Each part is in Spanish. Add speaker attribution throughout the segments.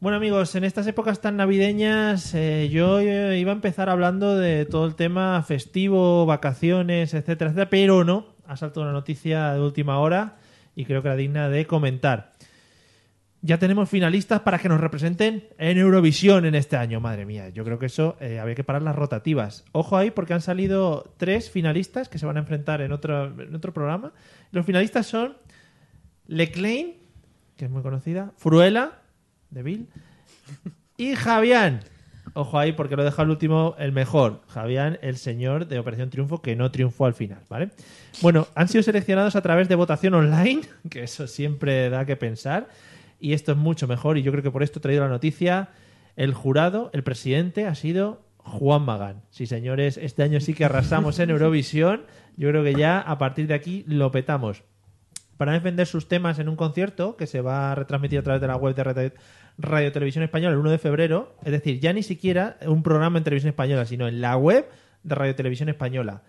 Speaker 1: Bueno amigos, en estas épocas tan navideñas eh, yo eh, iba a empezar hablando de todo el tema festivo, vacaciones, etcétera, etcétera, pero no, ha saltado una noticia de última hora y creo que era digna de comentar. Ya tenemos finalistas para que nos representen en Eurovisión en este año, madre mía, yo creo que eso eh, había que parar las rotativas. Ojo ahí porque han salido tres finalistas que se van a enfrentar en otro, en otro programa. Los finalistas son Leclain, que es muy conocida, Fruela, de Bill, y Javián. Ojo ahí porque lo deja el último, el mejor. Javián, el señor de Operación Triunfo, que no triunfó al final, ¿vale? Bueno, han sido seleccionados a través de votación online, que eso siempre da que pensar, y esto es mucho mejor, y yo creo que por esto he traído la noticia. El jurado, el presidente, ha sido Juan Magán. Sí, señores, este año sí que arrasamos en Eurovisión. Yo creo que ya a partir de aquí lo petamos para defender sus temas en un concierto que se va a retransmitir a través de la web de Radio, Radio Televisión Española el 1 de febrero. Es decir, ya ni siquiera un programa en televisión española, sino en la web de Radio Televisión Española.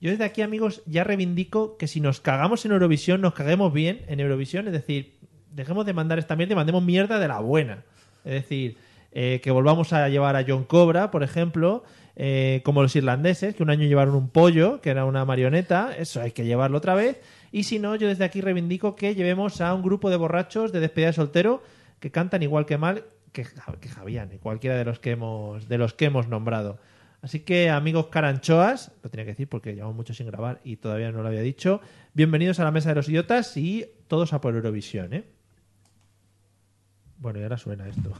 Speaker 1: Yo desde aquí, amigos, ya reivindico que si nos cagamos en Eurovisión, nos caguemos bien en Eurovisión. Es decir, dejemos de mandar esta mierda y mandemos mierda de la buena. Es decir, eh, que volvamos a llevar a John Cobra, por ejemplo, eh, como los irlandeses, que un año llevaron un pollo, que era una marioneta, eso hay que llevarlo otra vez. Y si no, yo desde aquí reivindico que llevemos a un grupo de borrachos de despedida de soltero que cantan igual que mal que, Ja- que Javián y cualquiera de los que hemos, de los que hemos nombrado. Así que, amigos caranchoas, lo tenía que decir porque llevamos mucho sin grabar y todavía no lo había dicho. Bienvenidos a la mesa de los idiotas y todos a por Eurovisión, ¿eh? Bueno, y ahora suena esto.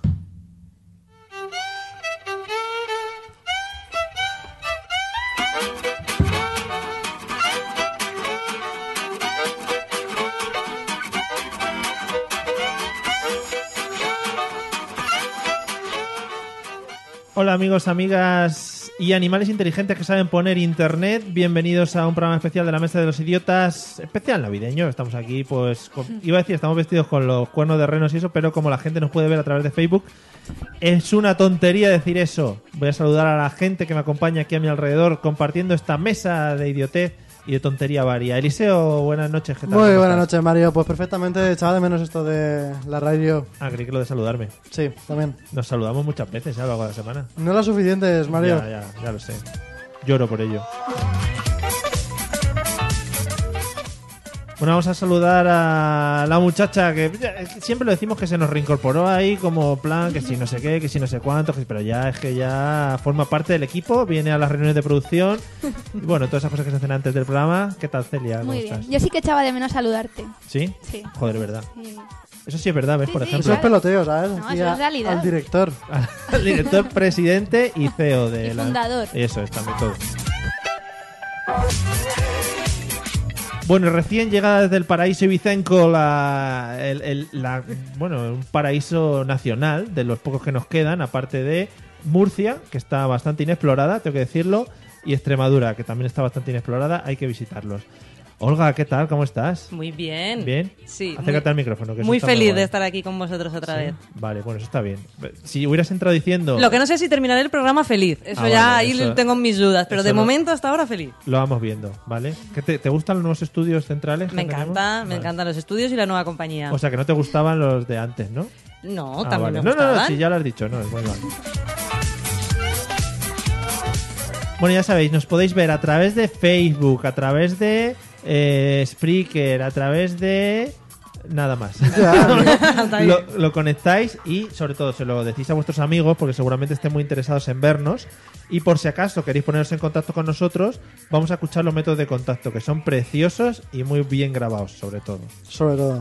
Speaker 1: Hola amigos, amigas y animales inteligentes que saben poner internet. Bienvenidos a un programa especial de la Mesa de los Idiotas, especial navideño. Estamos aquí, pues, con- iba a decir, estamos vestidos con los cuernos de renos y eso, pero como la gente nos puede ver a través de Facebook, es una tontería decir eso. Voy a saludar a la gente que me acompaña aquí a mi alrededor compartiendo esta mesa de idiotez y de tontería varia. Eliseo, buenas noches. ¿qué tal?
Speaker 2: Muy
Speaker 1: ¿Cómo
Speaker 2: buenas
Speaker 1: estás?
Speaker 2: noches, Mario. Pues perfectamente echaba de menos esto de la radio.
Speaker 1: Ah, creí que lo de saludarme.
Speaker 2: Sí, también.
Speaker 1: Nos saludamos muchas veces ya a lo largo de la semana.
Speaker 2: No las suficientes, Mario.
Speaker 1: Ya, ya, ya lo sé. Lloro por ello. Bueno, vamos a saludar a la muchacha que ya, es que siempre lo decimos que se nos reincorporó ahí como plan, que si no sé qué, que si no sé cuánto, que- pero ya es que ya forma parte del equipo, viene a las reuniones de producción y bueno, todas esas cosas que se hacen antes del programa. ¿Qué tal, Celia? ¿Cómo
Speaker 3: Muy bien.
Speaker 1: estás?
Speaker 3: Yo sí que echaba de menos saludarte.
Speaker 1: ¿Sí?
Speaker 3: Sí.
Speaker 1: Joder, verdad.
Speaker 3: Sí.
Speaker 1: Eso sí es verdad, ¿ves?
Speaker 3: Sí,
Speaker 1: Por
Speaker 3: sí,
Speaker 1: ejemplo,
Speaker 2: Eso es peloteo, ¿sabes?
Speaker 3: No,
Speaker 2: Aquí
Speaker 3: eso
Speaker 2: a-
Speaker 3: es realidad.
Speaker 2: Al director.
Speaker 1: al director, presidente y CEO de
Speaker 3: Y
Speaker 1: la-
Speaker 3: fundador.
Speaker 1: Eso es, también todo. Bueno, recién llegada desde el paraíso ibicenco, la, el- el- la- bueno, un paraíso nacional de los pocos que nos quedan, aparte de Murcia, que está bastante inexplorada, tengo que decirlo, y Extremadura, que también está bastante inexplorada, hay que visitarlos. Olga, ¿qué tal? ¿Cómo estás?
Speaker 4: Muy bien.
Speaker 1: Bien.
Speaker 4: Sí.
Speaker 1: Acércate
Speaker 4: muy,
Speaker 1: al micrófono. Que eso
Speaker 4: muy
Speaker 1: está muy
Speaker 4: feliz
Speaker 1: guay.
Speaker 4: de estar aquí con vosotros otra vez.
Speaker 1: Sí, Vale, bueno, eso está bien. Si hubieras entrado diciendo...
Speaker 4: Lo que no sé es si terminaré el programa feliz. Eso
Speaker 1: Ah,
Speaker 4: ya
Speaker 1: vale,
Speaker 4: ahí
Speaker 1: eso-
Speaker 4: tengo mis dudas. Pero
Speaker 1: eso
Speaker 4: de
Speaker 1: no.
Speaker 4: momento hasta ahora feliz.
Speaker 1: Lo vamos viendo, ¿vale? ¿Qué te, te gustan los nuevos estudios centrales? que
Speaker 4: Me encanta,
Speaker 1: tenemos?
Speaker 4: me
Speaker 1: Vale.
Speaker 4: encantan los estudios y la nueva compañía.
Speaker 1: O sea, que no te gustaban los de antes, ¿no?
Speaker 4: no,
Speaker 1: Ah,
Speaker 4: también
Speaker 1: vale.
Speaker 4: me
Speaker 1: No, no, no,
Speaker 4: gustaban.
Speaker 1: sí, ya lo has dicho, no, es muy mal. Bueno, ya sabéis, nos podéis ver a través de Facebook, a través de eh, Spreaker, a través de... Nada más.
Speaker 4: Está bien.
Speaker 1: lo, lo conectáis y sobre todo se lo decís a vuestros amigos porque seguramente estén muy interesados en vernos. Y por si acaso queréis poneros en contacto con nosotros, vamos a escuchar los métodos de contacto que son preciosos y muy bien grabados sobre todo.
Speaker 2: Sobre todo.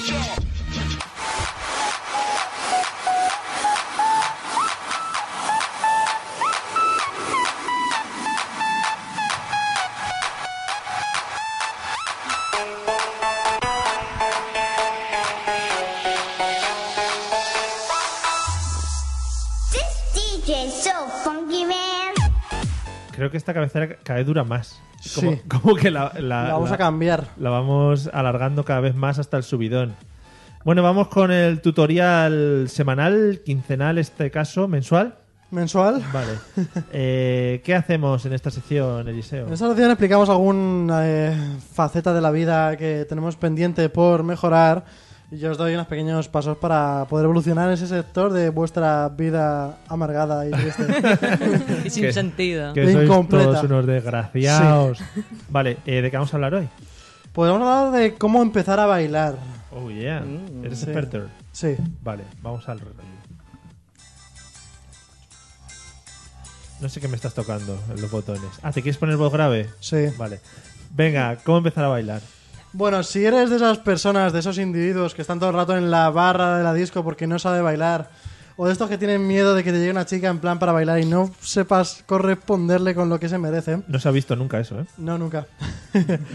Speaker 5: This
Speaker 3: DJ So Funky Man.
Speaker 1: Creo que esta cabecera cada vez dura más.
Speaker 2: Sí.
Speaker 1: Como, como que la, la-
Speaker 2: La vamos
Speaker 1: la-
Speaker 2: a cambiar.
Speaker 1: la vamos alargando cada vez más hasta el subidón. Bueno, vamos con el tutorial semanal, quincenal, este caso, mensual.
Speaker 2: Mensual.
Speaker 1: Vale. Eh, ¿Qué hacemos en esta sección, Eliseo?
Speaker 2: En esta sección explicamos alguna eh, faceta de la vida que tenemos pendiente por mejorar y yo os doy unos pequeños pasos para poder evolucionar en ese sector de vuestra vida amargada y triste.
Speaker 4: Y sin
Speaker 1: Que-
Speaker 4: sentido.
Speaker 1: Que sois
Speaker 2: Incompleta.
Speaker 1: todos unos desgraciados. Vale, eh, ¿de qué vamos a hablar hoy?
Speaker 2: Podemos hablar de cómo empezar a bailar.
Speaker 1: Oh, yeah. Eres
Speaker 2: Sí.
Speaker 1: experto.
Speaker 2: Sí.
Speaker 1: Vale, vamos al rollo. No sé qué me estás tocando en los botones. Ah, ¿te quieres poner voz grave?
Speaker 2: Sí.
Speaker 1: Vale. Venga, ¿cómo empezar a bailar?
Speaker 2: Bueno, si eres de esas personas, de esos individuos que están todo el rato en la barra de la disco porque no sabe bailar, o de estos que tienen miedo de que te llegue una chica en plan para bailar y no sepas corresponderle con lo que se merece,
Speaker 1: No se ha visto nunca eso, ¿eh?
Speaker 2: no, nunca.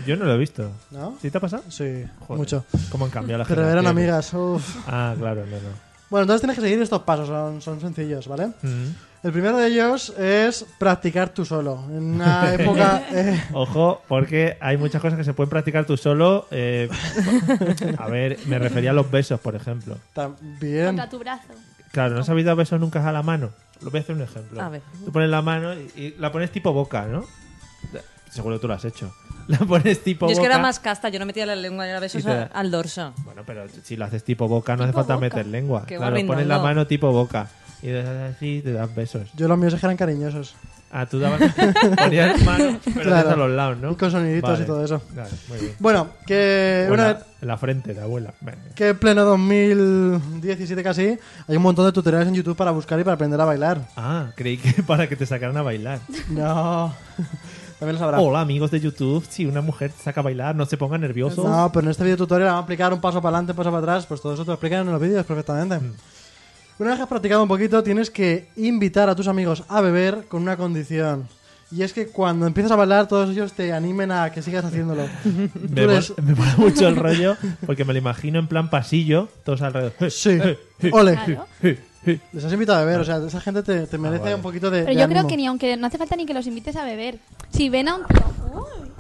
Speaker 1: Yo no lo he visto.
Speaker 2: ¿No?
Speaker 1: ¿Sí te ha pasado?
Speaker 2: Sí,
Speaker 1: Joder,
Speaker 2: mucho.
Speaker 1: ¿Cómo han cambiado las
Speaker 2: Pero eran
Speaker 1: generaciones?
Speaker 2: amigas, uf.
Speaker 1: Ah, claro, no, no.
Speaker 2: Bueno, entonces tienes que seguir estos pasos, son, son sencillos, ¿vale?
Speaker 1: Mm.
Speaker 2: El primero de ellos es practicar tú solo. En una época... eh,
Speaker 1: Ojo, porque hay muchas cosas que se pueden practicar tú solo. eh, a ver, me refería a los besos, por ejemplo.
Speaker 2: también...
Speaker 5: Contra tu brazo.
Speaker 1: Claro, ¿no has habéis dado besos nunca a la mano? Lo voy a hacer un ejemplo.
Speaker 4: A ver.
Speaker 1: Tú pones la mano y, y la pones tipo boca, ¿no? Seguro tú lo has hecho. La pones tipo
Speaker 4: Yo es que era
Speaker 1: boca.
Speaker 4: más casta, yo no metía la lengua en el beso
Speaker 1: Y te da.
Speaker 4: al dorso.
Speaker 1: Bueno, pero si lo haces tipo boca, no hace
Speaker 5: Tipo
Speaker 1: falta
Speaker 5: boca.
Speaker 1: meter lengua.
Speaker 4: Que va
Speaker 1: claro, pones la
Speaker 4: rindando.
Speaker 1: mano tipo boca. Y das así y te das besos.
Speaker 2: Yo los míos es que eran cariñosos.
Speaker 1: Ah, tú dabas. ponías mano, pero
Speaker 2: Claro.
Speaker 1: haces a los lados, ¿no?
Speaker 2: Y con soniditos y todo eso.
Speaker 1: Claro, muy bien.
Speaker 2: Bueno, que
Speaker 1: O en
Speaker 2: una
Speaker 1: la- en la frente de abuela. Venga.
Speaker 2: que en pleno 2017 casi hay un montón de tutoriales en YouTube para buscar y para aprender a bailar.
Speaker 1: Ah, creí que para que te sacaran a bailar.
Speaker 2: No. También lo sabrá.
Speaker 1: Hola, amigos de YouTube. Si una mujer te saca a bailar, no se ponga nervioso.
Speaker 2: No, pero en este video tutorial vamos a aplicar un paso para adelante, un paso para atrás, pues todo eso te lo explican en los vídeos perfectamente. Una vez que has practicado un poquito, tienes que invitar a tus amigos a beber con una condición. Y es que cuando empiezas a bailar, todos ellos te animen a que sigas haciéndolo. Tú
Speaker 1: Me,
Speaker 2: les-
Speaker 1: mola, me mola mucho el rollo porque me lo imagino en plan pasillo, todos alrededor.
Speaker 2: Sí,
Speaker 1: eh.
Speaker 2: ole.
Speaker 5: Claro.
Speaker 2: Les has invitado a beber, o sea, esa gente te, te merece
Speaker 1: vale.
Speaker 2: un poquito de.
Speaker 5: Pero yo creo que ni aunque no hace falta ni que los invites a beber. Si ven a un tío.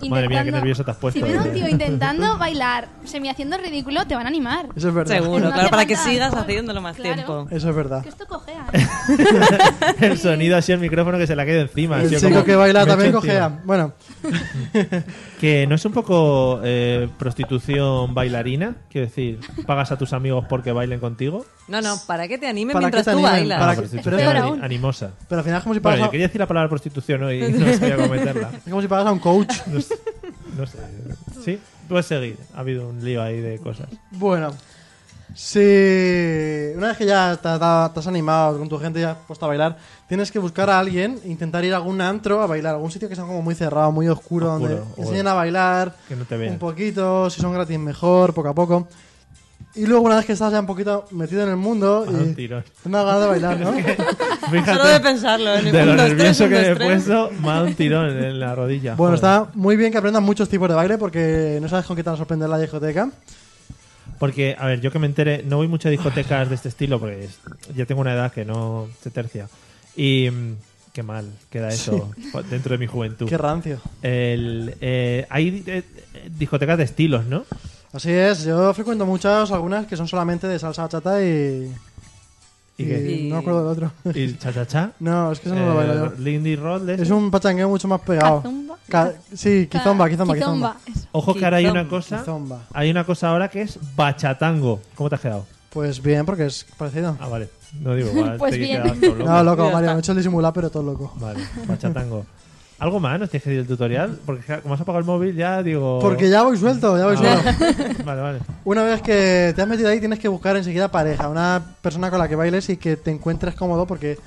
Speaker 5: Uy,
Speaker 1: Madre mía, qué
Speaker 5: intentando-
Speaker 1: nervioso te has puesto,
Speaker 5: Si ven a
Speaker 1: eh.
Speaker 5: un tío intentando bailar, semi haciendo el ridículo, te van a animar.
Speaker 2: Eso es verdad.
Speaker 4: Seguro,
Speaker 5: No
Speaker 4: claro,
Speaker 5: hace
Speaker 4: para que
Speaker 5: falta
Speaker 4: sigas
Speaker 5: alcohol.
Speaker 4: haciéndolo más
Speaker 5: Claro.
Speaker 4: tiempo.
Speaker 2: Eso es verdad.
Speaker 5: Que esto cojea.
Speaker 1: El sonido así el micrófono que se le ha quedado encima.
Speaker 2: El
Speaker 1: tío,
Speaker 2: chico
Speaker 1: como-
Speaker 2: que baila
Speaker 1: me
Speaker 2: también
Speaker 1: echo encima.
Speaker 2: cojea. Bueno,
Speaker 1: Que no es un poco eh, prostitución bailarina, quiero decir, pagas a tus amigos porque bailen contigo.
Speaker 4: No, no, para que te animen
Speaker 2: Para
Speaker 4: mientras
Speaker 2: que te
Speaker 4: tú
Speaker 2: animen,
Speaker 4: bailas.
Speaker 2: para
Speaker 1: Ah,
Speaker 2: que-
Speaker 1: prostitución
Speaker 2: pero-
Speaker 1: ani- animosa.
Speaker 2: pero al final es como si pagas,
Speaker 1: Bueno, yo
Speaker 2: a,
Speaker 1: quería decir la palabra prostitución hoy y no sabía cómo meterla.
Speaker 2: es como si pagas a un coach.
Speaker 1: No, sé- no sé. Sí, puedes seguir. Ha habido un lío ahí de cosas.
Speaker 2: Bueno, si una vez que ya te, has dado- te has animado con tu gente ya has puesto a bailar, tienes que buscar a alguien, intentar ir a algún antro a bailar, algún sitio que sea como muy cerrado, muy oscuro,
Speaker 1: Oscuro,
Speaker 2: donde
Speaker 1: o-
Speaker 2: enseñen a bailar
Speaker 1: Que no te vean.
Speaker 2: un poquito, si son gratis mejor, poco a poco. Y luego una vez que estás ya un poquito metido en el mundo,
Speaker 1: Ah, un
Speaker 2: y
Speaker 1: tirón.
Speaker 2: te da ganas de bailar, ¿no?
Speaker 1: Fíjate.
Speaker 4: Solo de pensarlo. ¿eh?
Speaker 1: De lo
Speaker 4: Un, dos, tres,
Speaker 1: nervioso
Speaker 4: un,
Speaker 1: que
Speaker 4: dos,
Speaker 1: me he
Speaker 4: tres.
Speaker 1: puesto, me ha dado un tirón en la rodilla.
Speaker 2: Bueno,
Speaker 1: Joder.
Speaker 2: está muy bien que aprendas muchos tipos de baile porque no sabes con qué te va a sorprender la discoteca.
Speaker 1: Porque, a ver, yo que me entere, no voy mucho a discotecas de este estilo porque es- ya tengo una edad que no se tercia. Y mm, qué mal queda eso dentro de mi juventud.
Speaker 2: Qué rancio.
Speaker 1: El, eh, hay eh, discotecas de estilos, ¿no?
Speaker 2: Así es, yo frecuento muchas, algunas que son solamente de salsa bachata y.
Speaker 1: ¿Y qué?
Speaker 2: y No me acuerdo del otro.
Speaker 1: Y cha-cha-cha.
Speaker 2: No, es que eso no lo
Speaker 1: eh,
Speaker 2: bailo yo.
Speaker 1: Lindy Rod,
Speaker 2: Es un pachangueo mucho más pegado.
Speaker 5: Kazumba.
Speaker 2: Ca- sí, quizomba, quizomba, quizomba.
Speaker 5: Kizomba, eso.
Speaker 1: Ojo que ahora hay una
Speaker 4: Kizomba.
Speaker 1: cosa.
Speaker 2: Quizomba.
Speaker 1: Hay una cosa ahora que es bachatango. ¿Cómo te has quedado?
Speaker 2: Pues bien, porque es parecido.
Speaker 1: Ah, vale. No digo, igual
Speaker 5: Pues
Speaker 1: te
Speaker 5: bien.
Speaker 1: quedabas todo loco.
Speaker 2: No, loco,
Speaker 4: Ya
Speaker 2: Mario,
Speaker 4: está.
Speaker 2: me he hecho el disimular, pero todo loco.
Speaker 1: Vale, bachatango. ¿Algo más nos tienes que decir el tutorial? Porque ja- como has apagado el móvil ya digo...
Speaker 2: Porque ya voy suelto, ya voy
Speaker 1: Oh. Ah,
Speaker 2: suelto.
Speaker 1: vale. vale, vale.
Speaker 2: Una vez que te has metido ahí, tienes que buscar enseguida pareja, una persona con la que bailes y que te encuentres cómodo, porque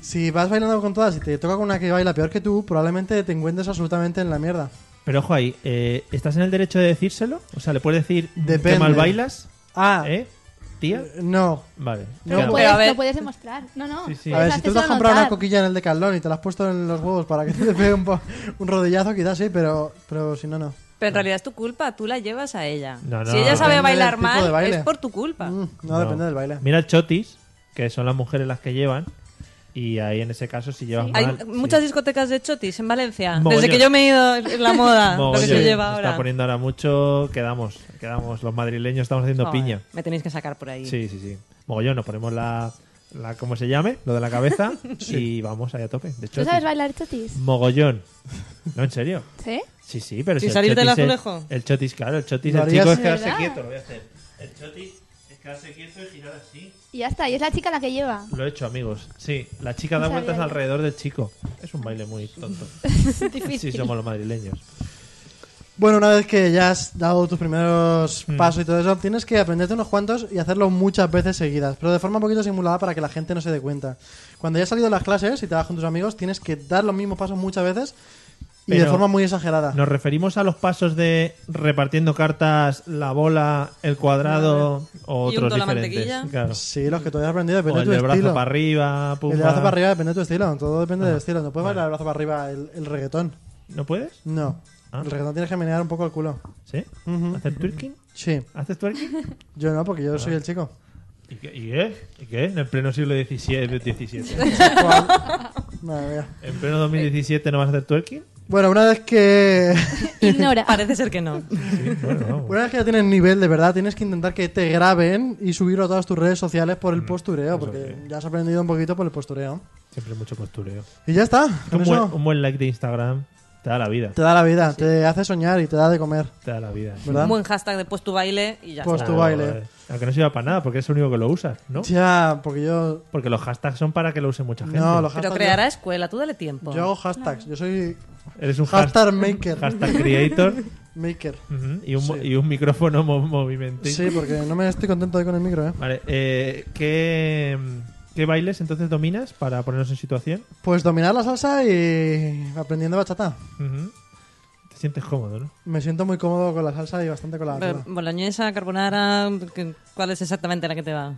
Speaker 2: si vas bailando con todas y te toca con una que baila peor que tú, probablemente te encuentres absolutamente en la mierda.
Speaker 1: Pero ojo ahí, eh, ¿estás en el derecho de decírselo? O sea, ¿le puedes decir que
Speaker 2: Depende.
Speaker 1: mal bailas?
Speaker 2: Ah,
Speaker 1: ¿Eh? ¿Tía?
Speaker 2: no.
Speaker 1: Vale.
Speaker 5: Pero
Speaker 1: queda-
Speaker 5: lo
Speaker 4: Pero
Speaker 5: puedes,
Speaker 4: a ver.
Speaker 5: lo puedes demostrar. No, no.
Speaker 1: Sí, sí.
Speaker 2: A ver,
Speaker 5: puedes
Speaker 2: si tú te has
Speaker 5: hacérselo
Speaker 2: comprado una
Speaker 5: notar.
Speaker 2: coquilla en el decalón y te la has puesto en los huevos para que te pegue un, po- un rodillazo, quizás sí, pero, pero si no, no.
Speaker 4: Pero en realidad es tu culpa, tú la llevas a ella.
Speaker 1: Ah. No, no.
Speaker 4: si ella sabe
Speaker 2: Depende
Speaker 4: bailar
Speaker 2: del tipo de
Speaker 4: mal,
Speaker 2: baile.
Speaker 4: es por tu culpa.
Speaker 2: Mm, no,
Speaker 1: Ah. No.
Speaker 2: depende del baile.
Speaker 1: Mira el chotis, que son las mujeres las que llevan. Y ahí en ese caso, si llevas
Speaker 4: Hay
Speaker 1: mal. sí.
Speaker 4: muchas discotecas de chotis en Valencia.
Speaker 1: Mogollón.
Speaker 4: Desde que yo me he ido, es la moda, lo que
Speaker 1: Mogollón.
Speaker 4: se lleva
Speaker 1: Está
Speaker 4: ahora.
Speaker 1: poniendo ahora mucho. Quedamos, quedamos. Los madrileños estamos haciendo
Speaker 4: Joder,
Speaker 1: piña.
Speaker 4: Me tenéis que sacar por ahí.
Speaker 1: Sí, sí, sí. Mogollón, nos ponemos la. la ¿Cómo se llame? Lo de la cabeza. Y vamos ahí a tope. De hecho,
Speaker 5: ¿Tú sabes bailar chotis?
Speaker 1: Mogollón. No, en serio.
Speaker 5: ¿Sí?
Speaker 1: Sí, sí, pero si
Speaker 4: ¿Sin
Speaker 1: el
Speaker 4: salir del
Speaker 1: chotis es-
Speaker 4: azulejo?
Speaker 1: El chotis, claro, el chotis,
Speaker 2: ¿Lo
Speaker 1: el chico
Speaker 2: harías?
Speaker 1: es quedarse
Speaker 5: ¿Verdad?
Speaker 1: quieto, lo voy a hacer. El chotis es quedarse quieto y girar así.
Speaker 5: Y ya está, y es la chica la que lleva.
Speaker 1: Lo he hecho, amigos. Sí, la chica da
Speaker 5: No
Speaker 1: vueltas
Speaker 5: sabía.
Speaker 1: alrededor del chico. Es un baile muy tonto. sí, somos los madrileños.
Speaker 2: Bueno, una vez que ya has dado tus primeros
Speaker 1: Mm.
Speaker 2: pasos y todo eso, tienes que aprenderte unos cuantos y hacerlo muchas veces seguidas, pero de forma un poquito simulada para que la gente no se dé cuenta. Cuando ya has salido de las clases y te vas con tus amigos, tienes que dar los mismos pasos muchas veces y de
Speaker 1: Pero-
Speaker 2: forma muy exagerada.
Speaker 1: Nos referimos a los pasos de repartiendo cartas, la bola, el cuadrado o
Speaker 4: Y un
Speaker 1: otros
Speaker 4: tono de
Speaker 1: diferentes.
Speaker 4: mantequilla.
Speaker 1: Claro.
Speaker 2: Sí, los que tú hayas aprendido,
Speaker 1: O
Speaker 2: depende
Speaker 1: el
Speaker 2: de
Speaker 1: del
Speaker 2: tu
Speaker 1: brazo
Speaker 2: estilo.
Speaker 1: para arriba, pumba.
Speaker 2: el de brazo para arriba depende de tu estilo, todo depende del estilo. No puedes bailar el brazo para arriba el, el reggaetón.
Speaker 1: ¿No puedes?
Speaker 2: No.
Speaker 1: Ah.
Speaker 2: El reggaetón tienes que menear un poco el culo.
Speaker 1: ¿Sí?
Speaker 2: Ujú.
Speaker 1: ¿Hacer twerking?
Speaker 2: Sí,
Speaker 1: ¿Haces twerking?
Speaker 2: yo no, porque
Speaker 1: Ah.
Speaker 2: yo soy el chico.
Speaker 1: ¿Y qué? ¿Y qué? ¿Y qué? En el pleno siglo XVII. XVII.
Speaker 2: Madre mía.
Speaker 1: ¿En pleno 2017 no vas a hacer twerking?
Speaker 2: Bueno, una vez que
Speaker 5: Ignora.
Speaker 4: Parece ser que no.
Speaker 1: Sí, bueno, vamos.
Speaker 2: una vez que ya tienes nivel de verdad, tienes que intentar que te graben y subirlo a todas tus redes sociales por
Speaker 1: Mm,
Speaker 2: el postureo, porque ya has aprendido un poquito por el postureo.
Speaker 1: Siempre mucho postureo.
Speaker 2: Y ya está, con
Speaker 1: Un buen,
Speaker 2: eso
Speaker 1: un buen like de Instagram te da la vida.
Speaker 2: te da la vida, te hace soñar y te da de comer,
Speaker 1: Te da la vida. eh,
Speaker 2: ¿verdad?
Speaker 4: Un buen hashtag de post tu baile y ya
Speaker 2: Pues
Speaker 4: está.
Speaker 2: tu baile.
Speaker 1: Aunque no sirva para nada, porque es el único que lo usas, ¿no?
Speaker 2: Ya, porque yo
Speaker 1: Porque los hashtags son para que lo use mucha gente.
Speaker 2: no, los
Speaker 4: Pero
Speaker 2: hashtags-
Speaker 4: creará escuela, tú dale tiempo.
Speaker 2: Yo hago hashtags, yo soy
Speaker 1: Eres un hashtag,
Speaker 2: hashtag maker.
Speaker 1: hashtag creator
Speaker 2: Maker.
Speaker 1: ujú, y, un, mo- y un micrófono mo- movimentín.
Speaker 2: Sí, porque no me estoy contento hoy con el micro, ¿eh?
Speaker 1: Vale, eh, ¿qué, ¿qué bailes entonces dominas para ponernos en situación?
Speaker 2: Pues dominar la salsa y aprendiendo bachata.
Speaker 1: Ujú. Te sientes cómodo, ¿no?
Speaker 2: Me siento muy cómodo con la salsa y bastante con la
Speaker 4: Pero
Speaker 2: bachata.
Speaker 4: Boloñesa, carbonara, ¿qué- ¿cuál es exactamente la que te va?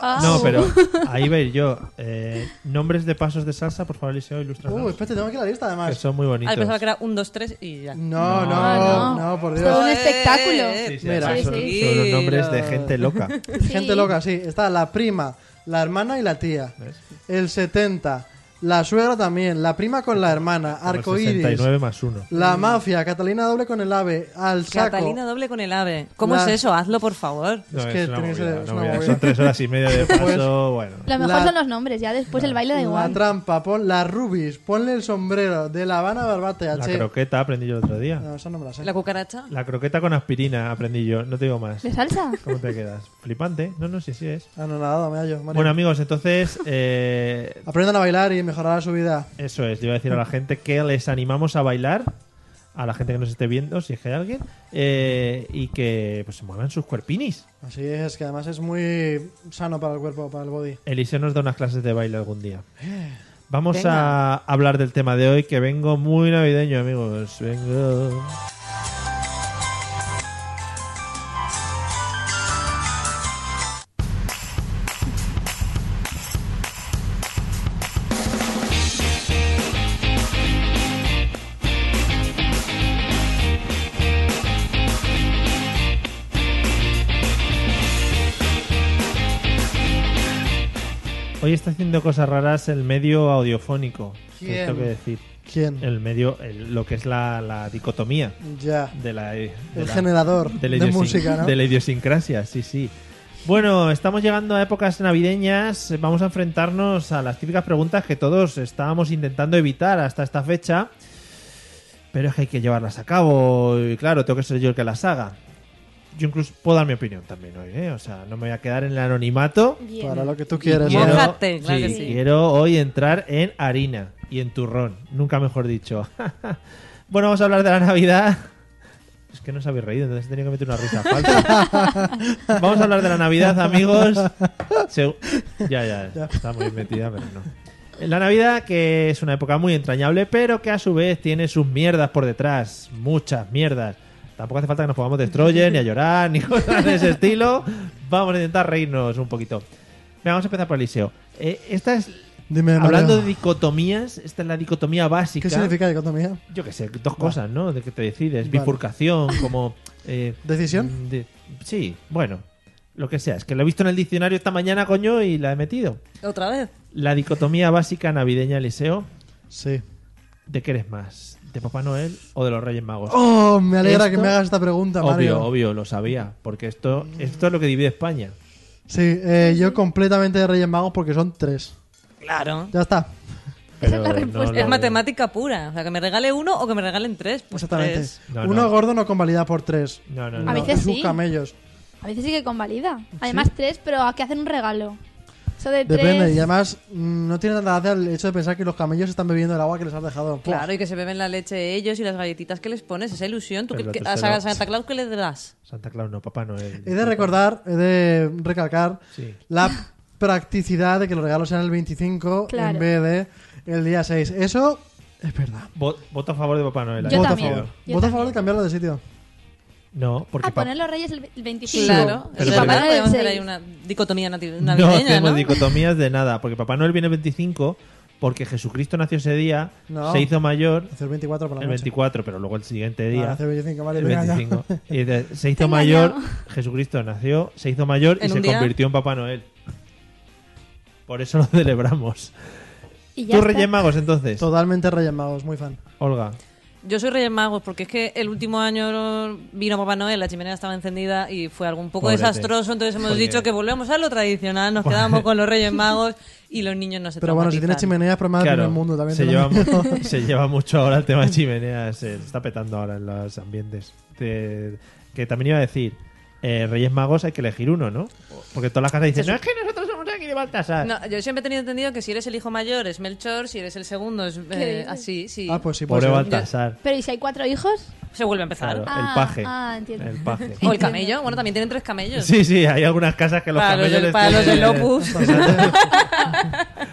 Speaker 5: Ah,
Speaker 1: No, pero ahí va a ir yo. Eh, nombres de pasos de salsa, por favor, Eliseo, ilústranos.
Speaker 2: Uh, espérate, tengo aquí la lista
Speaker 1: que
Speaker 2: además.
Speaker 1: son muy bonitos.
Speaker 4: Ah, pensaba que era un, dos, tres y ya.
Speaker 1: Mm.
Speaker 2: No, no,
Speaker 1: Ah,
Speaker 5: No,
Speaker 2: no, por
Speaker 5: Todo
Speaker 2: Dios.
Speaker 5: un espectáculo.
Speaker 1: Sí, sí,
Speaker 2: Mira,
Speaker 1: además son,
Speaker 5: sí,
Speaker 1: son los nombres de gente loca.
Speaker 2: Gente loca, sí. Está la prima, la hermana y la tía.
Speaker 1: ¿Ves?
Speaker 2: El 70. La suegra también. La prima con la hermana.
Speaker 1: Como
Speaker 2: Arcoiris.
Speaker 1: 69 más 1.
Speaker 2: La mafia. Catalina doble con el ave. Al saco.
Speaker 4: Catalina doble con el ave. ¿Cómo
Speaker 2: La-
Speaker 4: es eso? Hazlo, por favor.
Speaker 2: Es que tiene que ser- es una movida.
Speaker 1: Son tres horas y media de paso,
Speaker 2: Pues-
Speaker 1: bueno.
Speaker 5: Lo mejor
Speaker 2: La-
Speaker 5: son los nombres, ya después el baile da
Speaker 2: La
Speaker 5: igual.
Speaker 2: trampa. Pon la rubis. Ponle el sombrero. De La Habana Barbate.
Speaker 1: La croqueta aprendí yo el otro día.
Speaker 2: No, esa no me la sé.
Speaker 4: ¿La cucaracha?
Speaker 1: La croqueta con aspirina aprendí yo, no te digo más.
Speaker 5: ¿De salsa?
Speaker 1: ¿Cómo te quedas? Flipante. No, no sé si es.
Speaker 2: Ah, no, nada, me hallo. Mario.
Speaker 1: Bueno, amigos, entonces, eh,
Speaker 2: Aprendan a bailar y mejorar su vida.
Speaker 1: eso es. Yo iba a decir a la gente que les animamos a bailar, a la gente que nos esté viendo, si es que hay alguien, eh, y que pues, se muevan sus cuerpinis.
Speaker 2: Así es, que además es muy sano para el cuerpo, para el body.
Speaker 1: Eliseo nos da unas clases de baile algún día. Vamos
Speaker 4: Venga.
Speaker 1: a hablar del tema de hoy, que vengo muy navideño, amigos. Vengo. Hoy está haciendo cosas raras el medio audiofónico.
Speaker 2: ¿Quién?
Speaker 1: Tengo que decir.
Speaker 2: ¿Quién?
Speaker 1: El medio, el- lo que es la, la dicotomía
Speaker 2: Ya.
Speaker 1: de la. de
Speaker 2: El
Speaker 1: la-
Speaker 2: generador de,
Speaker 1: de la idiosin-
Speaker 2: música, ¿no?
Speaker 1: de la idiosincrasia, sí, sí. Bueno, estamos llegando a épocas navideñas. Vamos a enfrentarnos a las típicas preguntas que todos estábamos intentando evitar hasta esta fecha. Pero es que hay que llevarlas a cabo. Y claro, tengo que ser yo el que las haga. Yo incluso puedo dar mi opinión también hoy, ¿eh? O sea, no me voy a quedar en el anonimato.
Speaker 5: Bien.
Speaker 2: Para lo que tú quieras.
Speaker 4: Quiero-
Speaker 2: ¿no?
Speaker 4: Mójate, claro que sí.
Speaker 1: Quiero hoy entrar en harina y en turrón, nunca mejor dicho. bueno, vamos a hablar de la Navidad. Es que no os habéis reído, entonces he tenido que meter una risa falsa. vamos a hablar de la Navidad, amigos. Se- Ya, ya, está muy metida, pero no. La Navidad, que es una época muy entrañable, pero que a su vez tiene sus mierdas por detrás. Muchas mierdas. Tampoco hace falta que nos pongamos destroyer, ni a llorar, ni cosas de ese estilo. Vamos a intentar reírnos un poquito. Venga, vamos a empezar por Eliseo. Eh, esta es.
Speaker 2: Dime, Mario,
Speaker 1: Hablando de dicotomías, esta es la dicotomía básica.
Speaker 2: ¿Qué significa dicotomía?
Speaker 1: Yo qué sé, dos cosas, ¿no? De que te decides.
Speaker 2: Vale.
Speaker 1: Bifurcación, como. eh,
Speaker 2: ¿Decisión?
Speaker 1: mm, de- sí, bueno. Lo que sea. Es que lo he visto en el diccionario esta mañana, coño, y la he metido.
Speaker 4: ¿Otra vez?
Speaker 1: La dicotomía básica navideña, Eliseo,
Speaker 2: Sí.
Speaker 1: ¿de qué eres más? ¿De Papá Noel o de los Reyes Magos?
Speaker 2: Oh, me alegra
Speaker 1: Esto-
Speaker 2: que me hagas esta pregunta, Mario.
Speaker 1: obvio, obvio, lo sabía. Porque esto, esto es lo que divide España.
Speaker 2: Sí, eh, yo completamente de Reyes Magos porque son tres.
Speaker 4: Claro.
Speaker 2: Ya está.
Speaker 5: Esa es la
Speaker 1: no
Speaker 5: respuesta.
Speaker 1: lo-
Speaker 4: Es matemática pura. O sea, que me regale uno o que me regalen tres. Pues
Speaker 2: Exactamente.
Speaker 4: tres.
Speaker 1: No,
Speaker 2: Uno
Speaker 1: no.
Speaker 2: gordo no convalida por tres.
Speaker 1: No, no,
Speaker 2: No,
Speaker 1: no.
Speaker 5: A veces
Speaker 2: y sus
Speaker 5: sí.
Speaker 2: camellos.
Speaker 5: A veces sí que convalida. Además, tres, pero ¿a qué hacen un regalo? Eso de
Speaker 2: Depende,
Speaker 5: tres.
Speaker 2: y además mm, no tiene nada de gracia el hecho de pensar que los camellos están bebiendo el agua que les has dejado.
Speaker 4: Claro, y que se beben la leche ellos y las galletitas que les pones. Esa ilusión. ¿Tú qué,
Speaker 1: Pero
Speaker 4: qué-
Speaker 1: tú
Speaker 4: a
Speaker 1: se lo-
Speaker 4: Santa Claus qué le das?
Speaker 1: Santa Claus no, Papá Noel.
Speaker 2: He de recordar, he de recalcar
Speaker 1: Sí.
Speaker 2: la practicidad de que los regalos sean el 25 en
Speaker 5: Claro.
Speaker 2: vez de el día 6. Eso es verdad.
Speaker 1: Vo- Voto a favor de Papá Noel.
Speaker 5: Yo
Speaker 1: ahí.
Speaker 2: Voto
Speaker 5: también. Ah,
Speaker 2: a favor.
Speaker 5: Yo
Speaker 2: Voto a
Speaker 5: también.
Speaker 2: favor de cambiarlo de sitio.
Speaker 1: No, porque
Speaker 5: A
Speaker 1: pa-
Speaker 5: poner los reyes el el 25.
Speaker 4: Claro.
Speaker 1: Pero
Speaker 4: es
Speaker 1: primero-
Speaker 4: verdad, podemos hacer
Speaker 5: Sí.
Speaker 4: ahí una dicotomía nati-
Speaker 1: no
Speaker 4: navideña,
Speaker 1: hacemos
Speaker 4: ¿no?
Speaker 1: dicotomías de nada. Porque Papá Noel viene el 25, porque Jesucristo nació ese día,
Speaker 2: No.
Speaker 1: se hizo mayor
Speaker 2: Hacer 24 por la
Speaker 1: el
Speaker 2: noche.
Speaker 1: 24, pero luego el siguiente día.
Speaker 2: Ah, hacer 25, vale,
Speaker 1: el
Speaker 2: venga, ya.
Speaker 1: 25. Y dice, se hizo
Speaker 5: Te he
Speaker 1: mayor,
Speaker 5: engañado.
Speaker 1: Jesucristo nació, se hizo mayor y
Speaker 4: ¿En
Speaker 1: se
Speaker 4: un día?
Speaker 1: convirtió en Papá Noel. Por eso lo celebramos.
Speaker 5: Y ya
Speaker 1: ¿Tú
Speaker 5: está.
Speaker 1: Reyes Magos entonces?
Speaker 2: Totalmente Reyes Magos, muy fan.
Speaker 1: Olga.
Speaker 4: Yo soy Reyes Magos porque es que el último año vino Papá Noel, la chimenea estaba encendida y fue algo un poco
Speaker 1: Pobrete.
Speaker 4: desastroso, entonces hemos
Speaker 1: Porque-
Speaker 4: dicho que volvemos a lo tradicional, nos quedamos con los Reyes Magos y los niños no se
Speaker 2: Pero bueno, si tienes
Speaker 4: traumatizan.
Speaker 2: chimeneas, problemas del
Speaker 1: Claro,
Speaker 2: primer mundo también.
Speaker 1: se,
Speaker 2: te lo
Speaker 1: lleva,
Speaker 2: digo.
Speaker 1: mu- se lleva mucho ahora el tema de chimeneas, se está petando ahora en los ambientes. Te- que también iba a decir, eh, Reyes Magos hay que elegir uno, ¿no? Porque todas las casas dicen, no, es que nosotros somos aquí de Baltasar.
Speaker 4: No, yo siempre he tenido entendido que si eres el hijo mayor es Melchor, si eres el segundo es eh,
Speaker 5: dices?
Speaker 4: así, sí.
Speaker 2: Ah, pues sí, pues
Speaker 1: Pobre
Speaker 2: sí.
Speaker 1: Baltasar.
Speaker 5: Pero ¿y si hay cuatro hijos?
Speaker 4: Se vuelve a
Speaker 1: Claro,
Speaker 4: empezar.
Speaker 5: Ah,
Speaker 1: el paje.
Speaker 5: ah, entiendo.
Speaker 1: El paje.
Speaker 4: O el camello, bueno, también tienen tres camellos.
Speaker 1: Sí, sí, hay algunas casas que los
Speaker 4: Para los
Speaker 1: camellos este,
Speaker 4: del-
Speaker 1: les
Speaker 4: para los del
Speaker 1: tienen-
Speaker 4: Opus.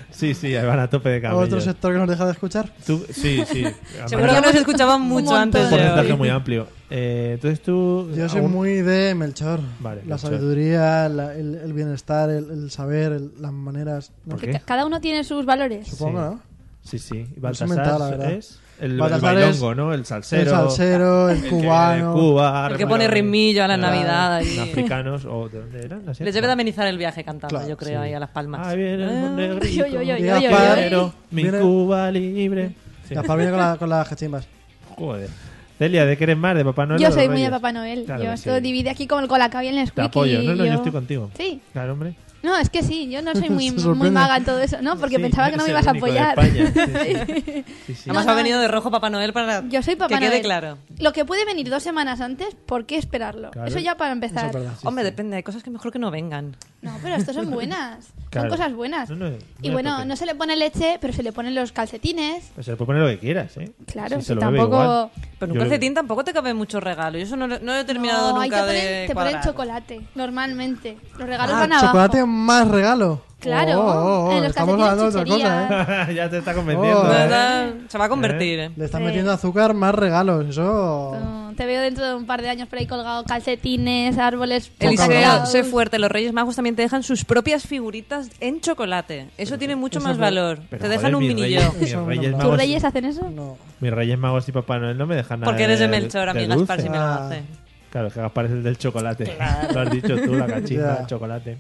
Speaker 1: Sí, sí, ahí van a tope de camellos.
Speaker 2: Otro sector que nos deja de escuchar.
Speaker 1: Tú- Sí, sí.
Speaker 4: Seguro que nos escuchaban mucho
Speaker 5: montón.
Speaker 4: antes
Speaker 1: un
Speaker 4: de
Speaker 1: porcentaje
Speaker 4: hoy.
Speaker 1: muy amplio. Eh, entonces tú...
Speaker 2: Yo soy
Speaker 1: ¿algún-
Speaker 2: muy de Melchor.
Speaker 1: Vale,
Speaker 2: la
Speaker 1: Melchor.
Speaker 2: sabiduría, la- el, el bienestar, el, el saber, el- las maneras. No,
Speaker 1: ¿Por
Speaker 5: Que
Speaker 1: qué?
Speaker 5: ca- Cada uno tiene sus valores.
Speaker 2: Supongo,
Speaker 1: Sí.
Speaker 2: ¿no?
Speaker 1: Sí, sí.
Speaker 2: mental, la
Speaker 1: Baltasar
Speaker 2: verdad.
Speaker 1: es el, el
Speaker 2: Baltasar
Speaker 1: bailongo,
Speaker 2: es
Speaker 1: ¿no? El salsero.
Speaker 2: el salsero, el,
Speaker 1: el que viene de
Speaker 2: cubano.
Speaker 1: Cuba,
Speaker 4: El que pone
Speaker 1: remolón,
Speaker 4: rimillo a la
Speaker 1: eh,
Speaker 4: Navidad ahí.
Speaker 1: en Africanos o de dónde eran? ¿Asiáticos?
Speaker 4: Les debe de amenizar el viaje cantando,
Speaker 2: Claro,
Speaker 4: yo creo, ahí a Las Palmas.
Speaker 1: este. Ahí viene el
Speaker 4: Ah.
Speaker 1: negrito,
Speaker 5: Yo, yo, yo,
Speaker 1: mi
Speaker 2: yo, yo, yo.
Speaker 1: habanero, mi
Speaker 2: Viene-
Speaker 1: Cuba libre. Sí.
Speaker 2: Gaspar viene con, la- con las cachimbas.
Speaker 1: Joder. Celia, ¿de qué eres más? ¿De Papá Noel? o
Speaker 5: yo
Speaker 1: los
Speaker 5: soy muy de
Speaker 1: Reyes?
Speaker 5: Papá Noel.
Speaker 1: Claro
Speaker 5: yo
Speaker 1: que
Speaker 5: esto
Speaker 1: sí.
Speaker 5: divide aquí como el colacao y el Nesquik.
Speaker 1: Te apoyo,
Speaker 5: y
Speaker 1: no, no, yo estoy contigo.
Speaker 5: Sí.
Speaker 1: Claro, hombre.
Speaker 5: No, es que sí, yo no soy muy,
Speaker 2: Se
Speaker 5: muy
Speaker 2: sorprende.
Speaker 5: maga en todo eso, ¿no? Porque
Speaker 1: Sí,
Speaker 5: pensaba que no me
Speaker 1: eres
Speaker 5: ibas a
Speaker 1: el único de
Speaker 5: apoyar.
Speaker 1: España. Sí, sí. Sí, sí.
Speaker 4: Además
Speaker 5: No,
Speaker 4: ha
Speaker 5: no.
Speaker 4: venido de rojo Papá Noel para
Speaker 5: Yo soy Papá
Speaker 4: que quede
Speaker 5: Noel.
Speaker 4: claro.
Speaker 5: Lo que puede venir dos semanas antes, ¿por qué esperarlo?
Speaker 1: Claro.
Speaker 5: Eso ya para empezar.
Speaker 2: Eso es verdad.
Speaker 4: Hombre, depende, hay cosas que mejor que no vengan.
Speaker 5: No, pero estas son buenas.
Speaker 1: Claro.
Speaker 5: Son cosas buenas.
Speaker 1: No, no, no
Speaker 5: y
Speaker 1: hay por
Speaker 5: bueno,
Speaker 1: qué.
Speaker 5: no se le pone leche, pero se le ponen los calcetines.
Speaker 1: Pues se le puede poner lo que quieras, ¿eh?
Speaker 5: Claro,
Speaker 1: Si
Speaker 5: si
Speaker 1: se lo bebe igual.
Speaker 5: tampoco.
Speaker 4: Pero en
Speaker 1: Yo-
Speaker 4: un calcetín tampoco te cabe mucho regalo. Yo eso no, lo- no lo he terminado
Speaker 5: no, ahí te
Speaker 4: nunca
Speaker 5: ponen,
Speaker 4: de
Speaker 5: te ponen
Speaker 4: cuadrar.
Speaker 5: chocolate, normalmente. Los regalos
Speaker 2: Ah,
Speaker 5: van abajo.
Speaker 2: chocolate más regalo.
Speaker 5: Claro,
Speaker 2: Oh, oh, oh,
Speaker 5: en los
Speaker 2: estamos hablando de otra
Speaker 5: calcetines
Speaker 2: cosa, ¿eh?
Speaker 1: ya te está convenciendo.
Speaker 2: Oh,
Speaker 4: No,
Speaker 1: ¿eh?
Speaker 4: no, Se va a convertir, ¿eh?
Speaker 2: Le están
Speaker 5: Sí. Ah.
Speaker 2: metiendo azúcar más regalos. Eso.
Speaker 5: No, Mm, Te veo dentro de un par de años por ahí colgado calcetines, árboles.
Speaker 4: Eliseo,
Speaker 5: plantados.
Speaker 4: sé fuerte. Los Reyes Magos también te dejan sus propias figuritas en chocolate. Eso tiene mucho más valor.
Speaker 1: Pero,
Speaker 4: te
Speaker 1: joder,
Speaker 4: dejan un
Speaker 1: mis
Speaker 4: minillo.
Speaker 1: Reyes, mis
Speaker 2: Eso no
Speaker 1: reyes
Speaker 2: lo-
Speaker 5: ¿Tus
Speaker 1: magos,
Speaker 5: reyes hacen eso?
Speaker 2: No.
Speaker 1: mis Reyes Magos y Papá Noel no me dejan nada.
Speaker 4: Porque eres de Melchor,
Speaker 1: Melchora,
Speaker 4: a mí Gaspar sí me lo
Speaker 2: Ah.
Speaker 4: hace.
Speaker 1: Claro, es que Gaspar es el del chocolate. Lo has dicho tú, la cachimba,
Speaker 2: Ya.
Speaker 1: el chocolate.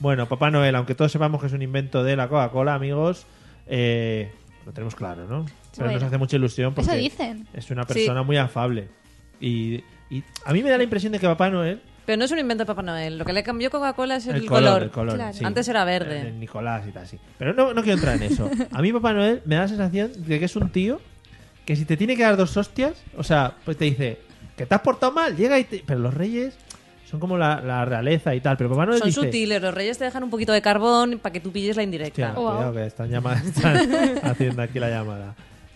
Speaker 1: Bueno, Papá Noel, aunque todos sepamos que es un invento de la Coca-Cola, amigos, eh, lo tenemos claro, ¿no? Pero
Speaker 5: Bueno.
Speaker 1: nos hace mucha ilusión porque
Speaker 5: Eso dicen.
Speaker 1: es una persona muy afable. Y, y a mí me da la impresión de que Papá Noel...
Speaker 4: Pero no es un invento de Papá Noel. Lo que le cambió Coca-Cola es el,
Speaker 1: el color,
Speaker 5: Claro.
Speaker 1: sí.
Speaker 4: Antes era verde.
Speaker 1: El, el Nicolás y tal, sí. Pero no, no quiero entrar en eso. A mí Papá Noel me da la sensación de que es un tío que si te tiene que dar dos hostias, o sea, pues te dice que te has portado mal, llega y te... Pero los reyes son como la, la realeza y tal, pero Papá Noel
Speaker 4: Son
Speaker 1: dice...
Speaker 4: sutiles. Los Reyes te dejan un poquito de carbón para que tú pilles la indirecta.
Speaker 1: Hostia,
Speaker 5: Wow.
Speaker 1: cuidado que están, llamada- están haciendo aquí la llamada.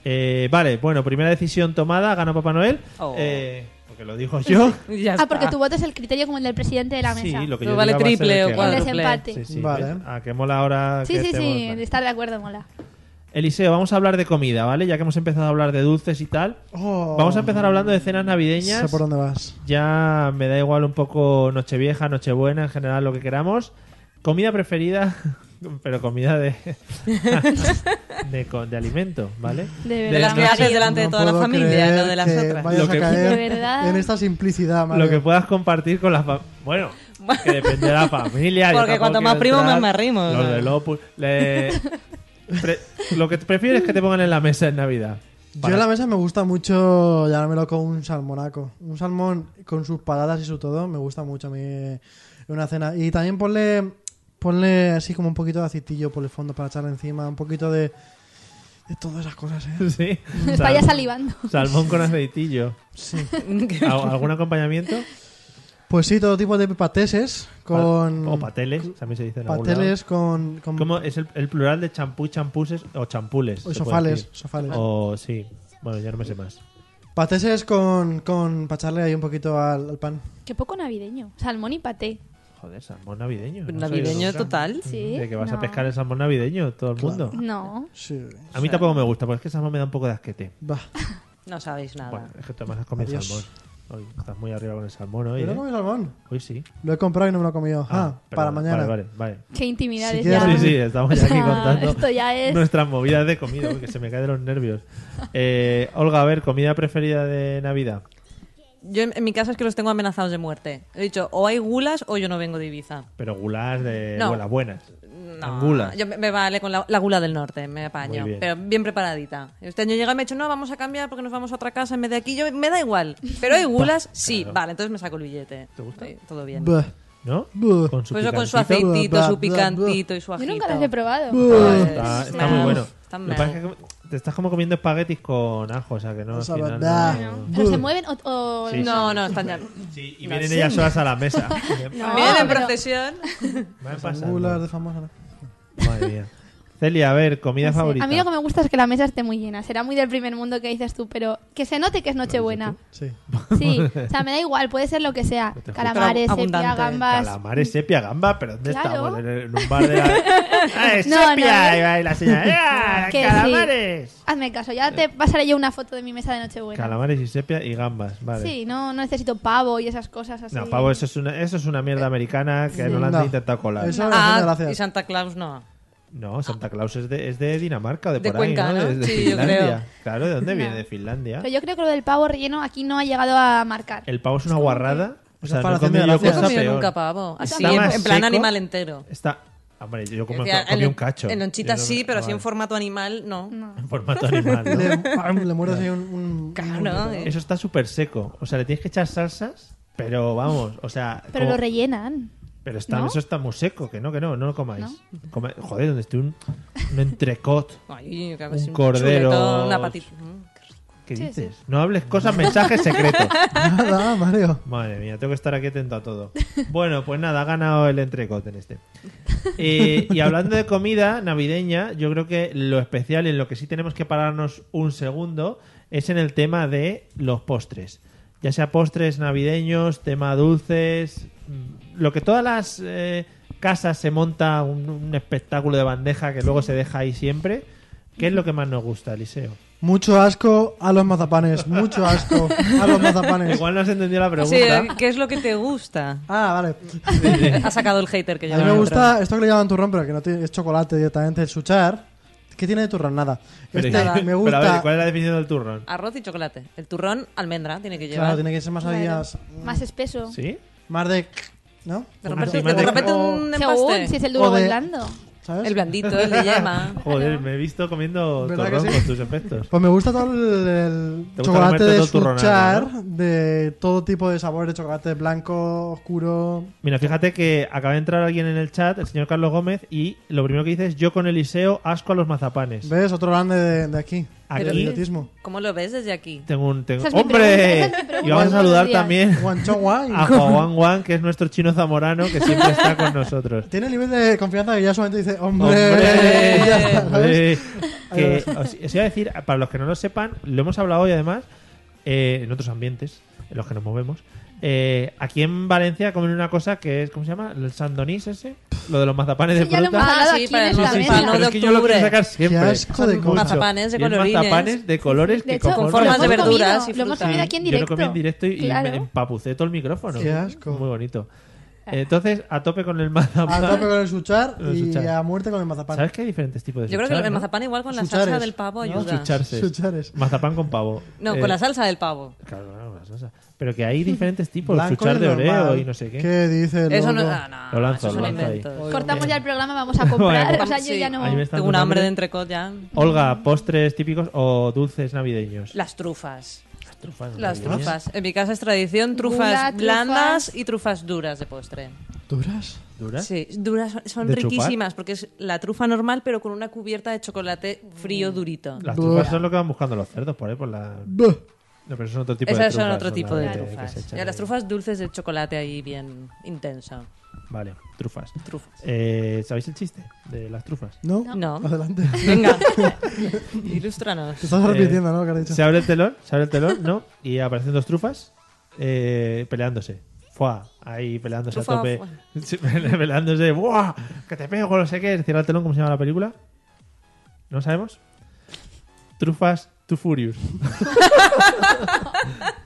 Speaker 1: Eh, vale, bueno, primera decisión tomada, ganó Papá Noel.
Speaker 4: Oh.
Speaker 1: eh, porque lo digo yo.
Speaker 4: Y ya
Speaker 5: Ah, porque
Speaker 4: está.
Speaker 5: tu voto es el criterio como el del presidente de la mesa.
Speaker 1: Sí, lo que
Speaker 4: Tú
Speaker 1: yo
Speaker 4: vale
Speaker 1: diga va a ser
Speaker 4: triple
Speaker 1: el
Speaker 4: o
Speaker 1: que
Speaker 5: El
Speaker 1: gane.
Speaker 4: cuádruple.
Speaker 5: desempate.
Speaker 1: Sí, sí,
Speaker 2: Vale.
Speaker 1: ¿ves? Ah, que mola ahora
Speaker 5: Sí,
Speaker 1: que
Speaker 5: sí,
Speaker 1: estemos-
Speaker 5: sí,
Speaker 1: vale.
Speaker 5: estar de acuerdo mola.
Speaker 1: Eliseo, vamos a hablar de comida, ¿vale? Ya que hemos empezado a hablar de dulces y tal.
Speaker 2: Oh,
Speaker 1: Vamos a empezar hablando de cenas
Speaker 2: Sé
Speaker 1: navideñas.
Speaker 2: por dónde vas.
Speaker 1: Ya me da igual un poco Nochevieja, Nochebuena, en general lo que queramos. Comida preferida, pero comida de de, co- de alimento, ¿vale?
Speaker 5: De
Speaker 4: De las
Speaker 5: verdad.
Speaker 4: que haces delante de toda la
Speaker 2: puedo
Speaker 4: familia,
Speaker 2: creer
Speaker 4: no de las
Speaker 2: que
Speaker 4: otras.
Speaker 2: Vayas
Speaker 1: Lo que-
Speaker 2: a caer
Speaker 5: De verdad.
Speaker 2: en esta simplicidad, Mario.
Speaker 1: Lo que puedas compartir con la fa- Bueno, Que depende de la familia. yo
Speaker 4: Porque
Speaker 1: tampoco
Speaker 4: cuanto más
Speaker 1: quiero
Speaker 4: primos, más
Speaker 1: entrar.
Speaker 4: me arrimo, o
Speaker 1: Los
Speaker 4: sea.
Speaker 1: del Opus. Le- pre- Lo que prefieres es que te pongan en la mesa en Navidad.
Speaker 2: Yo
Speaker 1: Para-
Speaker 2: en la mesa me gusta mucho llamármelo con un salmonaco. Un salmón con sus patatas y su todo, me gusta mucho a mí una cena. Y también ponle, ponle así como un poquito de aceitillo por el fondo para echarle encima, un poquito de, de todas esas cosas, ¿eh?
Speaker 1: Sí.
Speaker 5: Está ya salivando.
Speaker 1: Salmón con aceitillo.
Speaker 2: Sí.
Speaker 1: ¿Al- ¿Algún acompañamiento?
Speaker 2: Pues sí, todo tipo de pateses con...
Speaker 1: O pateles, también se dice en algún lado.
Speaker 2: Pateles con... con
Speaker 1: ¿Cómo es el, el plural de champú, champuses o champules? se
Speaker 2: o
Speaker 1: puede
Speaker 2: sofales,
Speaker 1: decir?
Speaker 2: sofales.
Speaker 1: O sí. Bueno, ya no me sé más.
Speaker 2: Pateses con, con pacharle ahí un poquito al, al pan.
Speaker 5: Qué poco navideño. Salmón y paté.
Speaker 1: Joder, salmón navideño. no soy
Speaker 4: Navideño
Speaker 1: nunca.
Speaker 4: total.
Speaker 5: Sí.
Speaker 1: De que vas a
Speaker 5: no.
Speaker 1: pescar el salmón navideño, todo el mundo.
Speaker 5: No.
Speaker 2: Sí.
Speaker 1: A mí tampoco me gusta, porque es que el salmón me da un poco de asquete.
Speaker 2: Va.
Speaker 4: No sabéis nada.
Speaker 1: Bueno, es que Tomás has comido
Speaker 2: Adiós.
Speaker 1: salmón. Hoy estás muy arriba con el salmón hoy.
Speaker 2: Pero no
Speaker 1: ¿eh?
Speaker 2: comí salmón.
Speaker 1: Hoy sí.
Speaker 2: Lo he comprado y no me lo he comido. Ah,
Speaker 1: perdón.
Speaker 2: para mañana.
Speaker 1: Vale, vale, vale.
Speaker 5: Qué intimidad
Speaker 2: Si
Speaker 5: es
Speaker 2: quieres-
Speaker 1: Sí,
Speaker 5: ya.
Speaker 1: sí, estamos ya
Speaker 5: O
Speaker 1: aquí
Speaker 5: sea,
Speaker 1: contando
Speaker 5: Esto ya es.
Speaker 1: nuestras movidas de comida, uy, que se me caen los nervios. Eh, Olga, a ver, comida preferida de Navidad.
Speaker 4: Yo en, en mi caso es que los tengo amenazados de muerte. He dicho, o hay gulas o yo no vengo de Ibiza.
Speaker 1: Pero gulas de
Speaker 4: No.
Speaker 1: bueno, las buenas.
Speaker 4: No,
Speaker 1: Gulas.
Speaker 4: yo me, me vale con la, la gula del norte, me apaño,
Speaker 1: Ah. Muy bien.
Speaker 4: pero bien preparadita. Este año llega y me ha dicho, no, vamos a cambiar porque nos vamos a otra casa en vez de aquí. Yo, me da igual, pero hay gulas, sí, vale, entonces me saco el billete.
Speaker 1: ¿Te gusta?
Speaker 4: Sí, todo bien.
Speaker 2: Buah.
Speaker 1: ¿no?
Speaker 2: Buh.
Speaker 1: Con su
Speaker 4: pues eso con su
Speaker 1: picancito.
Speaker 4: aceitito,
Speaker 2: bla, bla,
Speaker 4: su picantito y su
Speaker 5: Yo
Speaker 4: ajito.
Speaker 5: nunca las he probado.
Speaker 1: Ah,
Speaker 2: Buh.
Speaker 1: Está,
Speaker 4: Pues,
Speaker 1: está muy
Speaker 4: nah,
Speaker 1: bueno.
Speaker 4: está
Speaker 1: Lo que pasa es que te estás como comiendo espaguetis con ajo, o sea que no.
Speaker 2: No
Speaker 1: al
Speaker 2: sabe
Speaker 1: final
Speaker 2: nada.
Speaker 1: no-
Speaker 2: Bueno.
Speaker 5: Pero se mueven o. o-
Speaker 1: Sí.
Speaker 4: No, no, están ya.
Speaker 1: Sí, y vienen ellas solas a la mesa.
Speaker 5: No,
Speaker 4: Vienen en
Speaker 5: Ah, pero-
Speaker 4: procesión.
Speaker 1: pues Van pasando.
Speaker 2: Angular de famosa. ¿no?
Speaker 1: Madre mía. Celia, a ver, comida
Speaker 5: no sé.
Speaker 1: favorita.
Speaker 5: A mí lo que me gusta es que la mesa esté muy llena. Será muy del primer mundo que dices tú, pero que se note que es Nochebuena.
Speaker 2: Sí.
Speaker 5: Sí, o sea, me da igual, puede ser lo que sea.
Speaker 1: te
Speaker 5: Calamares,
Speaker 4: juzgo.
Speaker 5: sepia,
Speaker 4: Abundante.
Speaker 5: gambas.
Speaker 1: Calamares, sepia, gamba, pero ¿dónde
Speaker 5: Claro.
Speaker 1: estamos? En, en un bar de la... ¡Ah, es
Speaker 5: No, no,
Speaker 1: sepia!
Speaker 5: no.
Speaker 1: Y va ahí la señora. ¡Ah,
Speaker 5: Que sí.
Speaker 1: calamares!
Speaker 5: Hazme caso, ya te pasaré yo una foto de mi mesa de Nochebuena.
Speaker 1: Calamares y sepia y gambas, vale.
Speaker 5: Sí, no, no necesito pavo y esas cosas así.
Speaker 1: No, pavo, eso es una, eso es una mierda americana que no la han
Speaker 2: No.
Speaker 1: intentado colar.
Speaker 2: Eso
Speaker 4: Ah,
Speaker 2: gracias.
Speaker 4: y Santa Claus no.
Speaker 1: No, Santa Claus es de, es de Dinamarca o de,
Speaker 4: De
Speaker 1: por ahí,
Speaker 4: Cuenca,
Speaker 1: ¿no?
Speaker 4: ¿no?
Speaker 1: De, de
Speaker 4: Sí, yo
Speaker 1: Finlandia.
Speaker 4: creo.
Speaker 1: Claro, ¿de dónde viene?
Speaker 5: No.
Speaker 1: De Finlandia.
Speaker 5: Pero yo creo que lo del pavo relleno aquí no ha llegado a marcar.
Speaker 1: El pavo es una guarrada. O sea,
Speaker 2: Esa
Speaker 1: no he
Speaker 2: paración de
Speaker 1: comido yo
Speaker 2: gracias.
Speaker 4: No he
Speaker 1: cosa
Speaker 4: comido
Speaker 1: peor.
Speaker 4: nunca pavo. Así,
Speaker 1: Está
Speaker 4: en,
Speaker 1: más
Speaker 4: en plan
Speaker 1: seco.
Speaker 4: animal entero.
Speaker 1: Está... Hombre, yo como,
Speaker 4: Decía,
Speaker 1: comí
Speaker 4: en-
Speaker 1: un cacho.
Speaker 4: En lonchitas
Speaker 1: Yo no-
Speaker 4: sí, pero así
Speaker 1: vale.
Speaker 4: en formato animal no.
Speaker 1: En formato animal, ¿no?
Speaker 2: Le, pam, le muerdes ahí un, un-
Speaker 4: Claro. eh.
Speaker 1: Eso está súper seco. O sea, le tienes que echar salsas, pero vamos, o sea...
Speaker 5: Pero
Speaker 1: como-
Speaker 5: lo rellenan.
Speaker 1: pero está,
Speaker 5: ¿no?
Speaker 1: eso está muy seco, que no, que no, no lo comáis. Come- joder, donde esté un, un entrecot.
Speaker 4: Ay, que
Speaker 1: Un
Speaker 4: es
Speaker 1: cordero.
Speaker 4: chuletón, una patita. Mm.
Speaker 1: ¿Qué
Speaker 5: Sí,
Speaker 1: dices? No hables cosas, mensajes secretos.
Speaker 2: Nada, Mario.
Speaker 1: Madre mía, tengo que estar aquí atento a todo. Bueno, pues nada, ha ganado el entrecot en este. Eh, y hablando de comida navideña, yo creo que lo especial y en lo que sí tenemos que pararnos un segundo es en el tema de los postres. Ya sea postres navideños, tema dulces, mm, lo que todas las eh, casas se monta un, un espectáculo de bandeja que luego se deja ahí siempre. ¿Qué es lo que más nos gusta, Eliseo?
Speaker 2: Mucho asco a los mazapanes. Mucho asco a los mazapanes.
Speaker 1: Igual no has entendido la
Speaker 4: Sí, eh,
Speaker 1: pregunta.
Speaker 2: eh,
Speaker 4: ¿qué es lo que te gusta?
Speaker 2: Ah, vale.
Speaker 4: Ha sacado el hater que yo
Speaker 2: A mí me
Speaker 4: no
Speaker 2: gusta esto que le llaman turrón, pero que no tiene, es chocolate directamente, el suchar. ¿Qué tiene de turrón? Nada.
Speaker 1: Pero-
Speaker 2: Este me
Speaker 1: Pero a ver,
Speaker 2: gusta.
Speaker 1: ¿cuál es la definición del turrón?
Speaker 4: Arroz y chocolate. El turrón, almendra, tiene que llevar.
Speaker 2: Claro, tiene que ser más
Speaker 5: Claro.
Speaker 2: adidas.
Speaker 4: Mm.
Speaker 5: Más espeso.
Speaker 1: ¿Sí?
Speaker 2: Más de. ¿No?
Speaker 4: De repente,
Speaker 1: Encima
Speaker 4: de
Speaker 1: de-
Speaker 4: repente
Speaker 2: o-
Speaker 4: un
Speaker 5: Según,
Speaker 4: empaste.
Speaker 5: si es el duro o el
Speaker 2: O de-
Speaker 5: blando.
Speaker 2: ¿Sabes?
Speaker 4: El blandito, el de yema.
Speaker 1: Joder, me he visto comiendo
Speaker 2: ¿Verdad que
Speaker 1: turrón
Speaker 2: sí?
Speaker 1: con tus efectos.
Speaker 2: Pues me gusta todo el, el
Speaker 1: Te gusta
Speaker 2: chocolate
Speaker 1: comerte
Speaker 2: de
Speaker 1: todo el turronado,
Speaker 2: escuchar, de todo tipo de sabores, de chocolate blanco, oscuro.
Speaker 1: Mira, fíjate que acaba de entrar alguien en el chat, el señor Carlos Gómez, y lo primero que dice es yo con Eliseo E asco a los mazapanes.
Speaker 2: ¿Ves? Otro grande de, de aquí.
Speaker 1: Aquí-
Speaker 2: El idiotismo.
Speaker 4: ¿Cómo lo ves desde aquí?
Speaker 1: Tengo un... Tengo...
Speaker 5: Esa es mi
Speaker 1: ¡Hombre!
Speaker 5: pregunta, esa es mi pregunta
Speaker 1: y vamos a
Speaker 5: todos los
Speaker 1: saludar
Speaker 5: días.
Speaker 1: también
Speaker 2: Guanchón guay.
Speaker 1: a Juan Juan, que es nuestro chino zamorano, que siempre está con nosotros.
Speaker 2: Tiene el nivel de confianza que ya solamente dice, hombre,
Speaker 1: ¡Hombre!
Speaker 2: ya está, ¿sabes?
Speaker 1: ¡Hombre! Que, os, os iba a decir, para los que no lo sepan, lo hemos hablado hoy además, eh, en otros ambientes en los que nos movemos. Eh, aquí en Valencia comen una cosa que es, ¿cómo se llama? El sandonís ese, lo de los mazapanes de
Speaker 5: Sí, ya lo hemos
Speaker 1: fruta.
Speaker 5: hablado
Speaker 4: Ah, sí,
Speaker 5: aquí
Speaker 4: para
Speaker 5: en
Speaker 4: el
Speaker 5: esta
Speaker 4: sí, sí,
Speaker 5: mesa.
Speaker 4: no,
Speaker 1: pero es
Speaker 4: de
Speaker 1: que yo lo quiero
Speaker 4: octubre.
Speaker 1: sacar siempre.
Speaker 2: Qué asco de
Speaker 1: Mucho.
Speaker 2: cosa.
Speaker 4: Mazapanes de
Speaker 1: Y unos
Speaker 4: colorines.
Speaker 1: Mazapanes de colores
Speaker 5: De
Speaker 1: que con
Speaker 5: hecho,
Speaker 4: con formas
Speaker 5: lo
Speaker 4: de
Speaker 5: hemos
Speaker 4: verduras
Speaker 5: comido,
Speaker 4: y
Speaker 5: Lo hemos
Speaker 4: fruta.
Speaker 5: comido aquí en
Speaker 1: Yo
Speaker 5: directo.
Speaker 1: lo comí en directo y
Speaker 5: Claro.
Speaker 1: me empapucé todo el micrófono.
Speaker 2: Qué asco.
Speaker 1: Muy bonito.
Speaker 4: Ah.
Speaker 1: Entonces, a tope con el mazapán.
Speaker 2: A tope con el suchar
Speaker 1: El
Speaker 2: y
Speaker 1: suchar.
Speaker 2: a muerte con el mazapán.
Speaker 1: ¿Sabes que hay diferentes tipos de
Speaker 4: Yo creo que
Speaker 1: suchar,
Speaker 4: el
Speaker 1: no?
Speaker 4: mazapán igual con la salsa
Speaker 2: Suchares,
Speaker 4: del pavo
Speaker 1: No,
Speaker 4: ayuda.
Speaker 1: sucharse.
Speaker 2: Suchares.
Speaker 1: Mazapán con pavo.
Speaker 4: No,
Speaker 1: Eh,
Speaker 4: con la salsa del pavo.
Speaker 1: Claro, claro, con la salsa. Pero que hay diferentes tipos.
Speaker 2: Blanco
Speaker 1: suchar
Speaker 2: y
Speaker 1: de oreo
Speaker 2: normal.
Speaker 1: y no sé qué.
Speaker 2: ¿Qué dice el
Speaker 4: Eso no,
Speaker 2: loco?
Speaker 4: ah, no,
Speaker 1: Lo lanzo,
Speaker 4: eso es
Speaker 1: lo
Speaker 4: un
Speaker 1: lanzo ahí.
Speaker 4: invento.
Speaker 5: Cortamos ya el programa, vamos a comprar. o sea, yo
Speaker 4: Sí.
Speaker 5: ya no.
Speaker 1: Ahí me está
Speaker 4: Tengo un
Speaker 1: dando
Speaker 4: hambre de
Speaker 1: hambre.
Speaker 4: entrecot ya.
Speaker 1: Olga, postres típicos o dulces navideños.
Speaker 4: Las trufas.
Speaker 1: trufas.
Speaker 4: Las
Speaker 1: navideñas.
Speaker 4: trufas. En mi casa es tradición trufas
Speaker 5: Gula, trufas.
Speaker 4: blandas y trufas duras de postre.
Speaker 2: ¿Duras?
Speaker 1: ¿Duras?
Speaker 4: Sí, duras son- son
Speaker 1: ¿Eh? ¿De
Speaker 4: riquísimas porque es la trufa normal pero con una cubierta de chocolate frío
Speaker 5: Mm.
Speaker 4: durito.
Speaker 1: Las
Speaker 2: Buah.
Speaker 1: trufas son lo que van buscando los cerdos por ahí, por la...
Speaker 2: Buh.
Speaker 1: No, pero eso es otro tipo de
Speaker 4: Esas
Speaker 1: trufas.
Speaker 4: son otro tipo de
Speaker 1: solamente, que se
Speaker 4: trufas.
Speaker 1: echan
Speaker 4: Ya, las
Speaker 1: ahí.
Speaker 4: trufas dulces de chocolate ahí bien intensa.
Speaker 1: Vale, trufas.
Speaker 4: Trufas.
Speaker 1: Eh, ¿Sabéis el chiste de las trufas?
Speaker 2: No.
Speaker 4: No.
Speaker 2: Adelante.
Speaker 4: Venga. Ilústranos.
Speaker 2: Te estás
Speaker 1: Eh,
Speaker 2: repitiendo, ¿no? Lo que has dicho.
Speaker 1: Se abre el telón, se abre el telón, ¿no? Y aparecen dos trufas eh, peleándose. Fua, ahí peleándose
Speaker 4: Trufa,
Speaker 1: a tope.
Speaker 4: fua.
Speaker 1: Sí, peleándose. ¡Buah! ¡Que te pego! No sé qué. Cierra el telón, ¿cómo se llama la película? ¿No sabemos? Trufas to Furious.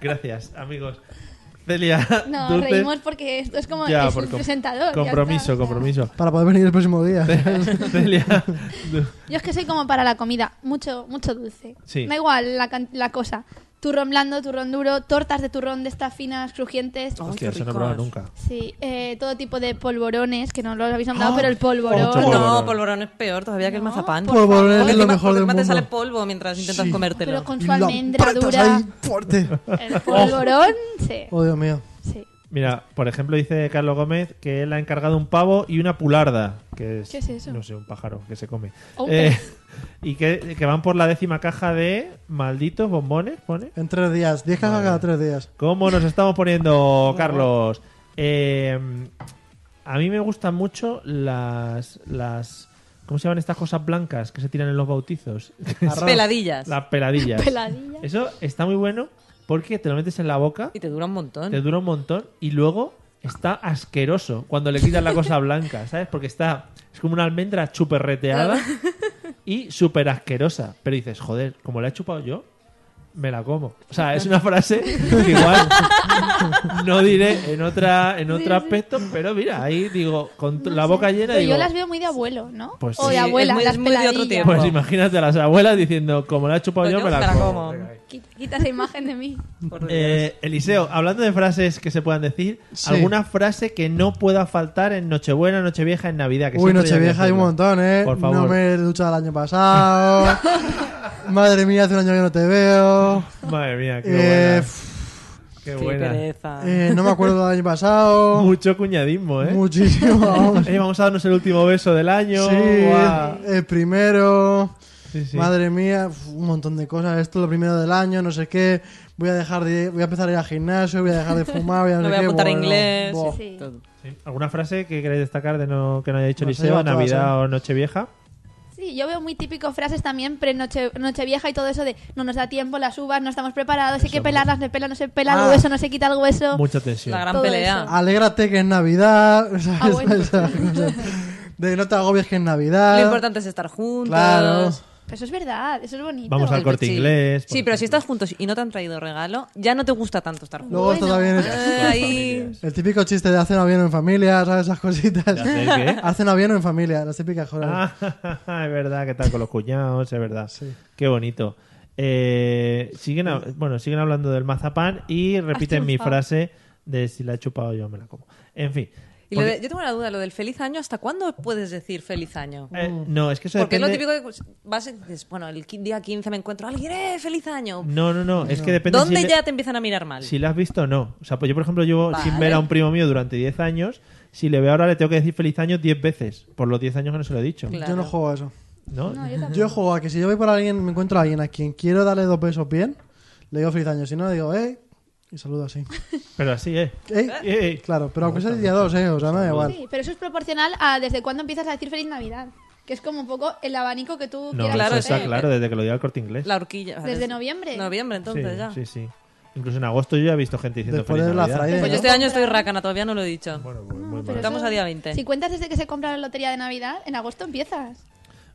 Speaker 1: Gracias, amigos. Celia,
Speaker 5: No,
Speaker 1: Dulce,
Speaker 5: reímos porque esto es como
Speaker 1: ya,
Speaker 5: es
Speaker 1: por
Speaker 5: un
Speaker 1: com-
Speaker 5: presentador. ya está,
Speaker 1: Compromiso,
Speaker 5: o sea.
Speaker 1: compromiso.
Speaker 2: Para poder venir el próximo día.
Speaker 1: Celia, du-
Speaker 5: Yo es que soy como para la comida, mucho, mucho dulce.
Speaker 1: Sí.
Speaker 5: Da igual la, can- la cosa. Turrón blando, turrón duro, tortas de turrón de estas finas, crujientes.
Speaker 4: Oh. Ay,
Speaker 1: Hostia,
Speaker 4: qué
Speaker 1: eso no he
Speaker 4: ricos.
Speaker 1: probado nunca.
Speaker 5: Sí, eh, todo tipo de polvorones, que no los habéis nombrado, pero el polvorón.
Speaker 1: Mucho
Speaker 4: No,
Speaker 1: Ah, polvorón.
Speaker 4: polvorón es peor todavía que el mazapán.
Speaker 5: por
Speaker 2: Polvorón
Speaker 5: favor.
Speaker 2: es
Speaker 4: Porque
Speaker 2: lo
Speaker 4: encima-
Speaker 2: mejor
Speaker 4: porque
Speaker 2: del
Speaker 4: encima
Speaker 2: mundo.
Speaker 4: te sale polvo mientras intentas
Speaker 2: Sí.
Speaker 5: Pero
Speaker 4: comértelo.
Speaker 5: con
Speaker 2: Y
Speaker 5: su
Speaker 2: lo
Speaker 5: almendra
Speaker 2: aprietas
Speaker 5: dura.
Speaker 2: ahí fuerte.
Speaker 5: El polvorón, sí.
Speaker 2: Oh, Dios mío.
Speaker 5: sí.
Speaker 1: Mira, por ejemplo, dice Carlos Gómez que él ha encargado un pavo y una pularda, que es,
Speaker 5: ¿Qué es eso?
Speaker 1: no sé, un pájaro que se come. Eh,
Speaker 5: O un pez.
Speaker 1: y que, que van por la décima caja de malditos bombones, pone.
Speaker 2: En tres días. Diez cajas cada tres días.
Speaker 1: ¿Cómo nos estamos poniendo, Carlos? Eh, a mí me gustan mucho las, las... ¿Cómo se llaman estas cosas blancas que se tiran en los bautizos?
Speaker 2: Arroz.
Speaker 4: Peladillas.
Speaker 1: Las peladillas.
Speaker 5: Peladilla.
Speaker 1: Eso está muy bueno porque te lo metes en la boca
Speaker 4: Y te dura un montón.
Speaker 1: te dura un montón y luego está asqueroso cuando le quitas la cosa blanca, ¿sabes? Porque está, es como una almendra chuperreteada y súper asquerosa. Pero dices, joder, como la he chupado yo, me la como. O sea, es una frase que igual no diré en otra en otro aspecto, pero mira, ahí digo, con
Speaker 5: No
Speaker 1: la
Speaker 5: sé.
Speaker 1: boca llena
Speaker 5: Pero
Speaker 1: digo,
Speaker 5: yo las veo muy de abuelo, ¿no?
Speaker 1: Pues
Speaker 5: o
Speaker 1: sí.
Speaker 5: de abuela,
Speaker 4: Es muy-
Speaker 5: las
Speaker 4: es muy de otro
Speaker 5: peladillas.
Speaker 4: tiempo.
Speaker 1: pues imagínate a las abuelas diciendo, como la he chupado
Speaker 4: Pues
Speaker 1: yo, me la como.
Speaker 5: Quita- Quita esa imagen de mí.
Speaker 4: Por Dios.
Speaker 1: Eh, Eliseo, hablando de frases que se puedan decir,
Speaker 2: Sí.
Speaker 1: alguna frase que no pueda faltar en Nochebuena, Nochevieja, en Navidad. Que
Speaker 2: Uy,
Speaker 1: siempre
Speaker 2: Nochevieja hay un
Speaker 1: hacerlo.
Speaker 2: montón, ¿eh?
Speaker 1: Por favor.
Speaker 2: No me he duchado el año pasado. Madre mía, hace un año que no te veo.
Speaker 1: Madre mía, qué
Speaker 2: Eh,
Speaker 1: buena.
Speaker 2: pf,
Speaker 1: Qué
Speaker 4: Qué
Speaker 1: buena.
Speaker 4: pereza.
Speaker 2: eh, no me acuerdo del año pasado.
Speaker 1: Mucho cuñadismo, ¿eh?
Speaker 2: Muchísimo, vamos.
Speaker 1: Eh, vamos a darnos el último beso del año.
Speaker 2: Sí,
Speaker 1: Guau.
Speaker 2: el primero.
Speaker 1: Sí, sí.
Speaker 2: Madre mía, uf, un montón de cosas. Esto es lo primero del año, no sé qué. Voy a dejar de, voy a empezar a ir al gimnasio, voy a dejar de fumar, voy a no sé
Speaker 4: No voy a
Speaker 2: qué,
Speaker 4: apuntar
Speaker 2: bueno,
Speaker 4: inglés.
Speaker 2: buah.
Speaker 5: Sí.
Speaker 4: Todo.
Speaker 1: Sí. ¿Alguna frase que queráis destacar de no, que no haya dicho
Speaker 2: Nos
Speaker 1: Eliseo,
Speaker 2: lleva todas,
Speaker 1: Navidad
Speaker 2: ¿eh?
Speaker 1: o Nochevieja?
Speaker 5: Sí, yo veo muy típico frases también pre noche, vieja y todo eso de no nos da tiempo, las uvas, no estamos preparados, hay que pelarlas, no pela, no se pela
Speaker 2: Ah.
Speaker 5: el hueso, no se quita el hueso.
Speaker 1: Mucha tensión.
Speaker 4: La gran
Speaker 5: Todo
Speaker 4: pelea.
Speaker 2: Alégrate que es Navidad. ¿sabes?
Speaker 5: Ah, bueno.
Speaker 2: Esas cosas. De no te agobies que es Navidad.
Speaker 4: Lo importante es estar juntos.
Speaker 2: Ah. Claro.
Speaker 5: Pero eso es verdad, eso es bonito.
Speaker 1: Vamos al
Speaker 4: El
Speaker 1: corte
Speaker 4: pichín.
Speaker 1: inglés. por
Speaker 4: Sí, pero si
Speaker 1: ejemplo.
Speaker 4: estás juntos y no te han traído regalo, ya no te gusta tanto estar juntos.
Speaker 2: Luego esto también es
Speaker 4: Eh, ahí.
Speaker 2: el típico chiste de hacer bien en familia, ¿sabes? Esas cositas.
Speaker 1: ¿De hacer qué?
Speaker 2: Hacer bien en familia, las típicas cosas.
Speaker 1: Ah, es verdad, que tal con los cuñados, es verdad. Qué bonito. Eh, siguen, hab- bueno, siguen hablando del mazapán y repiten mi
Speaker 5: triunfado.
Speaker 1: frase de si la he chupado yo me la como. En fin.
Speaker 4: Y lo de-
Speaker 1: porque-
Speaker 4: yo tengo una duda, lo del feliz año, ¿hasta cuándo puedes decir feliz año?
Speaker 1: eh, no, es que eso
Speaker 4: Porque es lo
Speaker 1: depende-
Speaker 4: típico que pues, vas y dices, bueno, el qui- día 15 me encuentro a alguien, ¡eh, feliz año!
Speaker 1: No, no, no, es que Mm, depende
Speaker 4: ¿Dónde
Speaker 1: si, le-
Speaker 4: ya te empiezan a mirar mal?
Speaker 1: si la has visto o no. O sea, pues yo, por ejemplo, llevo
Speaker 4: Vale.
Speaker 1: sin ver a un primo mío durante 10 años. Si le veo ahora, le tengo que decir feliz año 10 veces. Por los 10 años que no se lo he dicho.
Speaker 4: Claro.
Speaker 2: Yo no juego a eso.
Speaker 1: ¿No?
Speaker 2: Yo juego a que si yo voy por alguien, me encuentro a alguien a quien quiero darle dos besos bien, le digo feliz año. Si no, le digo, ¡eh! Y saludo así.
Speaker 1: Pero así es.
Speaker 2: ¡Eh! Claro, pero aunque sea el día dos, ¿eh? O sea, me da igual.
Speaker 5: Sí, pero eso es proporcional a desde cuándo empiezas a decir feliz Navidad, que es como un poco el abanico que tú
Speaker 1: No,
Speaker 5: quieras.
Speaker 1: claro,
Speaker 4: Claro,
Speaker 1: está
Speaker 4: eh,
Speaker 1: claro, desde que lo di al corte inglés.
Speaker 4: La horquilla.
Speaker 5: Desde
Speaker 4: ¿sabes?
Speaker 5: noviembre.
Speaker 4: Noviembre, entonces
Speaker 1: sí,
Speaker 4: ya.
Speaker 1: sí, sí. Incluso en agosto yo ya he visto gente diciendo
Speaker 2: Después
Speaker 1: feliz
Speaker 2: de la
Speaker 1: Navidad.
Speaker 2: Friday.
Speaker 5: Pues
Speaker 4: Pues
Speaker 5: ¿no?
Speaker 4: yo este año estoy racana, todavía no lo he dicho.
Speaker 1: Bueno, pues, muy
Speaker 5: Pero
Speaker 1: mal.
Speaker 4: Estamos
Speaker 5: eso-
Speaker 4: a día 20.
Speaker 5: Si cuentas desde que se compra la lotería de Navidad, en agosto empiezas.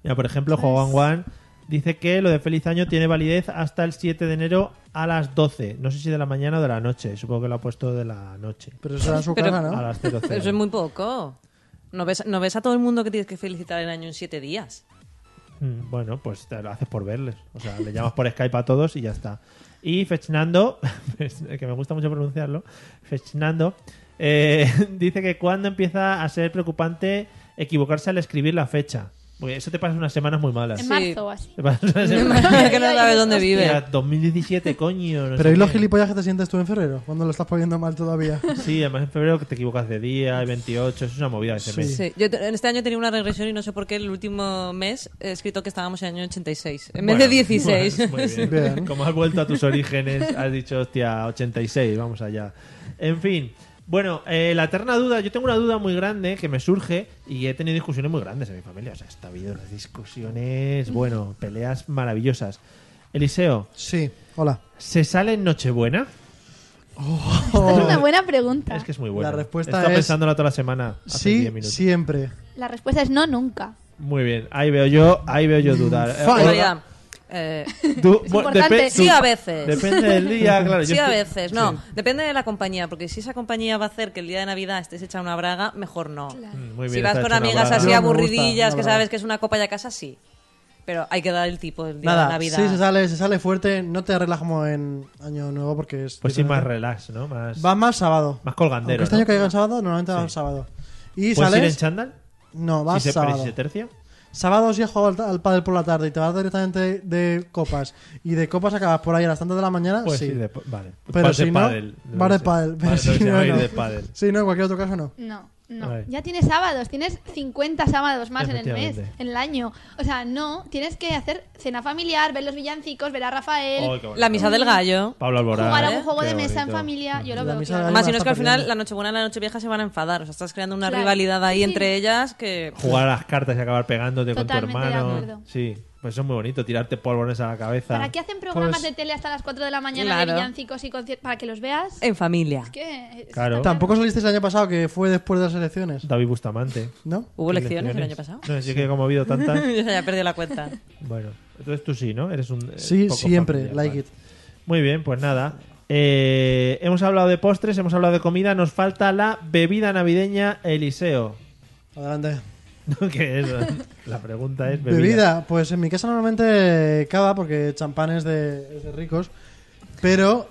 Speaker 1: Mira, por ejemplo, Juan Juan Dice que lo de feliz año tiene validez hasta el 7 de enero a las 12. No sé si de la mañana o de la noche. Supongo que lo ha puesto de la noche.
Speaker 2: Pero eso era en su
Speaker 4: Pero-
Speaker 2: casa,
Speaker 1: A
Speaker 2: ¿no?
Speaker 1: las 00.
Speaker 4: Pero eso es muy poco. No ves, no ves a todo el mundo que tienes que felicitar el año en siete días.
Speaker 1: Mm, Bueno, pues te lo haces por verles. O sea, le llamas por Skype a todos y ya está. Y Fechnando, que me gusta mucho pronunciarlo, Fechnando, eh, dice que cuando empieza a ser preocupante equivocarse al escribir la fecha. Porque eso te pasa unas semanas muy malas.
Speaker 5: En
Speaker 4: Sí.
Speaker 5: marzo o así.
Speaker 1: Te pasa unas semanas-
Speaker 4: que no sabes dónde
Speaker 1: Mira,
Speaker 4: vive.
Speaker 1: 2017, coño. no
Speaker 2: Pero
Speaker 1: sé
Speaker 2: ¿y los
Speaker 1: qué.
Speaker 2: gilipollas que te sientes tú en febrero? Cuando lo estás poniendo mal todavía.
Speaker 1: Sí, además en febrero que te equivocas de día, el 28, eso es una movida de ese
Speaker 2: Sí.
Speaker 1: mes.
Speaker 4: Sí, yo te- este año tenía una regresión y no sé por qué el último mes he escrito que estábamos en el año 86. En vez
Speaker 1: Bueno,
Speaker 4: de 16.
Speaker 1: bueno, muy bien.
Speaker 2: Bien.
Speaker 1: Como has vuelto a tus orígenes, has dicho, hostia, 86, vamos allá. En fin. Bueno, eh, la eterna duda, yo tengo una duda muy grande que me surge y he tenido discusiones muy grandes en mi familia. O sea, ha habido unas discusiones, bueno, peleas maravillosas. Eliseo,
Speaker 2: Sí, hola.
Speaker 1: ¿se sale en Nochebuena?
Speaker 5: Esta es una buena pregunta.
Speaker 4: Ah.
Speaker 1: Es que es muy buena.
Speaker 2: La respuesta
Speaker 1: He estado
Speaker 2: es-
Speaker 1: pensándola toda la semana. hace 10
Speaker 2: Sí,
Speaker 1: minutos.
Speaker 2: siempre.
Speaker 5: La respuesta es no, nunca.
Speaker 1: Muy bien, ahí veo yo, ahí veo yo dudar. Eh,
Speaker 2: Mm, Fine.
Speaker 4: En
Speaker 1: Olga,
Speaker 4: realidad, eh,
Speaker 1: tú-
Speaker 5: Es
Speaker 1: bueno,
Speaker 5: importante.
Speaker 1: depe-
Speaker 4: sí
Speaker 1: tú-
Speaker 4: a veces.
Speaker 1: Depende del día, claro. yo
Speaker 4: sí, a
Speaker 1: estoy-
Speaker 4: veces. No, depende de la compañía, porque si esa compañía va a hacer que el día de Navidad estés hecha una braga, mejor no.
Speaker 1: Mm, muy
Speaker 4: si
Speaker 1: bien, está
Speaker 4: vas con
Speaker 1: hecho una
Speaker 4: amigas
Speaker 1: braga.
Speaker 4: así
Speaker 2: Yo me gusta,
Speaker 4: aburridillas,
Speaker 2: una
Speaker 4: que
Speaker 2: braga.
Speaker 4: sabes que es una copa y a casa, sí. Pero hay que dar el tipo el día de
Speaker 2: Nada, sí
Speaker 4: Navidad.
Speaker 2: se sale, se sale fuerte. No te arreglas como en Año Nuevo porque es.
Speaker 1: Pues sí, más
Speaker 2: diferente.
Speaker 1: relax, ¿no? Más,
Speaker 2: Va más sábado.
Speaker 1: más colgandero.
Speaker 2: Aunque este
Speaker 1: ¿no?
Speaker 2: año caiga en sábado, normalmente va
Speaker 1: Sí.
Speaker 2: el sábado. ¿Y
Speaker 1: ¿Puedes ir en
Speaker 2: sales?
Speaker 1: chándal?
Speaker 2: No, vas Pues
Speaker 1: si se, pero
Speaker 2: sábado.
Speaker 1: si se tercia.
Speaker 2: Sábado si has jugado al, ta- al pádel por la tarde y te vas directamente de, de copas y de copas acabas por ahí a las tantas de la mañana,
Speaker 1: Pues sí,
Speaker 2: sí.
Speaker 1: de- vale.
Speaker 2: Pero
Speaker 1: Vas
Speaker 2: si
Speaker 1: de
Speaker 2: no,
Speaker 1: pádel, debe
Speaker 2: vas de
Speaker 1: ser.
Speaker 2: pádel, pero
Speaker 1: Vale,
Speaker 2: si
Speaker 1: debe ser,
Speaker 2: no,
Speaker 1: va a ir
Speaker 2: no.
Speaker 1: de pádel.
Speaker 2: Sí, no, en cualquier otro caso no.
Speaker 5: No, no.
Speaker 1: Vale.
Speaker 5: Ya tienes sábados, tienes 50 sábados más en el mes,
Speaker 1: Efectivamente.
Speaker 5: en el año. O sea, no, tienes que hacer cena familiar, ver los villancicos, ver a Rafael,
Speaker 1: Oh, qué bonito.
Speaker 4: La misa del gallo.
Speaker 1: Pablo Alborán.
Speaker 5: jugar a
Speaker 4: ¿eh?
Speaker 5: un juego
Speaker 1: Qué
Speaker 5: de mesa en
Speaker 1: bonito.
Speaker 5: familia. Yo lo
Speaker 2: La
Speaker 5: veo.
Speaker 2: misa
Speaker 5: claro.
Speaker 2: de gallo.
Speaker 4: Más
Speaker 2: la
Speaker 4: si no es
Speaker 2: está
Speaker 4: que al final
Speaker 2: perdiendo.
Speaker 4: la nochebuena y la nochevieja se van a enfadar. O sea, estás creando una
Speaker 5: Claro.
Speaker 4: rivalidad ahí
Speaker 5: Sí.
Speaker 4: entre ellas que...
Speaker 1: Jugar a las cartas y acabar pegándote con tu
Speaker 5: Totalmente de
Speaker 1: hermano.
Speaker 5: acuerdo.
Speaker 1: Sí, pues eso es muy bonito, tirarte polvorones a la cabeza.
Speaker 5: ¿Para qué hacen
Speaker 1: Pues
Speaker 5: programas de tele hasta las 4 de la mañana
Speaker 4: Claro.
Speaker 5: de villancicos y conciertos? Para que los veas.
Speaker 4: En familia.
Speaker 5: ¿Qué? Es
Speaker 1: Eh, Claro.
Speaker 5: una mierda.
Speaker 2: Tampoco salisteis el año pasado, que fue después de las elecciones,
Speaker 1: David Bustamante.
Speaker 2: ¿no?
Speaker 4: Hubo
Speaker 1: ¿Qué
Speaker 4: elecciones el año pasado.
Speaker 1: No, sí que como ha habido tantas.
Speaker 4: Yo ya he perdido la cuenta.
Speaker 1: Bueno, entonces tú sí, ¿no? Eres un. eh,
Speaker 2: Sí,
Speaker 1: poco
Speaker 2: siempre,
Speaker 1: familiar,
Speaker 2: like
Speaker 1: vale.
Speaker 2: it.
Speaker 1: Muy bien, pues nada. Eh, hemos hablado de postres, hemos hablado de comida, nos falta la bebida navideña Eliseo.
Speaker 2: Adelante.
Speaker 1: ¿No? ¿Qué es? La pregunta es
Speaker 2: Bebida.
Speaker 1: bebida.
Speaker 2: pues en mi casa normalmente eh, cava, porque champán es de, es de ricos, pero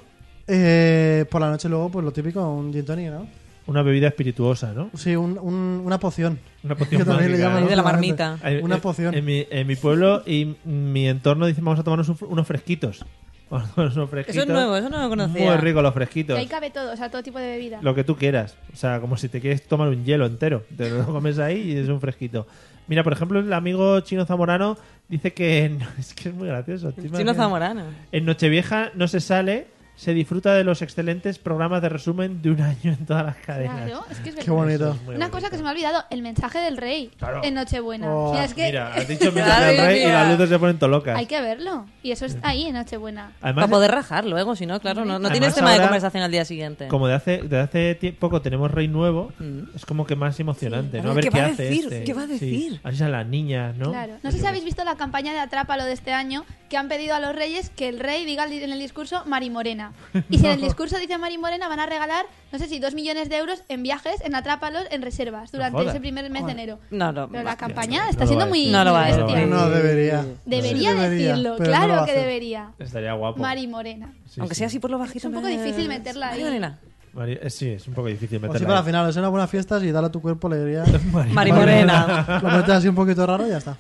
Speaker 2: eh, por la noche luego, pues lo típico, un gin tonic, ¿no?
Speaker 1: Una bebida espirituosa, ¿no?
Speaker 2: Sí, un- un- una poción.
Speaker 1: Una poción
Speaker 2: Que también le
Speaker 1: mágica,
Speaker 2: llaman
Speaker 1: ¿no?
Speaker 4: Ahí de la
Speaker 2: últimamente.
Speaker 4: marmita.
Speaker 1: Hay-
Speaker 2: Una
Speaker 1: en-
Speaker 2: poción.
Speaker 1: eh, En mi, en mi pueblo y mi entorno dicen vamos a tomarnos un- unos fresquitos. Vamos a tomarnos unos fresquitos.
Speaker 4: Eso es nuevo, eso no lo conocía.
Speaker 1: Muy rico los
Speaker 5: Que
Speaker 1: fresquitos.
Speaker 5: ahí cabe todo, o sea, todo tipo de bebida.
Speaker 1: Lo que tú quieras. O sea, como si te quieres tomar un hielo entero. Te lo comes ahí y es un fresquito. Mira, por ejemplo, el amigo chino zamorano dice que... en- es que es muy gracioso. ¿te
Speaker 4: Chino
Speaker 1: imaginas?
Speaker 4: Zamorano.
Speaker 1: En Nochevieja no se sale, se disfruta de los excelentes programas de resumen de un año en todas las cadenas.
Speaker 5: Claro, es que es
Speaker 2: Qué
Speaker 5: verdad.
Speaker 1: Eso
Speaker 2: bonito.
Speaker 1: es muy
Speaker 5: Una
Speaker 1: bonito.
Speaker 5: cosa que se me ha olvidado, el mensaje del rey
Speaker 1: Claro.
Speaker 5: en Nochebuena.
Speaker 2: Oh,
Speaker 5: Mira, es que
Speaker 1: Mira, has dicho mira
Speaker 4: Madre
Speaker 1: del rey y
Speaker 4: mía.
Speaker 1: las luces se ponen todo locas.
Speaker 5: hay que verlo. Y eso es ahí en Nochebuena.
Speaker 1: Además,
Speaker 4: Para poder rajar luego, si no, claro, no, no
Speaker 1: Además,
Speaker 4: tienes tema de
Speaker 1: ahora-
Speaker 4: conversación al día siguiente.
Speaker 1: como de hace, de hace tie- poco tenemos rey nuevo,
Speaker 4: Mm.
Speaker 1: es como que más emocionante, ¿no? A
Speaker 4: A
Speaker 1: ver
Speaker 4: ver,
Speaker 1: qué,
Speaker 4: ¿qué va a
Speaker 1: hace
Speaker 4: decir?
Speaker 1: este.
Speaker 4: ¿Qué va a
Speaker 1: Sí.
Speaker 4: decir?
Speaker 1: Así son las niñas, ¿no?
Speaker 5: Claro. No sé si habéis visto la campaña de Atrápalo de este año, que han pedido a los reyes que el rey diga en el discurso Mari Morena. Y si en el discurso dice Mari Morena, van a regalar, no sé si, dos millones de euros en viajes, en Atrápalos, en reservas, durante
Speaker 1: jodas.
Speaker 5: ese primer mes de enero.
Speaker 4: No, no.
Speaker 5: Pero
Speaker 4: va.
Speaker 5: la campaña
Speaker 1: no
Speaker 5: está
Speaker 1: lo
Speaker 5: siendo
Speaker 1: va a
Speaker 5: muy...
Speaker 1: decir. No
Speaker 4: lo va a
Speaker 5: muy
Speaker 4: decir.
Speaker 5: bestia.
Speaker 2: No debería.
Speaker 5: Debería
Speaker 2: Sí debería,
Speaker 5: decirlo,
Speaker 2: pero no
Speaker 5: claro
Speaker 2: lo va a
Speaker 5: que
Speaker 2: hacer.
Speaker 5: debería.
Speaker 1: Estaría guapo.
Speaker 5: Mari Morena.
Speaker 1: Sí,
Speaker 4: Aunque
Speaker 1: sí.
Speaker 4: sea así por lo bajito.
Speaker 5: Es un poco difícil meterla ahí.
Speaker 4: Marimorena.
Speaker 1: Mari- eh, sí, es un poco difícil
Speaker 2: O Pues sí,
Speaker 1: meterla.
Speaker 2: para
Speaker 1: ahí.
Speaker 2: finales, una buena fiesta y dale a tu cuerpo alegría.
Speaker 1: Mari-
Speaker 4: Marimorena.
Speaker 2: Lo metes así un poquito raro y ya está.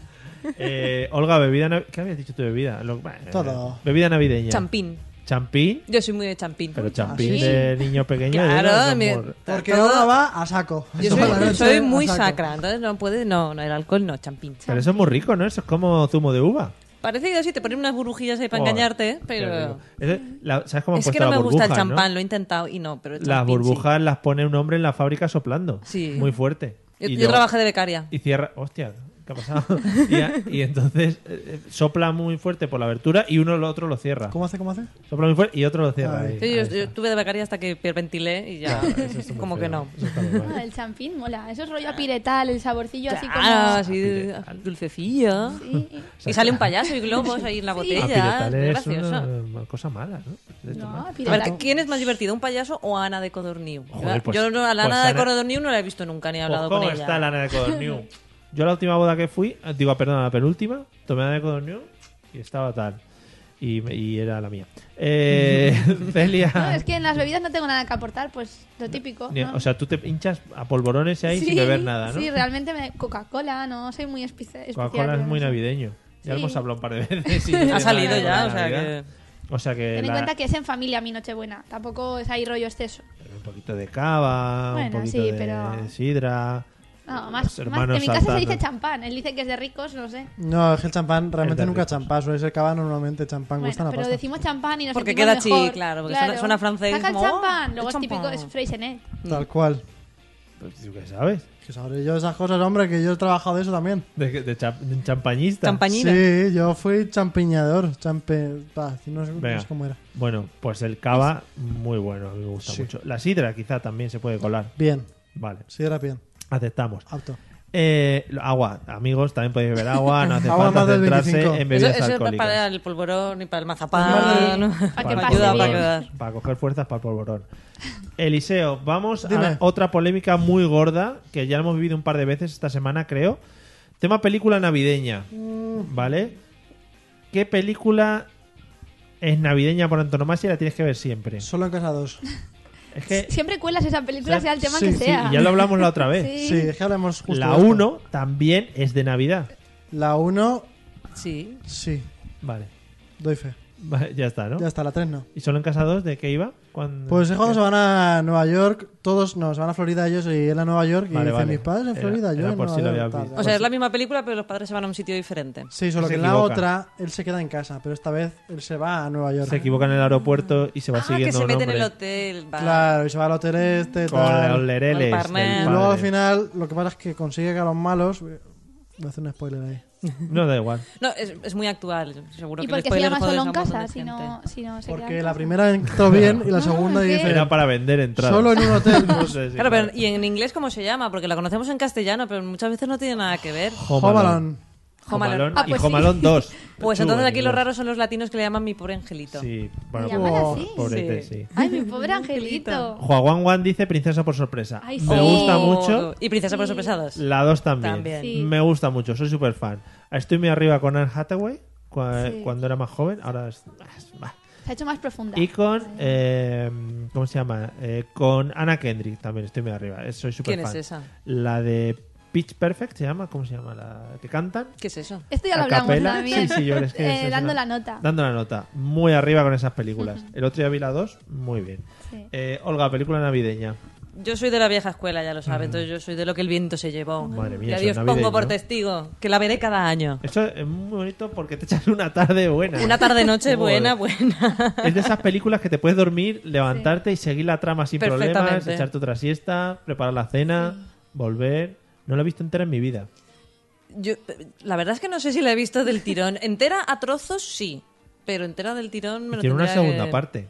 Speaker 1: Eh, Olga, bebida nav- ¿qué habías dicho tu bebida? Lo- bueno,
Speaker 2: Todo.
Speaker 1: Bebida navideña.
Speaker 4: Champín.
Speaker 1: Champín,
Speaker 4: Yo soy muy de champín.
Speaker 1: pero champín
Speaker 2: champín.
Speaker 1: de niño pequeño. de los
Speaker 4: Ah, Claro,
Speaker 1: de
Speaker 4: mi-
Speaker 1: amor.
Speaker 2: Porque
Speaker 4: todo-
Speaker 2: ahora va a saco.
Speaker 4: Yo
Speaker 2: Toda la
Speaker 4: soy,
Speaker 2: noche
Speaker 4: soy muy
Speaker 2: a saco.
Speaker 4: sacra, entonces no puede, no, no, el alcohol no, champín.
Speaker 1: Pero eso es muy rico, ¿no? Eso es como zumo de uva.
Speaker 4: Parecido sí, te ponen unas burbujillas ahí para
Speaker 1: Joder,
Speaker 4: engañarte,
Speaker 1: qué
Speaker 4: pero...
Speaker 1: rico. Eso- la- ¿Sabes cómo han
Speaker 4: Es que
Speaker 1: puesto
Speaker 4: no me
Speaker 1: la
Speaker 4: gusta
Speaker 1: burbuja,
Speaker 4: el
Speaker 1: no?
Speaker 4: champán, lo he intentado y no, pero el
Speaker 1: Las
Speaker 4: champín sí.
Speaker 1: burbujas las pone un hombre en la fábrica soplando.
Speaker 4: Sí.
Speaker 1: Muy fuerte.
Speaker 4: Yo,
Speaker 1: Y
Speaker 4: yo
Speaker 1: luego-
Speaker 4: trabajé de becaria.
Speaker 1: Y cierra. Hostia. ¿Qué ha pasado? y, a- y entonces eh, eh, sopla muy fuerte por la abertura y uno el otro lo cierra.
Speaker 2: ¿Cómo hace? ¿Cómo hace?
Speaker 1: Sopla muy fuerte y otro lo cierra.
Speaker 2: Ay.
Speaker 1: ahí.
Speaker 4: Yo,
Speaker 1: Ahí
Speaker 4: yo-
Speaker 1: está.
Speaker 4: yo estuve de becaria hasta que perventilé y ya.
Speaker 1: Eso está muy
Speaker 4: como
Speaker 1: feo.
Speaker 4: que no.
Speaker 1: Eso está muy mal.
Speaker 5: Ah, el champín mola. Eso es rollo apiretal, el saborcillo así como.
Speaker 4: Ah, así de- dulcecillo.
Speaker 5: Sí.
Speaker 4: Y sale un payaso y globos ahí en la
Speaker 1: Ah,
Speaker 4: botella.
Speaker 1: piretal
Speaker 4: Es
Speaker 1: es
Speaker 4: gracioso.
Speaker 1: una eh, cosa mala, ¿no? De
Speaker 5: No,
Speaker 1: tomar.
Speaker 4: A ver,
Speaker 5: apiretal.
Speaker 4: ¿quién es más divertido, un payaso o Ana de Codorniu?
Speaker 1: Joder, pues-
Speaker 4: Yo no, a la
Speaker 1: pues
Speaker 4: Ana de
Speaker 1: Ana-
Speaker 4: Codorniu no la he visto nunca ni he hablado
Speaker 1: ¿Cómo
Speaker 4: con ella.
Speaker 1: está la Ana de Codorniu? Yo la última boda que fui, eh, digo, perdón, la penúltima, tomé Ana de Codorniu y estaba tal. Y, me- y era la mía. Eh, Celia.
Speaker 5: No, es que en las bebidas no tengo nada que aportar, pues lo típico.
Speaker 1: Ni-
Speaker 5: ¿no?
Speaker 1: O sea, tú te hinchas a polvorones ahí
Speaker 5: Sí,
Speaker 1: sin beber nada, ¿no?
Speaker 5: Sí, realmente me- Coca-Cola, no soy muy espe- especial.
Speaker 1: Coca-Cola es
Speaker 5: digamos.
Speaker 1: muy navideño. Ya
Speaker 5: Sí.
Speaker 1: hemos hablado un par de veces. y no
Speaker 4: Ha
Speaker 1: tiene nada ver
Speaker 4: salido ya,
Speaker 1: con
Speaker 4: o
Speaker 1: la
Speaker 4: sea que...
Speaker 1: Navidad. O sea que.
Speaker 5: Ten en
Speaker 1: la-
Speaker 5: cuenta que es en familia mi Nochebuena, tampoco es ahí rollo exceso.
Speaker 1: Un poquito de cava, un
Speaker 5: Bueno,
Speaker 1: poquito de
Speaker 5: sí, pero-
Speaker 1: sidra.
Speaker 5: No,
Speaker 1: los
Speaker 5: más, más-
Speaker 1: hermanos
Speaker 5: en mi casa se
Speaker 1: saltando.
Speaker 5: dice champán, él dice que es de ricos, no sé.
Speaker 2: No, es que el champán realmente
Speaker 1: de
Speaker 2: nunca
Speaker 1: ricos.
Speaker 2: champán, suele ser cava normalmente, champán
Speaker 5: Bueno,
Speaker 2: gusta
Speaker 5: pero
Speaker 2: una pasta.
Speaker 5: decimos champán y nos
Speaker 4: Porque
Speaker 5: sentimos
Speaker 4: queda chic,
Speaker 5: mejor.
Speaker 4: claro, porque suena- suena francés,
Speaker 5: Saca el
Speaker 4: como,
Speaker 5: champán,
Speaker 4: ¡oh,
Speaker 5: luego es
Speaker 4: el
Speaker 5: típico,
Speaker 4: champán!
Speaker 5: es Freixenet.
Speaker 2: Tal cual.
Speaker 1: Pues tú qué sabes.
Speaker 2: Que sabré yo esas cosas, hombre, que yo he trabajado de eso también.
Speaker 1: De, de cha- de champañista.
Speaker 4: Champañina.
Speaker 2: Sí, yo fui champiñador, champe... bah, no, sé, no
Speaker 1: Venga.
Speaker 2: sé cómo era.
Speaker 1: Bueno, pues el cava, muy bueno, a mí me gusta
Speaker 2: Sí.
Speaker 1: mucho. La sidra quizá también se puede colar.
Speaker 2: Bien,
Speaker 1: Vale,
Speaker 2: sí era bien,
Speaker 1: aceptamos.
Speaker 2: apto.
Speaker 1: Eh, lo- agua, amigos, también podéis beber agua, no hace
Speaker 2: Agua
Speaker 1: falta
Speaker 2: más del
Speaker 1: centrarse
Speaker 2: 25.
Speaker 1: en
Speaker 4: Eso,
Speaker 1: bebidas
Speaker 4: eso es para-
Speaker 1: alcohólicas.
Speaker 4: para el polvorón y para el mazapán. ¿no?
Speaker 5: para que
Speaker 4: Me
Speaker 5: pase
Speaker 4: ayuda
Speaker 5: bien.
Speaker 4: para quedar.
Speaker 1: para coger fuerzas para el polvorón. Eliseo, vamos
Speaker 2: Dime.
Speaker 1: a la- otra polémica muy gorda que ya hemos vivido un par de veces esta semana, creo. Tema película navideña, ¿vale? ¿Qué película es navideña por antonomasia y la tienes que ver siempre?
Speaker 2: Solo en casados.
Speaker 1: Es que
Speaker 5: Siempre cuelas esa película,
Speaker 1: Sí,
Speaker 5: sea el tema
Speaker 2: sí,
Speaker 5: que
Speaker 2: sí,
Speaker 5: sea.
Speaker 1: y ya lo hablamos la otra vez.
Speaker 5: Sí.
Speaker 2: Sí, es que hablamos justo
Speaker 1: La
Speaker 2: de esto.
Speaker 1: 1 también es de Navidad.
Speaker 2: La 1,
Speaker 4: Sí.
Speaker 2: sí,
Speaker 1: Vale.
Speaker 2: doy fe.
Speaker 1: Vale, ya está, ¿no?
Speaker 2: Ya está, la 3 no.
Speaker 1: ¿Y solo en casados de qué iba? Cuando-
Speaker 2: Pues es cuando se van a Nueva York, todos no, se van a Florida ellos y él a Nueva York y
Speaker 1: Vale,
Speaker 2: dicen
Speaker 1: vale.
Speaker 2: mis padres en
Speaker 1: Era-
Speaker 2: Florida, yo
Speaker 1: era
Speaker 2: en
Speaker 1: por
Speaker 2: Nueva
Speaker 1: si lo
Speaker 2: York,
Speaker 1: había
Speaker 2: tal,
Speaker 1: visto.
Speaker 2: tal.
Speaker 4: O sea, es la misma película, pero los padres se van a un sitio diferente.
Speaker 2: Sí, solo
Speaker 1: Se
Speaker 2: que en la
Speaker 1: equivoca.
Speaker 2: otra él se queda en casa, pero esta vez él se va a Nueva York.
Speaker 1: Se equivoca en el aeropuerto y se va
Speaker 4: Ah,
Speaker 1: siguiendo
Speaker 4: que se
Speaker 1: un
Speaker 4: mete en el
Speaker 1: hombre.
Speaker 4: hotel. vale.
Speaker 2: Claro, y se va al hotel este,
Speaker 1: Con
Speaker 2: tal.
Speaker 1: los lereles.
Speaker 4: Con el parnell.
Speaker 2: Y
Speaker 1: del
Speaker 2: luego al
Speaker 1: padre.
Speaker 2: final lo que pasa es que consigue que a los malos... Voy a hacer un spoiler ahí.
Speaker 1: No da igual.
Speaker 4: No, es, es muy actual. Seguro
Speaker 5: ¿Y
Speaker 4: que el
Speaker 5: por qué se
Speaker 4: spoiler
Speaker 5: llama
Speaker 4: jode
Speaker 5: solo
Speaker 4: a
Speaker 5: en
Speaker 4: un montón
Speaker 5: casa
Speaker 4: de
Speaker 5: si
Speaker 4: gente.
Speaker 5: no, si no se queda
Speaker 2: Porque la
Speaker 5: en casa? Ah,
Speaker 2: primera entró bien y la segunda
Speaker 5: es que-
Speaker 2: dice...
Speaker 1: Era para vender entradas.
Speaker 2: Solo en un hotel.
Speaker 1: No sé si-
Speaker 4: Claro, pero ¿y en inglés cómo se llama? Porque la conocemos en castellano, pero muchas veces no tiene nada que ver.
Speaker 1: Home
Speaker 2: Home
Speaker 1: Alone.
Speaker 2: Alone.
Speaker 1: Home Alone
Speaker 5: Ah,
Speaker 1: y
Speaker 5: pues
Speaker 1: Home
Speaker 5: sí.
Speaker 1: Alone 2.
Speaker 4: Pues
Speaker 1: Chulo,
Speaker 4: entonces
Speaker 1: en
Speaker 4: aquí los
Speaker 1: inglés.
Speaker 4: raros son los latinos que le llaman mi pobre angelito.
Speaker 1: Sí,
Speaker 5: Me
Speaker 1: bueno,
Speaker 5: llaman
Speaker 1: po-
Speaker 5: así.
Speaker 1: pobrete,
Speaker 4: Sí.
Speaker 1: sí.
Speaker 5: Ay, mi pobre angelito.
Speaker 1: Juan Juan Juan dice Princesa por sorpresa.
Speaker 5: Ay,
Speaker 1: Me
Speaker 5: sí.
Speaker 1: gusta mucho.
Speaker 4: Oh. Y Princesa por
Speaker 5: Sí.
Speaker 4: sorpresa 2.
Speaker 1: La 2 también.
Speaker 4: También.
Speaker 5: Sí.
Speaker 1: Me gusta mucho, soy súper fan. Estoy muy arriba con Anne Hathaway cua-
Speaker 5: Sí.
Speaker 1: cuando era más joven. Ahora es. bah.
Speaker 5: Se ha hecho más profunda.
Speaker 1: Y con. eh, ¿Cómo se llama? Eh, con Anna Kendrick también estoy muy arriba. eh, Soy súper
Speaker 4: ¿Quién
Speaker 1: fan.
Speaker 4: es esa?
Speaker 1: La de Pitch Perfect se llama. ¿Cómo se llama? La que cantan.
Speaker 4: ¿Qué es eso?
Speaker 5: Esto ya lo
Speaker 1: a
Speaker 5: hablamos
Speaker 1: capela.
Speaker 5: también.
Speaker 1: Sí, sí, yo es que
Speaker 5: Eh,
Speaker 1: eso es
Speaker 5: dando
Speaker 1: una-
Speaker 5: la nota.
Speaker 1: Dando la nota. Muy arriba con esas películas. El otro día vi la 2, muy bien.
Speaker 5: Sí.
Speaker 1: Eh, Olga, película navideña.
Speaker 4: Yo soy de la vieja escuela, ya lo sabe. Entonces yo soy de lo que el viento se llevó.
Speaker 1: Madre mía,
Speaker 4: y a
Speaker 1: eso
Speaker 4: Dios
Speaker 1: es navideño.
Speaker 4: pongo por testigo, que la veré cada año.
Speaker 1: Eso es muy bonito porque te echas una tarde buena.
Speaker 4: Una
Speaker 1: Joder.
Speaker 4: tarde-noche buena, buena.
Speaker 1: Es de esas películas que te puedes dormir, levantarte y seguir la trama sin problemas,
Speaker 4: Perfectamente.
Speaker 1: echarte otra siesta, preparar la cena, volver. No la he visto entera en mi vida.
Speaker 4: Yo, la verdad es que no sé si la he visto del tirón. Entera a trozos, sí. Pero entera del tirón me lo
Speaker 1: Tiene una
Speaker 4: tendría
Speaker 1: segunda
Speaker 4: que-
Speaker 1: parte,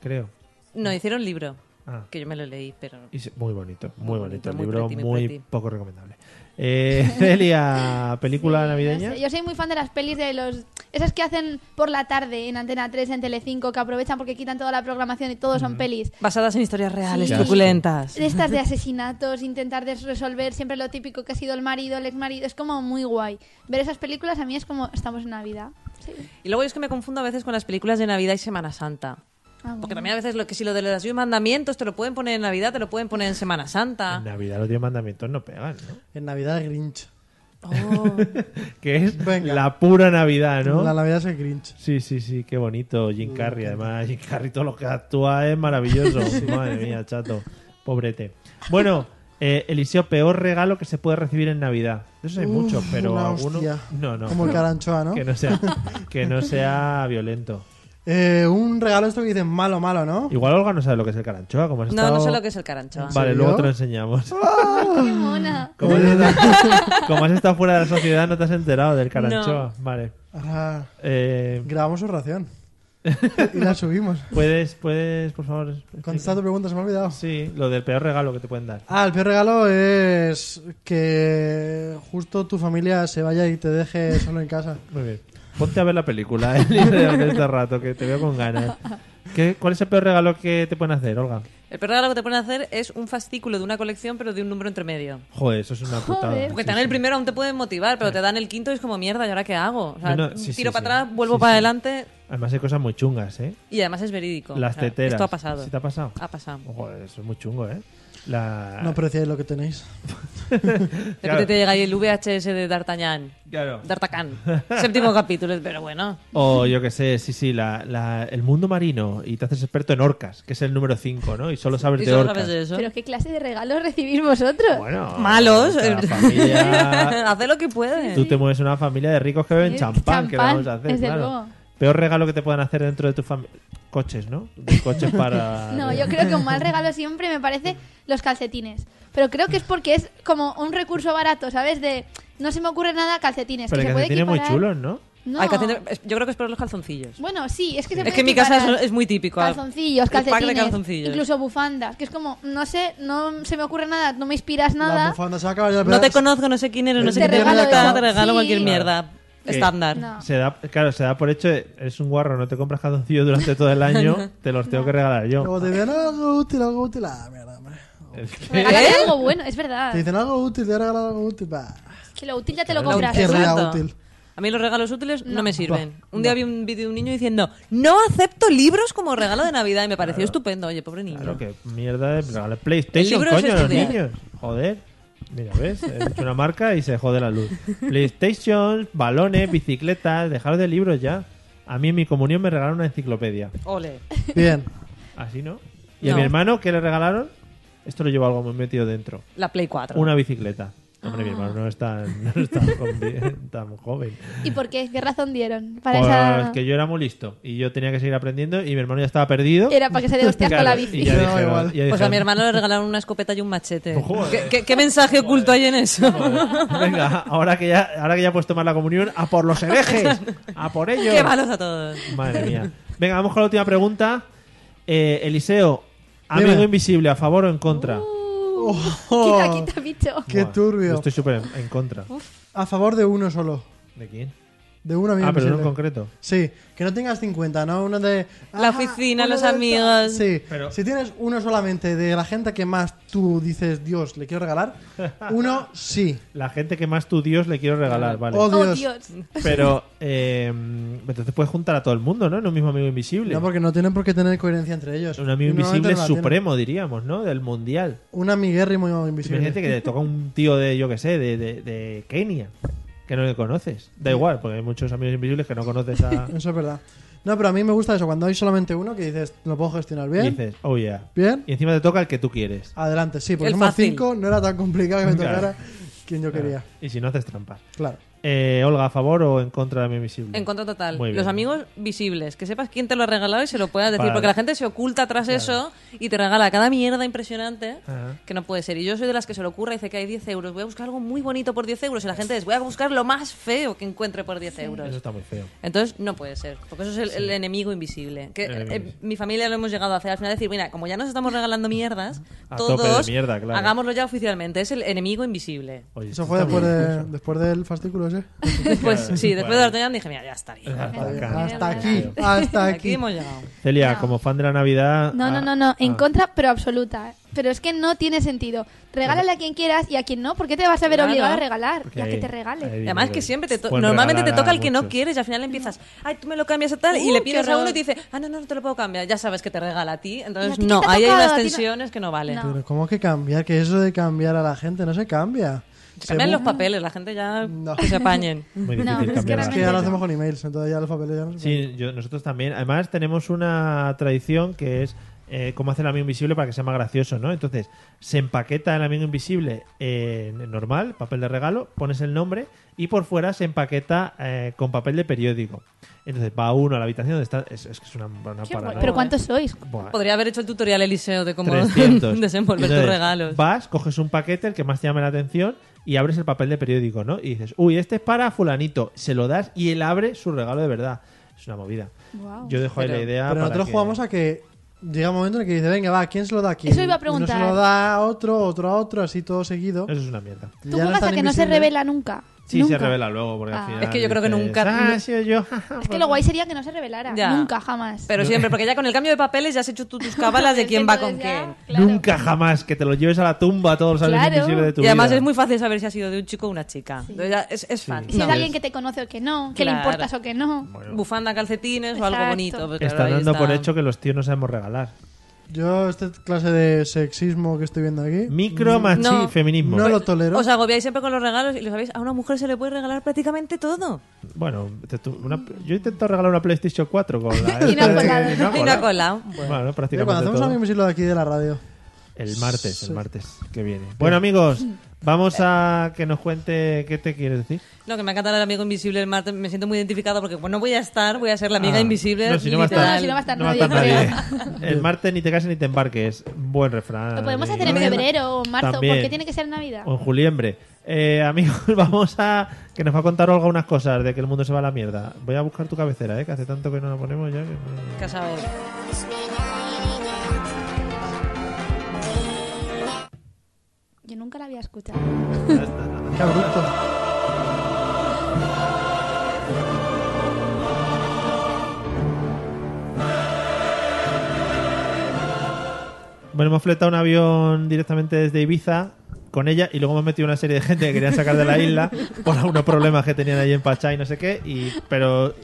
Speaker 1: creo.
Speaker 4: No, hicieron libro.
Speaker 1: Ah.
Speaker 4: Que yo me lo leí, pero...
Speaker 1: Y se- muy bonito, muy,
Speaker 4: Muy
Speaker 1: bonito.
Speaker 4: bonito,
Speaker 1: El
Speaker 4: muy
Speaker 1: libro
Speaker 4: pretty, muy
Speaker 1: muy
Speaker 4: pretty.
Speaker 1: poco recomendable. Eh, Celia, película navideña.
Speaker 5: No sé, Yo soy muy fan de las pelis de los. Esas que hacen por la tarde en Antena 3, en Telecinco, que aprovechan porque quitan toda la programación y todo
Speaker 1: Mm.
Speaker 5: son pelis.
Speaker 4: Basadas en historias reales,
Speaker 5: Sí.
Speaker 4: truculentas.
Speaker 5: De estas de asesinatos, intentar des- resolver siempre lo típico que ha sido el marido, el ex marido. Es como muy guay. Ver esas películas a mí es como estamos en Navidad. Sí.
Speaker 4: Y luego yo es que me confundo a veces con las películas de Navidad y Semana Santa.
Speaker 5: Ah,
Speaker 4: Porque
Speaker 5: bueno.
Speaker 4: también a veces lo que si lo de los diez mandamientos te lo pueden poner en Navidad, te lo pueden poner en Semana
Speaker 1: En
Speaker 4: Santa.
Speaker 1: Navidad los diez mandamientos no pegan, ¿no?
Speaker 2: En Navidad el Grinch.
Speaker 4: Oh.
Speaker 1: Que es
Speaker 2: Venga.
Speaker 1: la pura Navidad, ¿no?
Speaker 2: La Navidad es el Grinch.
Speaker 1: Sí, sí, sí, qué bonito. Jim Carrey, además, Jim Carrey, todo lo que actúa es maravilloso. Madre mía, chato. Pobrete. Bueno, eh, Eliseo, peor regalo que se puede recibir en Navidad. De eso hay
Speaker 2: Uf,
Speaker 1: muchos, pero
Speaker 2: una
Speaker 1: alguno.
Speaker 2: hostia.
Speaker 1: No, no.
Speaker 2: Como el caranchoa, ¿no?
Speaker 1: Que no sea, que no sea violento.
Speaker 2: Eh, un regalo esto que dicen malo, malo, ¿no?
Speaker 1: Igual Olga no sabe lo que es el caranchoa. Como has
Speaker 4: No,
Speaker 1: estado-
Speaker 4: no sé lo que es el caranchoa.
Speaker 1: Vale,
Speaker 2: ¿En
Speaker 1: luego
Speaker 2: serio?
Speaker 1: te lo enseñamos.
Speaker 5: ¡Qué mona!
Speaker 1: Como has, estado, como has estado fuera de la sociedad, no te has enterado del caranchoa. Vale.
Speaker 2: Ahora
Speaker 1: Eh,
Speaker 2: grabamos su ración y la subimos.
Speaker 1: ¿Puedes, puedes, por favor?
Speaker 2: Contesta tu pregunta, se me ha olvidado.
Speaker 1: Sí, lo del peor regalo que te pueden dar.
Speaker 2: Ah, el peor regalo es que justo tu familia se vaya y te deje solo en casa.
Speaker 1: Muy bien. Ponte a ver la película, eh, de este rato, que te veo con ganas. ¿Qué, ¿Cuál es el peor regalo que te pueden hacer, Olga?
Speaker 4: El peor regalo que te pueden hacer es un fascículo de una colección, pero de un número entre medio.
Speaker 1: Joder, eso es una putada.
Speaker 5: Joder.
Speaker 4: Porque te dan el primero, aún te pueden motivar, pero te dan el quinto y es como mierda, ¿y ahora qué hago? O sea,
Speaker 1: No, no, sí, sí,
Speaker 4: tiro
Speaker 1: sí.
Speaker 4: para atrás, vuelvo
Speaker 1: Sí,
Speaker 4: para
Speaker 1: sí.
Speaker 4: adelante
Speaker 1: Además hay cosas muy chungas, ¿eh?
Speaker 4: y además es verídico.
Speaker 1: Las
Speaker 4: O sea,
Speaker 1: teteras.
Speaker 4: Esto ha pasado. Ah.
Speaker 1: ¿Sí te ha pasado?
Speaker 4: Ha pasado.
Speaker 1: Joder, eso es muy chungo, ¿eh? La...
Speaker 2: No apreciáis lo que tenéis.
Speaker 4: De
Speaker 1: Claro.
Speaker 4: repente te llega ahí el VHS de D'Artagnan.
Speaker 1: Claro.
Speaker 4: D'Artagnan. Séptimo capítulo, pero bueno.
Speaker 1: O yo qué sé, sí, sí, la, la- el mundo marino y te haces experto en orcas, que es el número 5, ¿no? Y solo sabes
Speaker 4: ¿Y
Speaker 1: de
Speaker 4: solo
Speaker 1: orcas.
Speaker 4: sabes de eso?
Speaker 5: Pero qué clase de regalos recibís vosotros.
Speaker 1: Bueno,
Speaker 4: Malos.
Speaker 1: cada familia-
Speaker 4: Haz lo que puedes.
Speaker 1: Tú te mueves en una familia de ricos que beben
Speaker 5: Sí,
Speaker 1: champán, que
Speaker 5: champán,
Speaker 1: vamos a hacer,
Speaker 5: desde
Speaker 1: claro.
Speaker 5: luego.
Speaker 1: Peor regalo que te puedan hacer dentro de tu familia. Coches, ¿no? De Coches para.
Speaker 5: No, yo creo que un mal regalo siempre me parece los calcetines. Pero creo que es porque es como un recurso barato, ¿sabes? De no se me ocurre nada calcetines.
Speaker 1: Pero
Speaker 5: que
Speaker 1: que
Speaker 5: se puede
Speaker 1: tiene muy
Speaker 5: equiparar-
Speaker 1: chulos, ¿no?
Speaker 5: No.
Speaker 4: Hay que hacer- es- yo creo que es por los calzoncillos.
Speaker 5: Bueno, sí, es que se
Speaker 4: es
Speaker 5: puede
Speaker 4: que en mi casa
Speaker 5: equiparar.
Speaker 4: es, es muy típico.
Speaker 5: Calzoncillos,
Speaker 4: El pack de
Speaker 5: calcetines,
Speaker 4: calzoncillos.
Speaker 5: incluso bufandas, que es como, no sé, no se me ocurre nada, no me inspiras
Speaker 2: La
Speaker 5: nada.
Speaker 2: bufanda se va a acabar ya.
Speaker 4: No te conozco, no sé quién eres, no sé
Speaker 5: Te
Speaker 4: qué te
Speaker 5: regalo
Speaker 4: gusta,
Speaker 5: eso.
Speaker 4: te regalo
Speaker 5: Sí.
Speaker 4: cualquier mierda.
Speaker 1: Que-
Speaker 4: Estándar.
Speaker 5: No.
Speaker 1: Se da, claro, se da por hecho, eres un guarro, no te compras calzoncillos durante todo el año, te los tengo que regalar yo.
Speaker 2: Luego te dicen "Ah, algo útil, algo útil. Ah, mierda, hombre.
Speaker 5: Regálame
Speaker 4: ¿Eh?
Speaker 5: algo bueno, es verdad.
Speaker 2: Te dicen algo útil, te regalan algo útil. Bah.
Speaker 5: Que lo útil ya te lo
Speaker 4: La
Speaker 5: compras.
Speaker 2: Qué
Speaker 4: útil.
Speaker 2: regalo
Speaker 4: Exacto.
Speaker 2: útil.
Speaker 4: A mí los regalos útiles no, me sirven. Un día vi un vídeo de un niño diciendo, no acepto libros como regalo de Navidad y me pareció estupendo. Oye, pobre niño.
Speaker 1: Claro, que mierda de regalar PlayStation,
Speaker 4: El libro
Speaker 1: coño,
Speaker 4: es
Speaker 1: a los
Speaker 4: estudiar.
Speaker 1: niños. Joder. Mira, ¿ves? He hecho una marca y se jode la luz. PlayStation, balones, bicicletas, dejaros de libros ya. A mí en mi comunión me regalaron una enciclopedia.
Speaker 4: Ole.
Speaker 2: Bien.
Speaker 1: Así no. Y a
Speaker 4: No.
Speaker 1: mi hermano, ¿qué le regalaron? Esto lo llevo algo muy metido dentro.
Speaker 4: La Play 4.
Speaker 1: Una bicicleta. Hombre, mi hermano no es tan, no es tan, convi- tan joven.
Speaker 5: ¿Y por qué? ¿Qué razón dieron? Para
Speaker 1: Pues,
Speaker 5: esa...
Speaker 1: Porque yo era muy listo y yo tenía que seguir aprendiendo y mi hermano ya estaba perdido.
Speaker 5: Era para que se dé hostias
Speaker 1: Claro,
Speaker 5: con la
Speaker 1: Y
Speaker 5: bici.
Speaker 1: ya
Speaker 2: No,
Speaker 1: dijeron-
Speaker 2: igual.
Speaker 1: ya
Speaker 4: Pues a
Speaker 1: dijeron,
Speaker 4: mi hermano le regalaron una escopeta y un machete.
Speaker 1: Joder.
Speaker 4: ¿Qué, qué- qué mensaje oculto hay en eso?
Speaker 1: eh. Venga, ahora que ya, ahora que ya puedes tomar la comunión, a por los herejes, a por ellos.
Speaker 4: ¡Qué malos a todos!
Speaker 1: Madre mía. Venga, vamos con la última pregunta. Eh, Eliseo, amigo
Speaker 2: Dime.
Speaker 1: invisible, a favor o en contra?
Speaker 4: Uh,
Speaker 2: Oh,
Speaker 5: Quita, quita, bicho.
Speaker 2: Qué
Speaker 1: Buah,
Speaker 2: turbio.
Speaker 1: yo Estoy súper en, en contra.
Speaker 2: A favor de uno solo.
Speaker 1: ¿De quién?
Speaker 2: De uno amigo
Speaker 1: Ah, pero no en
Speaker 2: invisible.
Speaker 1: concreto.
Speaker 2: Sí, que no tengas 50, ¿no? Uno de...
Speaker 4: La
Speaker 2: "Ah,
Speaker 4: oficina,
Speaker 2: uno
Speaker 4: los
Speaker 2: de tal".
Speaker 4: amigos.
Speaker 2: Sí,
Speaker 1: Pero-
Speaker 2: si tienes uno solamente de la gente que más tú dices, Dios, le quiero regalar, uno sí.
Speaker 1: La gente que más tu Dios le quiero regalar, vale.
Speaker 2: Oh,
Speaker 5: Oh,
Speaker 2: Dios.
Speaker 5: Dios.
Speaker 1: Pero eh, entonces puedes juntar a todo el mundo, ¿no? En un mismo amigo invisible.
Speaker 2: No, porque no tienen por qué tener coherencia entre ellos.
Speaker 1: Un amigo
Speaker 2: Y normalmente
Speaker 1: invisible
Speaker 2: no la
Speaker 1: supremo, diríamos, ¿no? Del mundial.
Speaker 2: tienen. Un amiguérrimo invisible.
Speaker 1: Imagínate que te toca un tío de, yo que sé, de, de- de Kenia, que no le conoces. Da igual, porque hay muchos amigos invisibles que no conoces a...
Speaker 2: Eso es verdad. No, pero a mí me gusta eso, cuando hay solamente uno que dices, lo puedo gestionar
Speaker 1: Y
Speaker 2: bien.
Speaker 1: dices, oh yeah.
Speaker 2: Bien.
Speaker 1: Y encima te toca el que tú quieres.
Speaker 2: Adelante, sí, porque
Speaker 4: El
Speaker 2: somos
Speaker 4: fácil.
Speaker 2: cinco, no era tan complicado que me
Speaker 1: Claro.
Speaker 2: tocara quien yo quería.
Speaker 1: Y si no haces trampas.
Speaker 2: Claro.
Speaker 1: Eh, Olga, ¿a favor o en contra de mi invisible?
Speaker 4: En contra total.
Speaker 1: Muy bien.
Speaker 4: Los amigos visibles. Que sepas quién te lo ha regalado y se lo puedas decir.
Speaker 1: Vale.
Speaker 4: Porque la gente se oculta tras eso y te regala cada mierda impresionante
Speaker 1: Ajá.
Speaker 4: que no puede ser. Y yo soy de las que se le ocurra y dice que hay 10 euros. Voy a buscar algo muy bonito por 10 euros. Y la gente es, voy a buscar lo más feo que encuentre por 10
Speaker 1: Eso
Speaker 4: euros.
Speaker 1: está muy feo.
Speaker 4: Entonces no puede ser, porque eso es el, el enemigo invisible. Que
Speaker 1: El
Speaker 4: eh,
Speaker 1: enemigo
Speaker 4: eh,
Speaker 1: invisible.
Speaker 4: mi familia lo hemos llegado a hacer al final decir, mira, como ya nos estamos regalando mierdas,
Speaker 1: A tope de
Speaker 4: todos
Speaker 1: mierda, claro.
Speaker 4: hagámoslo ya oficialmente. Es el enemigo invisible.
Speaker 1: Oye,
Speaker 2: Eso
Speaker 1: esto
Speaker 2: fue
Speaker 1: está
Speaker 2: después,
Speaker 1: muy bien.
Speaker 2: de- después del fascículo ese.
Speaker 4: pues sí, después de
Speaker 1: Vale.
Speaker 4: D'Artagnan dije, mira, ya está. bien.
Speaker 1: Hasta acá.
Speaker 2: Hasta aquí, hasta
Speaker 4: Aquí
Speaker 2: aquí.
Speaker 4: hemos llegado.
Speaker 1: Celia, como fan de la Navidad...
Speaker 5: No, no,
Speaker 1: ah,
Speaker 5: no, no. En
Speaker 1: ah.
Speaker 5: contra, pero absoluta. Pero es que no tiene sentido. Regálale a quien quieras y a quien no. ¿Por qué te vas a ver
Speaker 4: Claro.
Speaker 5: obligado a regalar?
Speaker 1: Porque
Speaker 5: Ya que
Speaker 1: hay-
Speaker 5: te
Speaker 1: hay
Speaker 5: regale.
Speaker 4: Y
Speaker 1: dinero
Speaker 4: además
Speaker 1: ahí.
Speaker 4: que siempre te to-
Speaker 1: Pueden
Speaker 4: normalmente te
Speaker 1: regalar
Speaker 4: toca
Speaker 1: a
Speaker 4: el que no
Speaker 1: muchos.
Speaker 4: quieres y al final empiezas, ay, tú me lo cambias a tal
Speaker 5: Uh,
Speaker 4: y le
Speaker 5: qué
Speaker 4: pides a
Speaker 5: horror.
Speaker 4: uno y te dice, ah, no, no, no te lo puedo cambiar, ya sabes que te regala a ti.
Speaker 5: ¿Y
Speaker 4: Entonces,
Speaker 5: a ti
Speaker 4: no,
Speaker 5: qué te ha
Speaker 4: ahí hay
Speaker 5: tocado?
Speaker 4: unas
Speaker 5: ¿A ti no?
Speaker 4: tensiones que no valen.
Speaker 5: No.
Speaker 2: Pero ¿cómo que cambiar? Que eso de cambiar a la gente no se cambia.
Speaker 4: Se Cambian
Speaker 2: Según-
Speaker 4: los papeles, la gente ya
Speaker 2: No.
Speaker 4: que se apañen.
Speaker 1: Muy
Speaker 5: No,
Speaker 1: difícil
Speaker 5: es que
Speaker 1: cambiar
Speaker 2: Es
Speaker 1: la-
Speaker 2: que ya lo hacemos con emails, entonces ya los papeles ya no se
Speaker 1: Sí, yo- nosotros también. Además, tenemos una tradición que es eh, cómo hace el amigo invisible para que sea más gracioso, ¿no? Entonces, se empaqueta el amigo invisible eh, en normal, papel de regalo, pones el nombre y por fuera se empaqueta eh, con papel de periódico. Entonces va uno a la habitación donde está. Es, es que es una, una parada.
Speaker 5: Pero ¿cuántos sois?
Speaker 1: Buah.
Speaker 4: Podría haber hecho el tutorial Eliseo de cómo
Speaker 1: 300.
Speaker 4: desenvolver tus
Speaker 1: Entonces,
Speaker 4: regalos.
Speaker 1: Vas, coges un paquete, el que más te llame la atención, y abres el papel de periódico, ¿no? Y dices, uy, este es para fulanito. Se lo das y él abre su regalo de verdad. Es una movida.
Speaker 5: Guau.
Speaker 1: Yo dejo ahí
Speaker 4: Pero-
Speaker 1: la idea.
Speaker 2: Pero
Speaker 1: para
Speaker 2: nosotros
Speaker 1: que-
Speaker 2: jugamos a que llega un momento en el que dice, venga, va, ¿quién se lo da aquí?
Speaker 5: Eso iba
Speaker 2: Uno
Speaker 5: a
Speaker 2: se
Speaker 5: preguntar.
Speaker 2: lo da a otro, otro a otro, así todo seguido.
Speaker 1: Eso es una mierda.
Speaker 2: Ya
Speaker 5: Tú
Speaker 2: no
Speaker 5: juegas
Speaker 2: están
Speaker 5: a que no se
Speaker 2: invisibles.
Speaker 5: revela nunca.
Speaker 1: Sí, se
Speaker 5: Nunca.
Speaker 1: revela luego, porque al
Speaker 5: Ah.
Speaker 1: final.
Speaker 4: Es que yo creo que
Speaker 1: dices,
Speaker 4: nunca-
Speaker 1: Ah, sí, yo.
Speaker 5: Es que lo guay sería que no se revelara.
Speaker 4: Ya.
Speaker 5: Nunca, jamás.
Speaker 4: Pero siempre, porque ya con el cambio de papeles ya has hecho tú tus cábalas de
Speaker 5: Es que
Speaker 4: quién va con
Speaker 5: entonces ya,
Speaker 4: quién.
Speaker 5: claro.
Speaker 1: Nunca jamás que te lo lleves a la tumba todos los años
Speaker 5: Claro.
Speaker 1: invisibles de tu
Speaker 4: Y además
Speaker 1: vida.
Speaker 4: es muy fácil saber si ha sido de un chico o una chica. Entonces ya es, es fan.
Speaker 5: Si
Speaker 1: No.
Speaker 5: es alguien que te conoce o que no, que le
Speaker 4: Claro.
Speaker 5: importas o que no.
Speaker 1: Bueno,
Speaker 4: Bufanda, calcetines o algo
Speaker 5: Exacto.
Speaker 4: bonito. pues claro,
Speaker 1: está
Speaker 4: ahí
Speaker 1: dando
Speaker 4: está.
Speaker 1: por hecho que los tíos no sabemos regalar.
Speaker 2: Yo, esta clase de sexismo que estoy viendo aquí,
Speaker 1: Micro, machi,
Speaker 4: No.
Speaker 1: feminismo.
Speaker 2: no lo tolero.
Speaker 4: Os agobiáis siempre con los regalos y lo sabéis, a una mujer se le puede regalar prácticamente todo.
Speaker 1: Bueno, te tu- una- yo intento regalar una PlayStation 4 con la.
Speaker 5: Y no ha colado.
Speaker 1: no ha
Speaker 4: Y no ha
Speaker 1: colado.
Speaker 4: colado.
Speaker 1: Bueno,
Speaker 2: Mira,
Speaker 1: prácticamente
Speaker 2: cuando hacemos
Speaker 1: todo.
Speaker 2: algo invisible de aquí de la radio.
Speaker 1: El martes, el martes que viene. Bueno, amigos, vamos a que nos cuente qué te quieres decir.
Speaker 4: Lo que me ha encantado el amigo invisible el martes, me siento muy identificado porque bueno, no voy a estar, voy a ser la amiga
Speaker 1: Ah,
Speaker 4: invisible.
Speaker 1: No, si no va a estar,
Speaker 5: No, si no va a estar nadie.
Speaker 1: nadie. El martes ni te cases ni te embarques. Buen refrán.
Speaker 5: Lo podemos
Speaker 1: Y-
Speaker 5: hacer en
Speaker 2: También-
Speaker 5: febrero o en marzo. ¿Por
Speaker 1: también.
Speaker 5: qué tiene que ser en Navidad?
Speaker 1: O en juliembre. Eh, amigos, vamos a. Que nos va a contar Olga unas cosas de que el mundo se va a la mierda. Voy a buscar tu cabecera, ¿eh? Que hace tanto que no la ponemos ya. que-
Speaker 4: Que a saber.
Speaker 5: Yo nunca la había escuchado.
Speaker 2: Qué abrupto.
Speaker 1: Bueno, hemos fletado un avión directamente desde Ibiza con ella y luego hemos metido una serie de gente que querían sacar de la isla por algunos problemas que tenían allí en Pachá y no sé qué, y, pero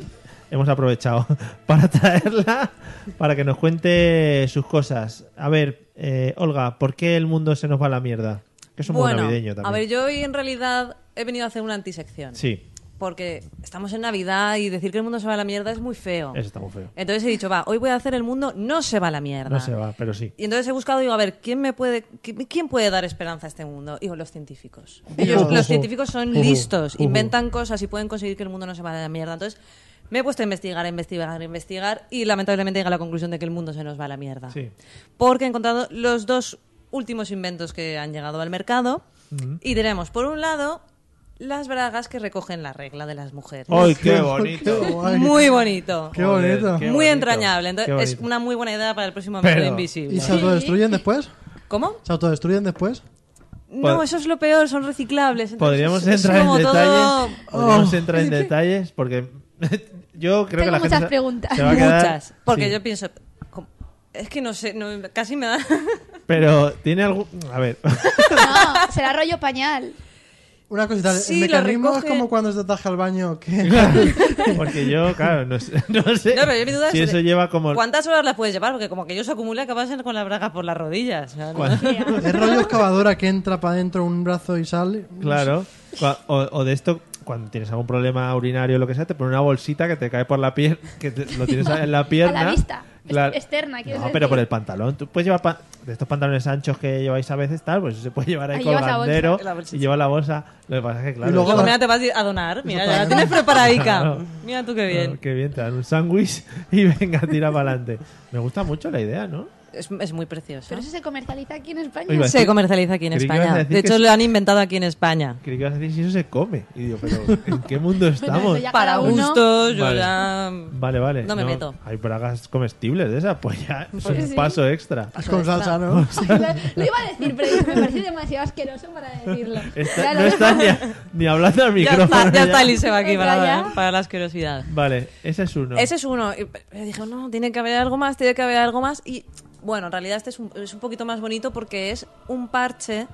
Speaker 1: hemos aprovechado para traerla para que nos cuente sus cosas. A ver, eh, Olga, ¿por qué el mundo se nos va a la mierda? Que es un
Speaker 4: Bueno,
Speaker 1: navideño también.
Speaker 4: a ver, yo hoy en realidad he venido a hacer una antisección.
Speaker 1: Sí,
Speaker 4: Porque estamos en Navidad y decir que el mundo se va a la mierda es muy feo.
Speaker 1: eso está muy feo.
Speaker 4: Entonces he dicho, va, hoy voy a hacer el mundo no se va a la mierda.
Speaker 1: No se va, pero sí.
Speaker 4: Y entonces he buscado, digo, a ver, ¿quién me puede, qui- quién puede dar esperanza a este mundo? Digo, los científicos. Ellos,
Speaker 2: Ujú.
Speaker 4: los científicos son
Speaker 2: Ujú.
Speaker 4: listos,
Speaker 2: Ujú.
Speaker 4: inventan cosas y pueden conseguir que el mundo no se vaya a la mierda. Entonces, me he puesto a investigar, a investigar, a investigar y lamentablemente llega a la conclusión de que el mundo se nos va a la mierda.
Speaker 1: Sí.
Speaker 4: Porque he encontrado los dos últimos inventos que han llegado al mercado y tenemos, por un lado, las bragas que recogen la regla de las mujeres.
Speaker 1: ¡Ay, qué
Speaker 2: Oh, Qué
Speaker 1: bonito!
Speaker 2: guay.
Speaker 4: Muy bonito.
Speaker 2: Qué bonito.
Speaker 1: Qué
Speaker 4: Muy
Speaker 1: bonito.
Speaker 4: entrañable. Entonces,
Speaker 1: Qué
Speaker 4: es
Speaker 1: bonito.
Speaker 4: una muy buena idea para el próximo
Speaker 1: Pero-
Speaker 4: amigo
Speaker 2: ¿Y
Speaker 4: invisible.
Speaker 2: se autodestruyen después?
Speaker 4: ¿Cómo?
Speaker 2: ¿Se autodestruyen después?
Speaker 4: No,
Speaker 1: Pod-
Speaker 4: eso es lo peor, son reciclables. Entonces,
Speaker 1: Podríamos
Speaker 4: es- es
Speaker 1: entrar en
Speaker 4: como todo-
Speaker 1: detalles. Podríamos
Speaker 2: Oh.
Speaker 1: entrar en detalles porque yo creo que
Speaker 5: Tengo
Speaker 1: la gente
Speaker 5: muchas
Speaker 1: se-
Speaker 5: preguntas.
Speaker 1: se va a quedar-
Speaker 4: Muchas. Porque
Speaker 1: Sí.
Speaker 4: yo pienso. ¿cómo? Es que no sé, no- casi me da.
Speaker 1: Pero tiene algún. A ver.
Speaker 5: No, será rollo pañal.
Speaker 2: Una cosita,
Speaker 4: Sí,
Speaker 2: el
Speaker 4: lo
Speaker 2: mecanismo es
Speaker 4: recoge-
Speaker 2: como cuando se ataja al baño que...
Speaker 1: Porque yo, claro, no sé. No sé
Speaker 4: No, pero yo mi duda
Speaker 1: si
Speaker 4: es
Speaker 1: eso
Speaker 4: de-
Speaker 1: lleva como.
Speaker 4: ¿Cuántas horas las puedes llevar? Porque como que yo se acumula, acabas con la braga por las rodillas. o sea, ¿no?
Speaker 1: cuan-
Speaker 2: Es rollo excavadora que entra para adentro un brazo y sale.
Speaker 1: Claro. Cua- O, o de esto, cuando tienes algún problema urinario o lo que sea, te ponen una bolsita que te cae por la piel, que te- lo tienes en la pierna.
Speaker 5: A la vista.
Speaker 1: Claro.
Speaker 5: Ex- externa, quieres
Speaker 1: No, pero
Speaker 5: decir.
Speaker 1: por el pantalón. Tú puedes llevar pa- de estos pantalones anchos que lleváis a veces, tal, pues se puede llevar ahí
Speaker 5: Ahí llevas la
Speaker 1: colgandero
Speaker 4: bolsa. La bolsita.
Speaker 1: y lleva la bolsa. Lo que pasa es que, claro.
Speaker 2: Y luego
Speaker 4: Luego,
Speaker 1: eso-
Speaker 4: mira, te vas a donar. Mira,
Speaker 2: Eso
Speaker 4: ya la
Speaker 2: para-
Speaker 4: tienes preparadica.
Speaker 1: Claro.
Speaker 4: Mira tú qué
Speaker 1: Ah,
Speaker 4: bien.
Speaker 1: qué bien, te dan un sándwich y venga, tira para adelante. Me gusta mucho la idea, ¿no?
Speaker 4: Es, es muy precioso.
Speaker 5: Pero eso se comercializa aquí en España.
Speaker 1: Oye, va-
Speaker 4: Se comercializa aquí en
Speaker 1: Creí que ibas a
Speaker 4: España.
Speaker 1: decir
Speaker 4: De
Speaker 1: que
Speaker 4: hecho,
Speaker 1: sí.
Speaker 4: lo han inventado aquí en España.
Speaker 1: Creí que ibas a decir si eso se come. Y digo, pero ¿en qué mundo estamos?
Speaker 5: eso ya-
Speaker 4: Para
Speaker 5: cada uno.
Speaker 4: gustos, yo
Speaker 1: Vale.
Speaker 4: ya.
Speaker 1: Vale, vale.
Speaker 4: No me meto.
Speaker 1: Hay bragas comestibles de esas, pues ya es un
Speaker 5: sí.
Speaker 1: paso extra.
Speaker 2: Con salsa, ¿no?
Speaker 5: Lo iba a decir, pero me parece demasiado asqueroso para decirlo.
Speaker 1: Está-
Speaker 5: Ya lo
Speaker 1: no
Speaker 5: dejo.
Speaker 1: está ni, ni hablando al
Speaker 4: Ya
Speaker 1: micrófono.
Speaker 4: está, ya
Speaker 1: ya.
Speaker 4: está Eliseo aquí
Speaker 5: Venga,
Speaker 4: para,
Speaker 5: ya.
Speaker 4: para la asquerosidad.
Speaker 1: Vale, ese es uno.
Speaker 4: Ese es uno. Y pe- pero dije, no, tiene que haber algo más, tiene que haber algo más. Y bueno, en realidad este es un, es un poquito más bonito porque es un parche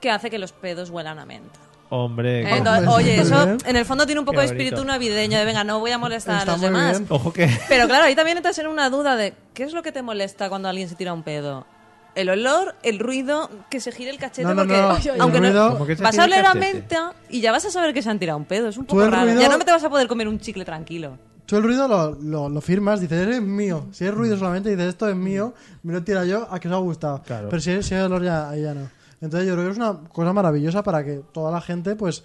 Speaker 4: que hace que los pedos huelan a menta.
Speaker 1: Hombre,
Speaker 4: Eh, entonces,
Speaker 2: muy
Speaker 4: oye,
Speaker 2: bien.
Speaker 4: eso en el fondo tiene un poco
Speaker 1: Qué
Speaker 4: de espíritu
Speaker 1: bonito.
Speaker 4: navideño, de venga, no voy a molestar
Speaker 2: Está
Speaker 4: a los
Speaker 2: muy
Speaker 4: demás.
Speaker 2: bien.
Speaker 1: ojo que.
Speaker 4: Pero claro, ahí también entras en una duda de ¿qué es lo que te molesta cuando alguien se tira un pedo? El olor, el ruido, que se gire el cachete
Speaker 2: No, no,
Speaker 4: porque
Speaker 2: no, el
Speaker 4: aunque
Speaker 2: ruido-
Speaker 1: Como que se
Speaker 4: vas
Speaker 1: gire
Speaker 4: a
Speaker 1: el
Speaker 4: oler a
Speaker 1: cachete.
Speaker 4: menta y ya vas a saber que se han tirado un pedo, es un
Speaker 2: Tú
Speaker 4: poco
Speaker 2: el
Speaker 4: raro. Ya
Speaker 2: ruido-
Speaker 4: no me te vas a poder comer un chicle tranquilo.
Speaker 2: Tú el ruido lo, lo, lo firmas, dices, es mío. Si es
Speaker 1: Mm.
Speaker 2: ruido solamente, dices, esto es mío, me lo tira yo, a que os ha gustado.
Speaker 1: Claro.
Speaker 2: Pero si es, si es olor, ya, ahí ya no. Entonces yo creo que es una cosa maravillosa para que toda la gente, pues,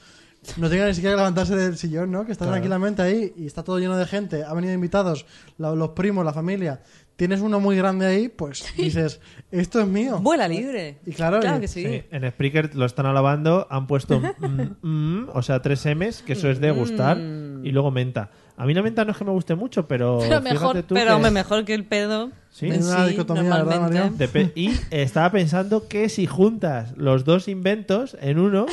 Speaker 2: no tenga ni siquiera que levantarse del sillón, ¿no? Que está tranquilamente ahí y está todo lleno de gente, ha venido invitados, la- los primos, la familia. Tienes uno muy grande ahí, pues dices, esto es mío.
Speaker 4: Vuela libre.
Speaker 2: Y claro, y-
Speaker 4: que sí.
Speaker 1: Sí, en Spreaker lo están alabando, han puesto mm, mm, o sea, tres M's, que eso es de gustar, y luego menta. A mí la menta no es que me guste mucho, pero,
Speaker 5: Pero
Speaker 1: fíjate tú que-
Speaker 5: mejor,
Speaker 4: Mm. Pero hombre, mejor que el pedo.
Speaker 1: Sí.
Speaker 4: en
Speaker 2: Una dicotomía, ¿verdad,
Speaker 4: normalmente.
Speaker 2: Mario?
Speaker 1: Depe- y estaba pensando que si juntas los dos inventos en uno,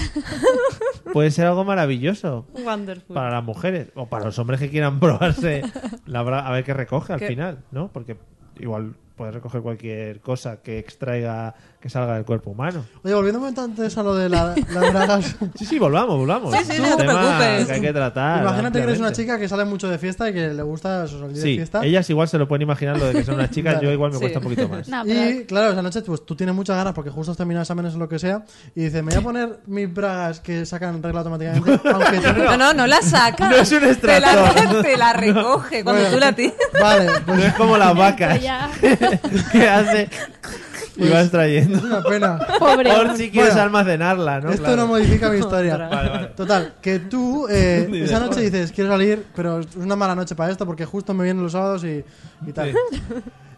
Speaker 1: puede ser algo maravilloso
Speaker 4: Wonderful.
Speaker 1: para las mujeres o para los hombres que quieran probarse la bra- a ver qué recoge al
Speaker 4: ¿Qué?
Speaker 1: final, ¿no? Porque igual puedes recoger cualquier cosa que extraiga, que salga del cuerpo humano.
Speaker 2: Oye, volviendo un momento antes a lo de la- las bragas.
Speaker 1: Sí, sí, volvamos, volvamos.
Speaker 4: Sí, sí,
Speaker 1: Es
Speaker 4: no
Speaker 1: un
Speaker 4: te
Speaker 1: tema
Speaker 4: preocupes.
Speaker 1: que hay que tratar.
Speaker 2: Imagínate que eres una
Speaker 1: ampliamente.
Speaker 2: chica que sale mucho de fiesta y que le gusta su salir de
Speaker 1: Sí,
Speaker 2: fiesta.
Speaker 1: ellas igual se lo pueden imaginar lo de que son unas chicas,
Speaker 2: Vale.
Speaker 1: yo igual me
Speaker 4: Sí.
Speaker 1: cuesta un poquito más.
Speaker 5: No, pero
Speaker 2: Y claro, esa noche pues, tú tienes muchas ganas porque justo has terminado exámenes o lo que sea y dices, me voy a poner mis bragas que sacan regla automáticamente. aunque yo-
Speaker 4: No, no, no la saca.
Speaker 1: No es un
Speaker 4: te la,
Speaker 1: extractor.
Speaker 4: te la recoge cuando
Speaker 2: Bueno,
Speaker 4: tú la tienes.
Speaker 2: Vale,
Speaker 1: No
Speaker 2: pues
Speaker 1: es como las vacas
Speaker 5: esto ya-
Speaker 1: que hace y vas trayendo.
Speaker 2: es una pena.
Speaker 5: Pobre.
Speaker 1: Por si quieres
Speaker 2: Bueno,
Speaker 1: almacenarla, ¿no?
Speaker 2: Esto
Speaker 1: Claro.
Speaker 2: no modifica mi historia.
Speaker 1: Vale, vale.
Speaker 2: Total, que tú eh,
Speaker 1: Ni de
Speaker 2: esa
Speaker 1: joder.
Speaker 2: noche dices, quiero salir, pero es una mala noche para esto porque justo me vienen los sábados y, y tal.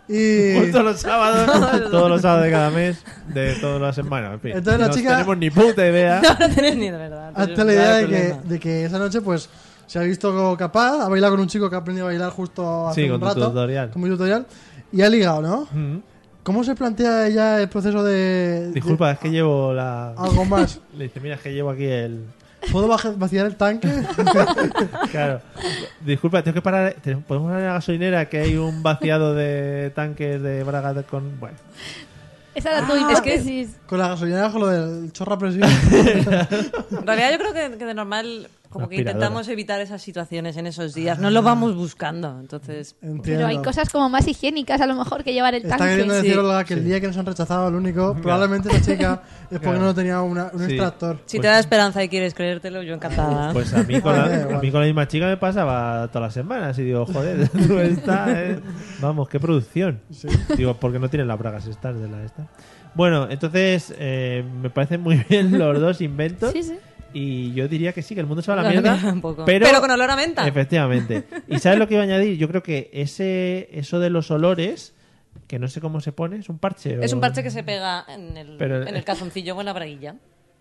Speaker 2: Y
Speaker 1: Justo los sábados, todos los sábados de cada mes, de todas las semanas, en fin.
Speaker 2: Entonces la
Speaker 1: no
Speaker 2: chica-
Speaker 1: tenemos ni puta idea.
Speaker 4: No tienes ni de verdad.
Speaker 2: hasta la idea de que, de que esa noche pues se ha visto capaz, ha bailado con un chico que ha aprendido a bailar justo hace
Speaker 1: Sí,
Speaker 2: un
Speaker 1: con tu
Speaker 2: rato.
Speaker 1: tutorial.
Speaker 2: Con mi tutorial. Y ha ligado, ¿no?
Speaker 1: Mm.
Speaker 2: ¿Cómo se plantea ella el proceso de...
Speaker 1: Disculpa, es que llevo la...
Speaker 2: de- algo más.
Speaker 1: Le dice, mira, es que llevo aquí el...
Speaker 2: ¿Puedo baj- vaciar el tanque?
Speaker 1: Claro. Disculpa, tengo que parar... ¿Te- ¿Podemos parar en la gasolinera que hay un vaciado de tanques de bragas de- con... Bueno.
Speaker 5: Esa era tu
Speaker 4: Ah.
Speaker 5: hipótesis.
Speaker 2: Con la gasolina con lo del chorro a presión.
Speaker 4: En realidad yo creo que, que de normal como que
Speaker 1: Aspiradora.
Speaker 4: intentamos evitar esas situaciones en esos días. No lo vamos buscando, entonces...
Speaker 2: Entiendo.
Speaker 5: Pero hay cosas como más higiénicas a lo mejor que llevar el
Speaker 2: Está
Speaker 5: tanque.
Speaker 2: queriendo decir
Speaker 4: Sí.
Speaker 2: Olga que el día que nos han rechazado al único, probablemente la chica es porque
Speaker 1: Claro.
Speaker 2: no tenía una- un
Speaker 1: Sí.
Speaker 2: extractor.
Speaker 4: Si te da esperanza y quieres creértelo, yo encantada.
Speaker 1: Pues a mí, con la,
Speaker 2: Vale, vale.
Speaker 1: a mí con la misma chica me pasaba todas las semanas y digo, joder, tú estás, eh. Vamos, qué producción. Digo, porque no tienen las bragas estas de la esta. Bueno, entonces eh, me parecen muy bien los dos inventos
Speaker 5: Sí, sí.
Speaker 1: y yo diría que sí, que el mundo se va a la
Speaker 4: No, no,
Speaker 1: mierda.
Speaker 4: no, tampoco.
Speaker 1: Pero,
Speaker 4: Pero con olor a menta.
Speaker 1: Efectivamente. ¿Y sabes lo que iba a añadir? Yo creo que ese eso de los olores, que no sé cómo se pone, es un parche. o-
Speaker 4: Es un parche que se pega en el,
Speaker 1: Pero-
Speaker 4: en el calzoncillo o en la braguilla.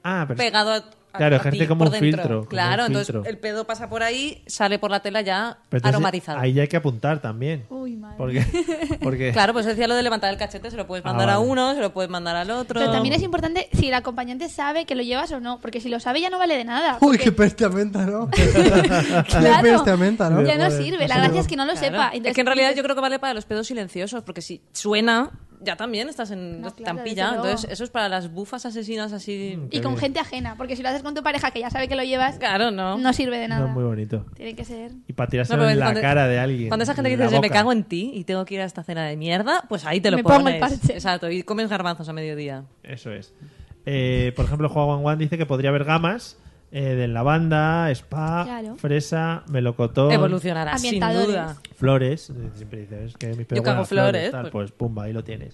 Speaker 1: Ah, pero
Speaker 4: Pegado a, a-
Speaker 1: Claro,
Speaker 4: a
Speaker 1: ejerce
Speaker 4: ti
Speaker 1: como un
Speaker 4: por dentro.
Speaker 1: filtro, como
Speaker 4: Claro,
Speaker 1: un
Speaker 4: entonces
Speaker 1: filtro.
Speaker 4: el pedo pasa por ahí, sale por la tela ya
Speaker 1: pero entonces
Speaker 4: aromatizado.
Speaker 1: Ahí ya hay que apuntar también.
Speaker 5: Uy, madre.
Speaker 1: Porque, porque
Speaker 4: Claro, pues decía lo de levantar el cachete, se lo puedes
Speaker 1: Ah,
Speaker 4: mandar a
Speaker 1: vale.
Speaker 4: uno, se lo puedes mandar al otro.
Speaker 5: Pero también es importante si el acompañante sabe que lo llevas o no, porque si lo sabe ya no vale de nada.
Speaker 2: Uy,
Speaker 5: porque-
Speaker 2: qué peste a menta, ¿no? Qué
Speaker 5: Claro.
Speaker 2: peste a menta, ¿no?
Speaker 5: Ya no sirve, la gracia es que no lo
Speaker 4: Claro.
Speaker 5: sepa.
Speaker 4: es que en realidad yo creo que vale para los pedos silenciosos, porque si suena, ya también estás en
Speaker 5: No, claro,
Speaker 4: tampilla.
Speaker 5: desde luego.
Speaker 4: Entonces, eso es para las bufas asesinas así.
Speaker 1: Mm.
Speaker 5: Y con gente ajena, porque si lo haces con tu pareja que ya sabe que lo llevas,
Speaker 4: Claro, no.
Speaker 5: no sirve de
Speaker 1: no
Speaker 5: nada.
Speaker 1: es muy bonito.
Speaker 5: Tiene que ser.
Speaker 1: Y para tirarse
Speaker 4: No, pero
Speaker 1: en la
Speaker 4: cuando-
Speaker 1: cara de alguien.
Speaker 4: Cuando esa gente que
Speaker 1: en la
Speaker 4: dice, "Yo me
Speaker 1: boca".
Speaker 4: cago en ti y tengo que ir a esta cena de mierda, pues ahí te lo
Speaker 5: Me
Speaker 4: pones.
Speaker 5: pongo el parche.
Speaker 4: Exacto, y comes garbanzos a mediodía.
Speaker 1: Eso es. Eh, por ejemplo, Juan Juan Juan dice que podría haber gamas eh, de lavanda, spa,
Speaker 5: Claro.
Speaker 1: fresa, melocotón,
Speaker 4: Evolucionará, sin
Speaker 5: Ambientadores.
Speaker 4: duda.
Speaker 1: flores. Eh, Siempre dices que mis
Speaker 4: Yo cago flores,
Speaker 1: tal, Pues
Speaker 4: pues-
Speaker 1: pumba, ahí lo tienes.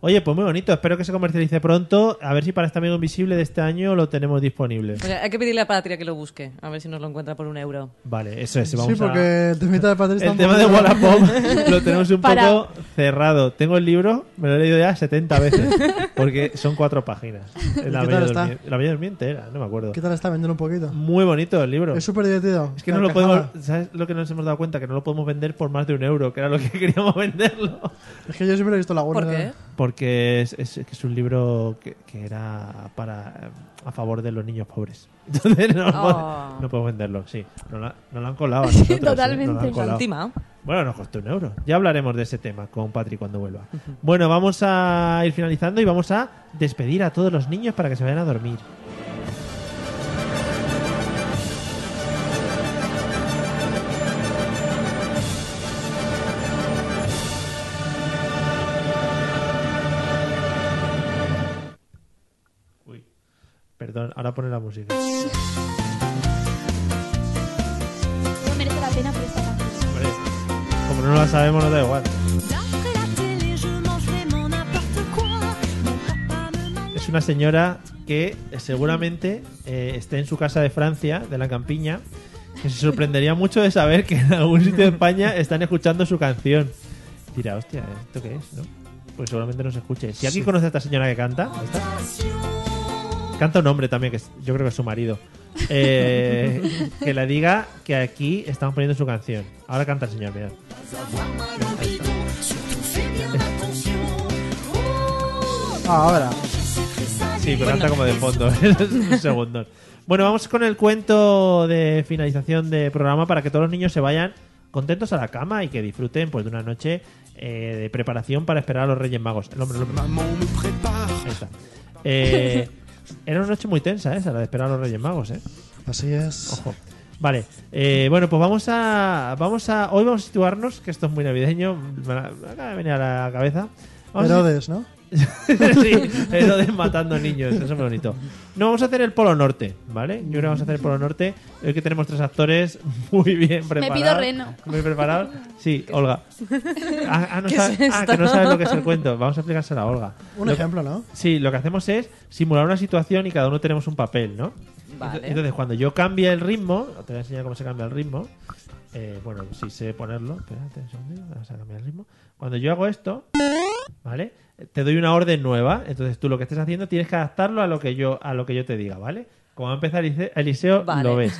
Speaker 1: Oye, pues muy bonito. Espero que se comercialice pronto. A ver si para este amigo invisible de este año lo tenemos disponible.
Speaker 4: O sea, hay que pedirle a Patria que lo busque, a ver si nos lo encuentra por un euro.
Speaker 1: Vale, eso es. Vamos
Speaker 2: Sí,
Speaker 1: a-
Speaker 2: porque el temita de Patrick está
Speaker 1: El
Speaker 2: un
Speaker 1: tema de
Speaker 2: poquito-
Speaker 1: Wallapop lo tenemos un
Speaker 5: Para.
Speaker 1: poco cerrado. Tengo el libro, me lo he leído ya 70 veces, porque son cuatro páginas. La Bella,
Speaker 2: qué tal está?
Speaker 1: Durmi- la Bella Durmiente era, no me acuerdo.
Speaker 2: ¿Qué tal está? Vendiendo un poquito.
Speaker 1: Muy bonito el libro.
Speaker 2: Es súper divertido.
Speaker 1: Es que no lo podemos, ¿sabes lo que nos hemos dado cuenta? Que no lo podemos vender por más de un euro, que era lo que queríamos venderlo.
Speaker 2: Es que yo siempre he visto la buena.
Speaker 4: ¿Por qué?
Speaker 1: Porque es, es, es que es un libro que, que era para a favor de los niños pobres. Entonces no,
Speaker 4: Oh.
Speaker 1: no podemos venderlo, sí. Nos la- nos lo han colado. a nosotros, ¿eh? Nos lo han
Speaker 5: totalmente.
Speaker 1: colado.
Speaker 4: Última.
Speaker 1: Bueno, nos costó un euro. Ya hablaremos de ese tema con Patri cuando vuelva. Bueno, vamos a ir finalizando y vamos a despedir a todos los niños para que se vayan a dormir. Uy, Perdón, ahora pone la música.
Speaker 5: No merece la pena por esta canción.
Speaker 1: Hombre, Como no la sabemos, no da igual. Es una señora que seguramente eh, esté en su casa de Francia, de la campiña, que se sorprendería mucho de saber que en algún sitio de España están escuchando su canción. Dirá, hostia, ¿esto qué es? ¿No? Pues seguramente no se escuche. Si aquí conoce a esta señora que canta, ¿esta? canta un hombre también, que es- yo creo que es su marido, eh, que le diga que aquí estamos poniendo su canción. Ahora canta el señor, mirad.
Speaker 2: Ah, Ahora.
Speaker 1: Sí, pero canta como de fondo. Es un segundo. Bueno, vamos con el cuento de finalización de programa para que todos los niños se vayan contentos a la cama y que disfruten pues de una noche eh, de preparación para esperar a los Reyes Magos. El hombre, el hombre. Ahí está. Eh, era una noche muy tensa ¿eh? esa, la de esperar a los Reyes Magos, ¿eh?
Speaker 2: Así es.
Speaker 1: Ojo. Vale, eh, bueno, pues vamos a, vamos a. Hoy vamos a situarnos, que esto es muy navideño, me la- me acaba de venir a la cabeza. Vamos a-
Speaker 2: Herodes, ¿no?
Speaker 1: sí, eso de matando niños, eso es muy bonito. No, vamos a hacer el Polo Norte, ¿vale? Yo creo que vamos a hacer el Polo Norte. Hoy que tenemos tres actores muy bien preparados.
Speaker 5: pido reno.
Speaker 1: Muy preparados. Sí, Olga. Ah, ah, no
Speaker 4: ¿Qué
Speaker 1: sabe-
Speaker 4: es
Speaker 1: ah,
Speaker 4: esto?
Speaker 1: que no sabes lo que es el cuento. Vamos a explicárselo a Olga.
Speaker 2: Un
Speaker 1: Lo-
Speaker 2: ejemplo, ¿no?
Speaker 1: Sí, lo que hacemos es simular una situación y cada uno tenemos un papel, ¿no?
Speaker 4: Vale.
Speaker 1: Ento- Entonces, cuando yo cambie el ritmo, te voy a enseñar cómo se cambia el ritmo. Eh, bueno, si sé ponerlo, espérate un segundo, vamos a cambiar el ritmo. Cuando yo hago esto, ¿vale? Te doy una orden nueva, entonces tú lo que estés haciendo tienes que adaptarlo a lo que yo, a lo que yo te diga, ¿vale? Como va a empezar Elise- Eliseo,
Speaker 4: Vale.
Speaker 1: lo ves.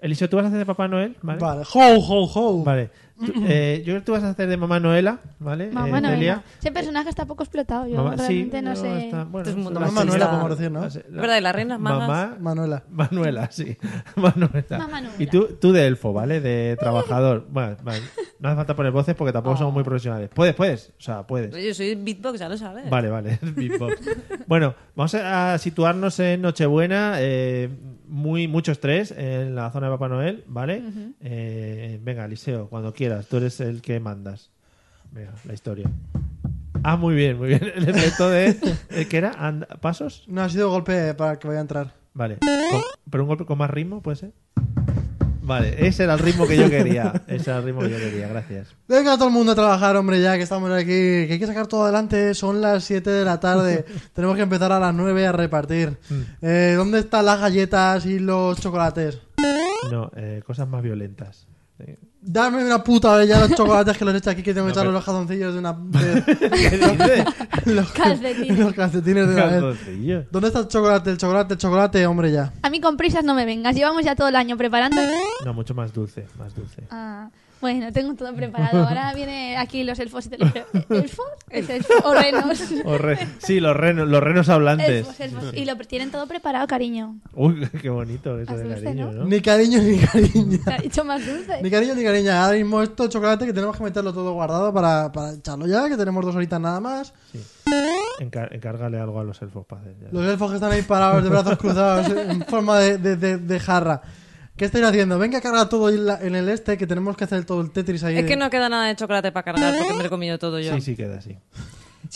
Speaker 1: Eliseo, tú vas a hacer de Papá Noel, ¿vale?
Speaker 2: Vale. Ho, ho, ho.
Speaker 1: Vale. Tú- eh, yo creo que tú vas a hacer de Mamá Noela, ¿vale?
Speaker 5: Mamá
Speaker 1: Eh, Delia.
Speaker 5: Noela. Ese personaje está poco explotado. Yo
Speaker 1: Mamá- sí,
Speaker 5: realmente no, sé.
Speaker 1: está- bueno,
Speaker 4: Esto es un mundo
Speaker 1: la
Speaker 4: más
Speaker 1: Manuela,
Speaker 4: chista.
Speaker 1: podemos
Speaker 2: La-
Speaker 4: ¿Verdad? ¿Y las reinas magas?
Speaker 1: Mamá,
Speaker 2: Manuela.
Speaker 1: Manuela, sí. Manuela.
Speaker 5: Mamá Manuela.
Speaker 1: Y tú, tú de elfo, ¿vale? De trabajador. Bueno, vale. No hace falta poner voces porque tampoco somos muy profesionales. Puedes, puedes. O sea, puedes.
Speaker 4: Yo soy beatbox, ya lo sabes.
Speaker 1: Vale, vale. Beatbox. bueno, vamos a a situarnos en Nochebuena. eh, muy, mucho estrés en la zona de Papá Noel, ¿vale? Eh, venga, Eliseo, cuando quieras. Tú eres el que mandas. Venga, la historia. Ah, muy bien, muy bien. El efecto de... ¿eh, ¿Qué era? And- ¿Pasos?
Speaker 2: No ha sido golpe para que vaya a entrar.
Speaker 1: Vale. Con- pero un golpe con más ritmo, ¿puede ser? Vale, ese era el ritmo que yo quería. Ese era el ritmo que yo quería, gracias.
Speaker 2: Venga todo el mundo a trabajar, hombre, ya que estamos aquí, que hay que sacar todo adelante, son las 7 de la tarde, tenemos que empezar a las 9 a repartir.
Speaker 1: Mm.
Speaker 2: Eh, ¿Dónde están las galletas y los chocolates?
Speaker 1: No, eh, cosas más violentas. Eh,
Speaker 2: Dame una puta vez ya los chocolates que los he hecho aquí, que tengo que
Speaker 1: No,
Speaker 2: echar
Speaker 1: pero-
Speaker 2: los jazoncillos de una vez.
Speaker 1: ¿Qué dices?
Speaker 2: los
Speaker 5: Calcetines.
Speaker 2: los calcetines de una vez.
Speaker 1: Calzoncillos.
Speaker 2: ¿Dónde está el chocolate, el chocolate, el chocolate, hombre, ya?
Speaker 5: A mí con prisas no me vengas. Llevamos ya todo el año preparando.
Speaker 1: No, mucho más dulce, más dulce.
Speaker 5: Ah, bueno, tengo todo preparado. Ahora vienen aquí los elfos y te lo digo. ¿Elfos? Es elfo. O renos.
Speaker 1: O re- sí, los renos, los renos hablantes.
Speaker 5: Elfos, elfos. Y lo tienen todo preparado, cariño.
Speaker 1: Uy, qué bonito eso
Speaker 5: Más
Speaker 1: de
Speaker 5: dulce,
Speaker 1: cariño, ¿no?
Speaker 5: ¿no?
Speaker 2: Ni cariño ni cariño.
Speaker 5: Te ha dicho más dulce.
Speaker 2: Ni cariño ni cariño. Ahora mismo esto chocolate que tenemos que meterlo todo guardado para, para echarlo ya, que tenemos dos horitas nada más.
Speaker 1: Sí. Encar- encárgale algo a los elfos para hacer. ya.
Speaker 2: Los elfos que están ahí parados de brazos cruzados en forma de, de- de- de jarra. ¿Qué estáis haciendo? Venga, carga todo en, la- en el este que tenemos que hacer todo el Tetris ahí.
Speaker 4: Es que no queda nada de chocolate para cargar porque me lo he comido todo yo.
Speaker 1: Sí,
Speaker 4: Sí,
Speaker 1: sí, queda así.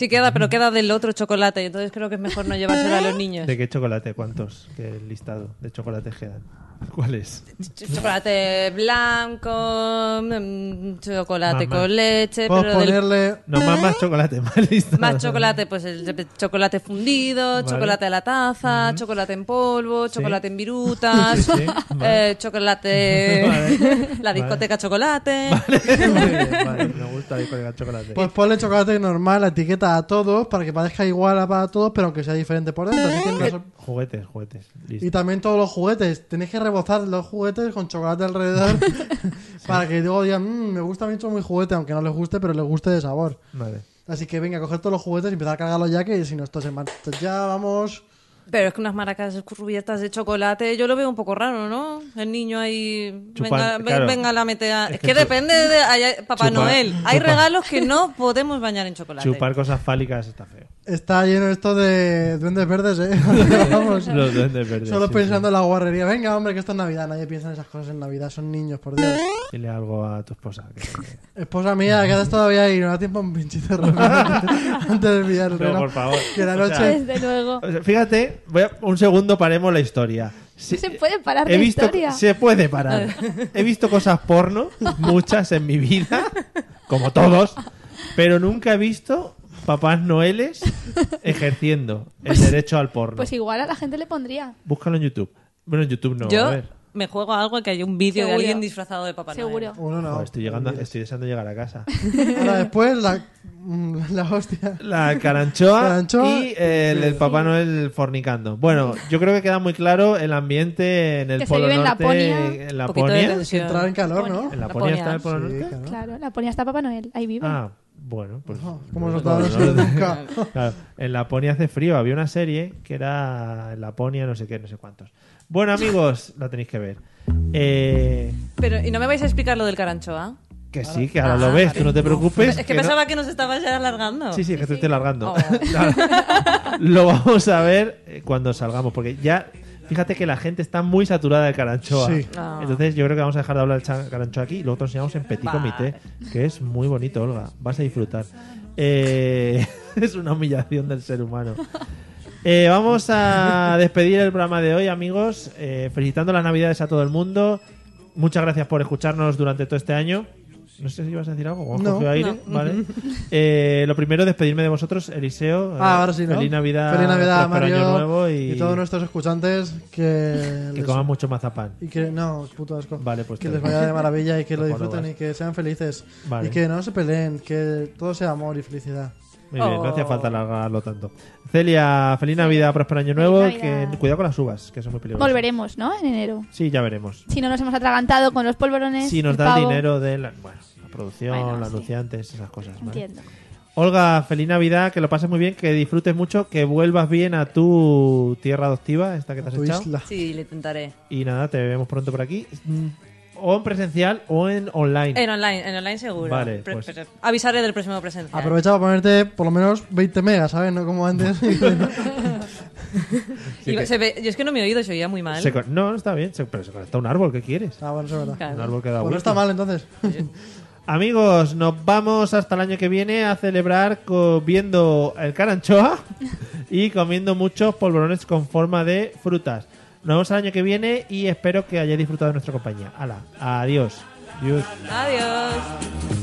Speaker 4: queda, pero queda del otro chocolate. y Entonces creo que es mejor no llevárselo a los niños.
Speaker 1: ¿De qué chocolate? ¿Cuántos? ¿Qué listado de chocolates quedan? ¿Cuál es?
Speaker 4: Ch- Chocolate blanco, mm, chocolate
Speaker 1: Mamá.
Speaker 4: con leche,
Speaker 2: Puedo
Speaker 4: pero del-
Speaker 2: ponerle
Speaker 1: No, más, más chocolate, más listado.
Speaker 4: más chocolate, pues el de- chocolate fundido,
Speaker 1: Vale.
Speaker 4: chocolate a la taza, chocolate en polvo, chocolate en virutas,
Speaker 1: Sí, sí, vale.
Speaker 4: eh, chocolate,
Speaker 1: Vale.
Speaker 4: la discoteca chocolate.
Speaker 1: Muy bien, vale, me gusta el colega chocolate.
Speaker 2: Pues ponle chocolate normal, la etiqueta a todos, para que parezca igual a para todos, pero aunque sea diferente por dentro. Así que no se-
Speaker 1: este Juguetes, juguetes. Listo.
Speaker 2: Y también todos los juguetes. Tenéis que rebozar los juguetes con chocolate alrededor para que luego digan, "Mm, me gusta mucho mi juguete, aunque no les guste, pero les guste de sabor.
Speaker 1: Vale.
Speaker 2: Así que venga, coger todos los juguetes y empezar a cargarlos ya, que si no, esto se marcha. Ya, vamos.
Speaker 4: Pero es que unas maracas cubiertas de chocolate, yo lo veo un poco raro, ¿no? El niño ahí,
Speaker 1: Chupan-
Speaker 4: venga, ven-
Speaker 1: claro.
Speaker 4: venga la mete a...
Speaker 1: Es
Speaker 4: Es,
Speaker 1: que
Speaker 4: que
Speaker 1: chu-
Speaker 4: depende de hay- hay- Papá
Speaker 1: Chupar-
Speaker 4: Noel. Hay
Speaker 1: chupar.
Speaker 4: regalos que no podemos bañar en chocolate.
Speaker 1: Chupar cosas fálicas está feo.
Speaker 2: Está lleno esto de duendes verdes, ¿eh? Vamos.
Speaker 1: Los duendes verdes.
Speaker 2: Solo
Speaker 1: sí,
Speaker 2: pensando en la guarrería. Venga, hombre, que esto es Navidad. Nadie piensa en esas cosas en Navidad. Son niños, por Dios.
Speaker 1: sí. Dile algo a tu esposa. que- que-
Speaker 2: Esposa mía, quedas todavía ahí. No da tiempo a un pinchito de antes de pillar el
Speaker 1: Pero,
Speaker 2: reloj.
Speaker 1: por favor.
Speaker 2: Que la
Speaker 1: O sea,
Speaker 2: noche-
Speaker 5: Desde luego.
Speaker 1: o sea, fíjate, voy a- un segundo paremos la historia. Sí,
Speaker 5: No se puede parar
Speaker 1: he
Speaker 5: la
Speaker 1: visto,
Speaker 5: historia.
Speaker 1: Se puede parar. He visto cosas porno, muchas en mi vida, como todos, pero nunca he visto papás noeles ejerciendo el derecho al porno.
Speaker 5: Pues igual a la gente le pondría.
Speaker 1: Búscalo en YouTube. Bueno, en YouTube no.
Speaker 4: Yo
Speaker 1: a ver.
Speaker 4: me juego a algo que hay un vídeo de
Speaker 5: Seguro.
Speaker 4: alguien disfrazado de Papá Noel.
Speaker 5: Seguro.
Speaker 2: Uno no.
Speaker 1: Joder, estoy, llegando, estoy deseando llegar a casa.
Speaker 2: Ahora después la, mm, la hostia.
Speaker 1: La caranchoa,
Speaker 2: Caranchoa
Speaker 1: y eh, el, el Papá Noel fornicando. Bueno, yo creo que queda muy claro el ambiente en el
Speaker 5: Que se
Speaker 1: Polo
Speaker 5: vive en
Speaker 1: Norte.
Speaker 5: Laponia.
Speaker 1: En
Speaker 4: Un poquito de
Speaker 1: Laponia.
Speaker 4: tensión.
Speaker 2: Entrar en calor, ¿no?
Speaker 1: ¿En Laponia está el Polo
Speaker 2: Sí,
Speaker 1: Norte?
Speaker 2: claro.
Speaker 5: Claro, la ponía hasta Papá Noel. Ahí vive.
Speaker 1: Ah, bueno, pues.
Speaker 2: No, ¿Cómo nos
Speaker 1: Polo
Speaker 2: damos
Speaker 1: Norte.
Speaker 2: nunca?
Speaker 1: Claro, en Laponia hace frío. Había una serie que era Laponia, no sé qué, no sé cuántos. Bueno, amigos, la tenéis que ver. Eh,
Speaker 4: Pero, ¿y no me vais a explicar lo del caranchoa?
Speaker 1: que sí, que ahora
Speaker 4: Ah,
Speaker 1: lo ves,
Speaker 4: vale.
Speaker 1: tú no te preocupes.
Speaker 4: Es que,
Speaker 1: no-
Speaker 4: pensaba que nos estabas ya alargando.
Speaker 1: Sí, sí, que te estoy largando.
Speaker 4: Oh.
Speaker 1: Claro. Lo vamos a ver eh, cuando salgamos, porque ya. Fíjate que la gente está muy saturada de caranchoa.
Speaker 2: Sí.
Speaker 4: Ah.
Speaker 1: Entonces yo creo que vamos a dejar de hablar de cha- caranchoa aquí y luego te enseñamos en Petit
Speaker 4: Vale.
Speaker 1: Comité, que es muy bonito, Olga. Vas a disfrutar. Eh, es una humillación del ser humano. Eh, vamos a despedir el programa de hoy, amigos. Eh, felicitando las navidades a todo el mundo. Muchas gracias por escucharnos durante todo este año. No sé si ibas a decir algo. Juan
Speaker 2: No.
Speaker 1: Jorge aire, ¿vale? Eh, lo primero, despedirme de vosotros, Eliseo.
Speaker 2: Ah,
Speaker 1: Eh,
Speaker 2: ahora sí, ¿no?
Speaker 1: Feliz Navidad.
Speaker 2: Feliz Navidad,
Speaker 1: próspero
Speaker 2: Mario.
Speaker 1: Año nuevo y,
Speaker 2: y todos nuestros escuchantes que.
Speaker 1: que
Speaker 2: les-
Speaker 1: coman mucho mazapán.
Speaker 2: Y que no, puto asco.
Speaker 1: Vale, pues
Speaker 2: que
Speaker 1: te-
Speaker 2: les vaya de maravilla y que lo
Speaker 1: Lo puedo
Speaker 2: disfruten
Speaker 1: dar.
Speaker 2: y que sean felices.
Speaker 1: Vale.
Speaker 2: Y que no se peleen, que todo sea amor y felicidad.
Speaker 1: Muy bien, no
Speaker 4: Oh.
Speaker 1: hacía falta alargarlo tanto. Celia, feliz Navidad, próspero año nuevo.
Speaker 5: Feliz
Speaker 1: Que,
Speaker 5: Navidad.
Speaker 1: cuidado con las uvas, que son muy peligrosas.
Speaker 5: Volveremos, ¿no? En enero.
Speaker 1: Sí, ya veremos.
Speaker 5: Si no nos hemos atragantado con los polvorones.
Speaker 1: Si nos
Speaker 5: el
Speaker 1: da el
Speaker 5: pavo.
Speaker 1: dinero de la, bueno, la producción,
Speaker 5: Bueno,
Speaker 1: los
Speaker 5: sí.
Speaker 1: anunciantes, esas cosas. ¿vale?
Speaker 5: Entiendo.
Speaker 1: Olga, feliz Navidad, que lo pases muy bien, que disfrutes mucho, que vuelvas bien a tu tierra adoptiva, esta que te has
Speaker 2: Tu
Speaker 1: echado.
Speaker 2: isla.
Speaker 4: Sí, le intentaré.
Speaker 1: Y nada, te vemos pronto por aquí. Mm, O en presencial o en online.
Speaker 4: En online, en online seguro.
Speaker 1: Vale,
Speaker 4: Pre-
Speaker 1: pues-
Speaker 4: pre- avisaré del próximo presencial.
Speaker 2: Aprovecha para ponerte por lo menos 20 megas, ¿sabes? No como antes. Ah,
Speaker 4: Y se ve- yo es que no me he oído, se oía muy mal.
Speaker 1: Se con- no, está bien, se- pero se conecta a un árbol, ¿qué quieres?
Speaker 2: ah, bueno, eso es verdad.
Speaker 4: Claro.
Speaker 1: Un árbol que da
Speaker 2: Pues no
Speaker 1: vueltas.
Speaker 2: está mal entonces.
Speaker 1: Amigos, nos vamos hasta el año que viene a celebrar co- viendo el caranchoa y comiendo muchos polvorones con forma de frutas. Nos vemos el año que viene y espero que hayáis disfrutado de nuestra compañía. Hala, adiós. Adiós.
Speaker 4: Adiós.
Speaker 6: Navidad,